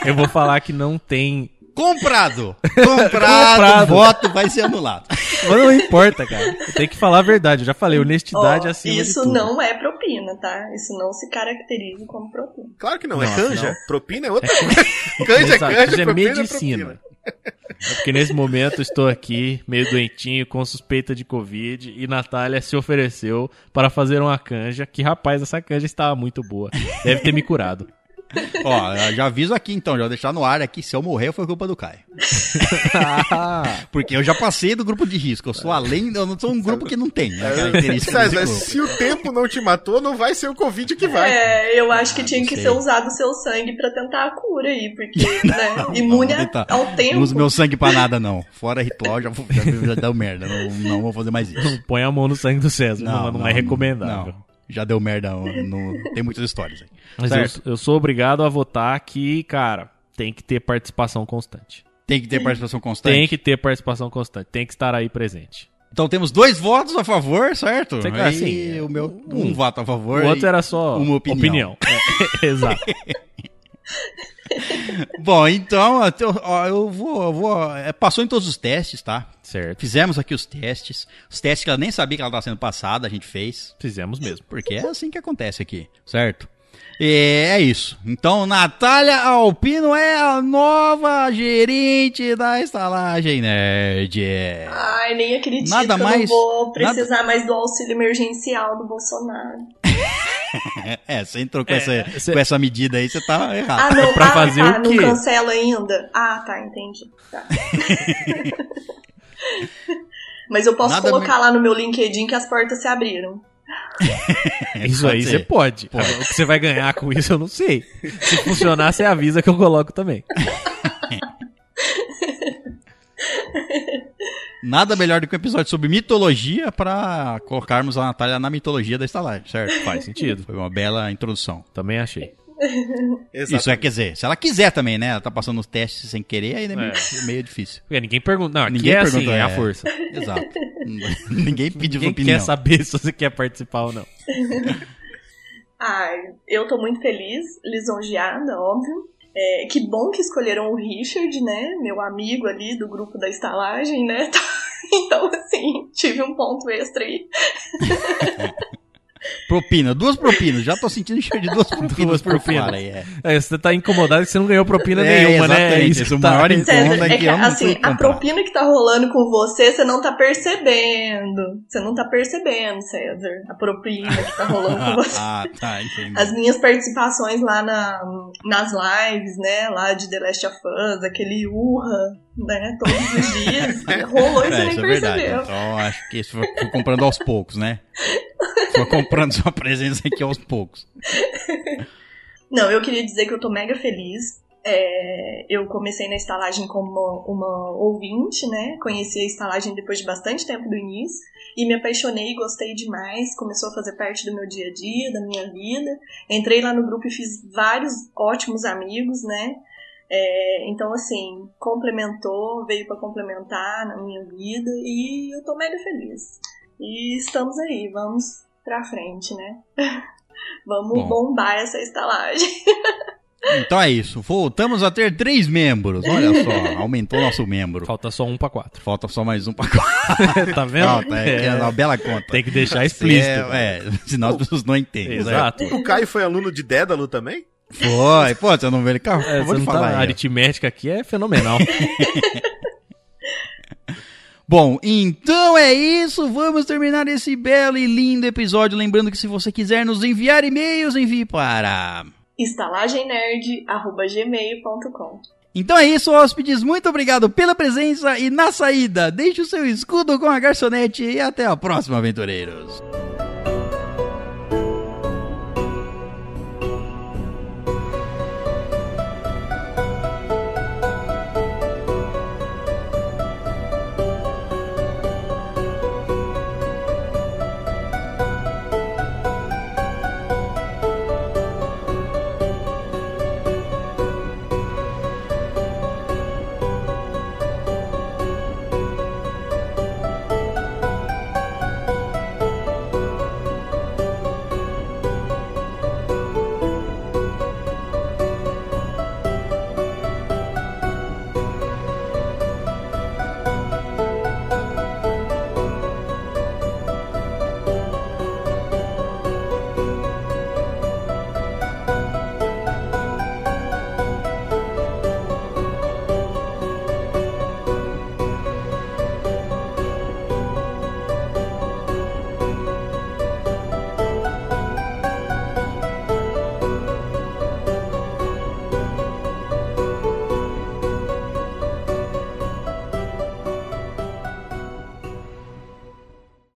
[SPEAKER 2] eu vou falar que não tem.
[SPEAKER 1] Comprado! Comprado!
[SPEAKER 2] Comprado.
[SPEAKER 1] voto vai ser anulado.
[SPEAKER 2] Mas não importa, cara. Eu tenho que falar a verdade. Eu já falei, honestidade
[SPEAKER 3] Ó,
[SPEAKER 2] acima de
[SPEAKER 3] isso
[SPEAKER 2] tudo.
[SPEAKER 3] não é propina, tá? Isso não se caracteriza como propina.
[SPEAKER 4] Claro que não, é
[SPEAKER 2] Não,
[SPEAKER 4] canja.
[SPEAKER 2] afinal-
[SPEAKER 4] Propina é outra coisa. canja é
[SPEAKER 2] Exato,
[SPEAKER 4] canja,
[SPEAKER 2] canja é
[SPEAKER 4] propina é
[SPEAKER 2] medicina.
[SPEAKER 4] propina.
[SPEAKER 2] É porque nesse momento estou aqui, meio doentinho, com suspeita de Covid, e Natália se ofereceu para fazer uma canja, que rapaz, essa canja estava muito boa. Deve ter me curado.
[SPEAKER 1] Ó, eu já aviso aqui então, já vou deixar no ar aqui. Se eu morrer, foi culpa do Caio. Porque eu já passei do grupo de risco. Eu sou além, eu não sou um grupo que não tem a característica desse
[SPEAKER 4] É. César,
[SPEAKER 1] grupo.
[SPEAKER 4] se o tempo não te matou, não vai ser o Covid que vai.
[SPEAKER 3] É, eu acho que
[SPEAKER 1] Ah,
[SPEAKER 3] tinha
[SPEAKER 1] não
[SPEAKER 3] que
[SPEAKER 1] sei.
[SPEAKER 3] ser usado o seu sangue pra tentar a cura aí, porque, né, imune
[SPEAKER 1] não, tentar.
[SPEAKER 3] ao
[SPEAKER 1] Não uso
[SPEAKER 3] tempo.
[SPEAKER 1] meu sangue pra nada, não. Fora ritual, já, vou- já, já deu merda. Não, não vou fazer mais isso.
[SPEAKER 2] Põe a mão no sangue do César, não, não é recomendável.
[SPEAKER 1] não. Já deu merda. no- tem muitas histórias aí.
[SPEAKER 2] Mas
[SPEAKER 1] Certo.
[SPEAKER 2] eu, eu sou obrigado a votar que, cara, tem que ter participação constante.
[SPEAKER 1] Tem que ter participação constante.
[SPEAKER 2] Tem que ter participação constante, tem que estar aí presente.
[SPEAKER 1] Então temos dois votos a favor, certo?
[SPEAKER 2] Sei que, assim,
[SPEAKER 1] E o meu um,
[SPEAKER 2] um.
[SPEAKER 1] voto a favor.
[SPEAKER 2] o outro
[SPEAKER 1] e-
[SPEAKER 2] era só
[SPEAKER 1] uma opinião.
[SPEAKER 2] opinião. É, Exato.
[SPEAKER 1] Bom, então até eu, ó, eu vou, eu vou- é, passou em todos os testes, tá?
[SPEAKER 2] Certo.
[SPEAKER 1] Fizemos aqui os testes. Os testes que ela nem sabia que ela estava sendo passada, a gente fez.
[SPEAKER 2] Fizemos mesmo.
[SPEAKER 1] Porque é assim que acontece aqui, certo? É, é isso. Então, Natália Alpino é a nova gerente da estalagem nerd. É,
[SPEAKER 3] Ai, nem acredito
[SPEAKER 1] Nada
[SPEAKER 3] que eu
[SPEAKER 1] mais,
[SPEAKER 3] não vou precisar mais do auxílio emergencial do Bolsonaro.
[SPEAKER 1] É, você entrou com, essa,
[SPEAKER 2] cê-
[SPEAKER 1] com essa medida aí, você tá errado.
[SPEAKER 3] Ah, não,
[SPEAKER 2] Pra
[SPEAKER 3] ah,
[SPEAKER 2] fazer
[SPEAKER 3] tá,
[SPEAKER 2] o
[SPEAKER 3] não
[SPEAKER 2] quê?
[SPEAKER 3] cancela ainda. Ah, tá, entendi. Tá. Mas eu posso
[SPEAKER 1] Nada
[SPEAKER 3] colocar lá no meu LinkedIn que as portas se abriram.
[SPEAKER 1] É
[SPEAKER 2] Ah, Isso aí
[SPEAKER 1] Pode ser.
[SPEAKER 2] você pode.
[SPEAKER 1] Pode.
[SPEAKER 2] O que você vai ganhar com isso, eu não sei. Se funcionar, você avisa que eu coloco também.
[SPEAKER 1] Nada melhor do que um episódio sobre mitologia pra colocarmos a Natália na mitologia da estalagem, certo?
[SPEAKER 2] Faz sentido.
[SPEAKER 1] Foi uma bela introdução.
[SPEAKER 2] Também achei.
[SPEAKER 4] Exato.
[SPEAKER 1] Isso é, quer dizer, se ela quiser também, né? Ela tá passando os testes sem querer, aí é meio, meio difícil.
[SPEAKER 2] Porque ninguém pergunta. Não, aqui
[SPEAKER 1] Ninguém
[SPEAKER 2] é assim,
[SPEAKER 1] perguntou,
[SPEAKER 2] é a
[SPEAKER 1] é.
[SPEAKER 2] força.
[SPEAKER 1] Exato. Ninguém pediu sua
[SPEAKER 2] Ninguém
[SPEAKER 1] opinião.
[SPEAKER 2] quer saber se você quer participar ou não.
[SPEAKER 3] Ai, Ah, eu tô muito feliz, lisonjeada, óbvio. É, que bom que escolheram o Richard, né? Meu amigo ali do grupo da estalagem, né? Então, assim, tive um ponto extra aí.
[SPEAKER 1] Propina, duas propinas. Já tô sentindo cheiro de duas propinas
[SPEAKER 2] Duas
[SPEAKER 1] por
[SPEAKER 2] propinas.
[SPEAKER 1] fora. aí, É.
[SPEAKER 2] É, você tá incomodado que você não ganhou propina
[SPEAKER 1] É,
[SPEAKER 2] nenhuma, né?
[SPEAKER 1] exatamente,
[SPEAKER 2] É isso
[SPEAKER 1] esse é o
[SPEAKER 2] que tá-
[SPEAKER 1] maior
[SPEAKER 3] César,
[SPEAKER 1] Então,
[SPEAKER 3] é
[SPEAKER 1] daqui
[SPEAKER 3] que
[SPEAKER 1] eu não sei
[SPEAKER 3] assim, a
[SPEAKER 1] comprar.
[SPEAKER 3] propina que tá rolando com você, você não tá percebendo. Você não tá percebendo, César. A propina que tá rolando com você.
[SPEAKER 1] Ah, tá, entendi.
[SPEAKER 3] As minhas participações lá na, nas lives, né? Lá de The Last of Us, aquele urra, né? Todos os dias. Rolou e você
[SPEAKER 1] É,
[SPEAKER 3] nem
[SPEAKER 1] isso é verdade.
[SPEAKER 3] percebeu.
[SPEAKER 1] Então acho que isso foi foi comprando aos poucos, né? Foi comprando sua presença aqui aos poucos.
[SPEAKER 3] Não, eu queria dizer que eu tô mega feliz. É, eu comecei na estalagem como uma, uma ouvinte, né? Conheci a estalagem depois de bastante tempo do início e me apaixonei, gostei demais. Começou a fazer parte do meu dia a dia, da minha vida. Entrei lá no grupo e fiz vários ótimos amigos, né? É, então, assim, complementou, veio pra complementar na minha vida e eu tô mega feliz. E estamos aí, vamos pra frente, né? Vamos
[SPEAKER 1] Bom.
[SPEAKER 3] bombar essa estalagem.
[SPEAKER 1] Então é isso. Voltamos a ter três membros. Olha só, aumentou nosso membro.
[SPEAKER 2] Falta só um pra quatro.
[SPEAKER 1] Falta só mais um pra conta.
[SPEAKER 2] tá vendo?
[SPEAKER 1] Falta, é, é uma bela conta.
[SPEAKER 2] Tem que deixar explícito.
[SPEAKER 1] É, é, senão as pessoas não entendem. né?
[SPEAKER 2] Exato.
[SPEAKER 4] O Caio foi aluno de Dédalo também?
[SPEAKER 1] Foi, pô, você não vê ele. Cara,
[SPEAKER 2] É,
[SPEAKER 1] vou
[SPEAKER 2] você
[SPEAKER 1] te
[SPEAKER 2] não tá-
[SPEAKER 1] falar.
[SPEAKER 2] a
[SPEAKER 1] aí, ó.
[SPEAKER 2] aritmética aqui é fenomenal.
[SPEAKER 1] Bom, então é isso. Vamos terminar esse belo e lindo episódio. Lembrando que se você quiser nos enviar e-mails, envie para.
[SPEAKER 3] estalagemnerd.gmail.com
[SPEAKER 1] Então é isso, hóspedes. Muito obrigado pela presença e na saída, deixe o seu escudo com a garçonete e até a próxima, aventureiros.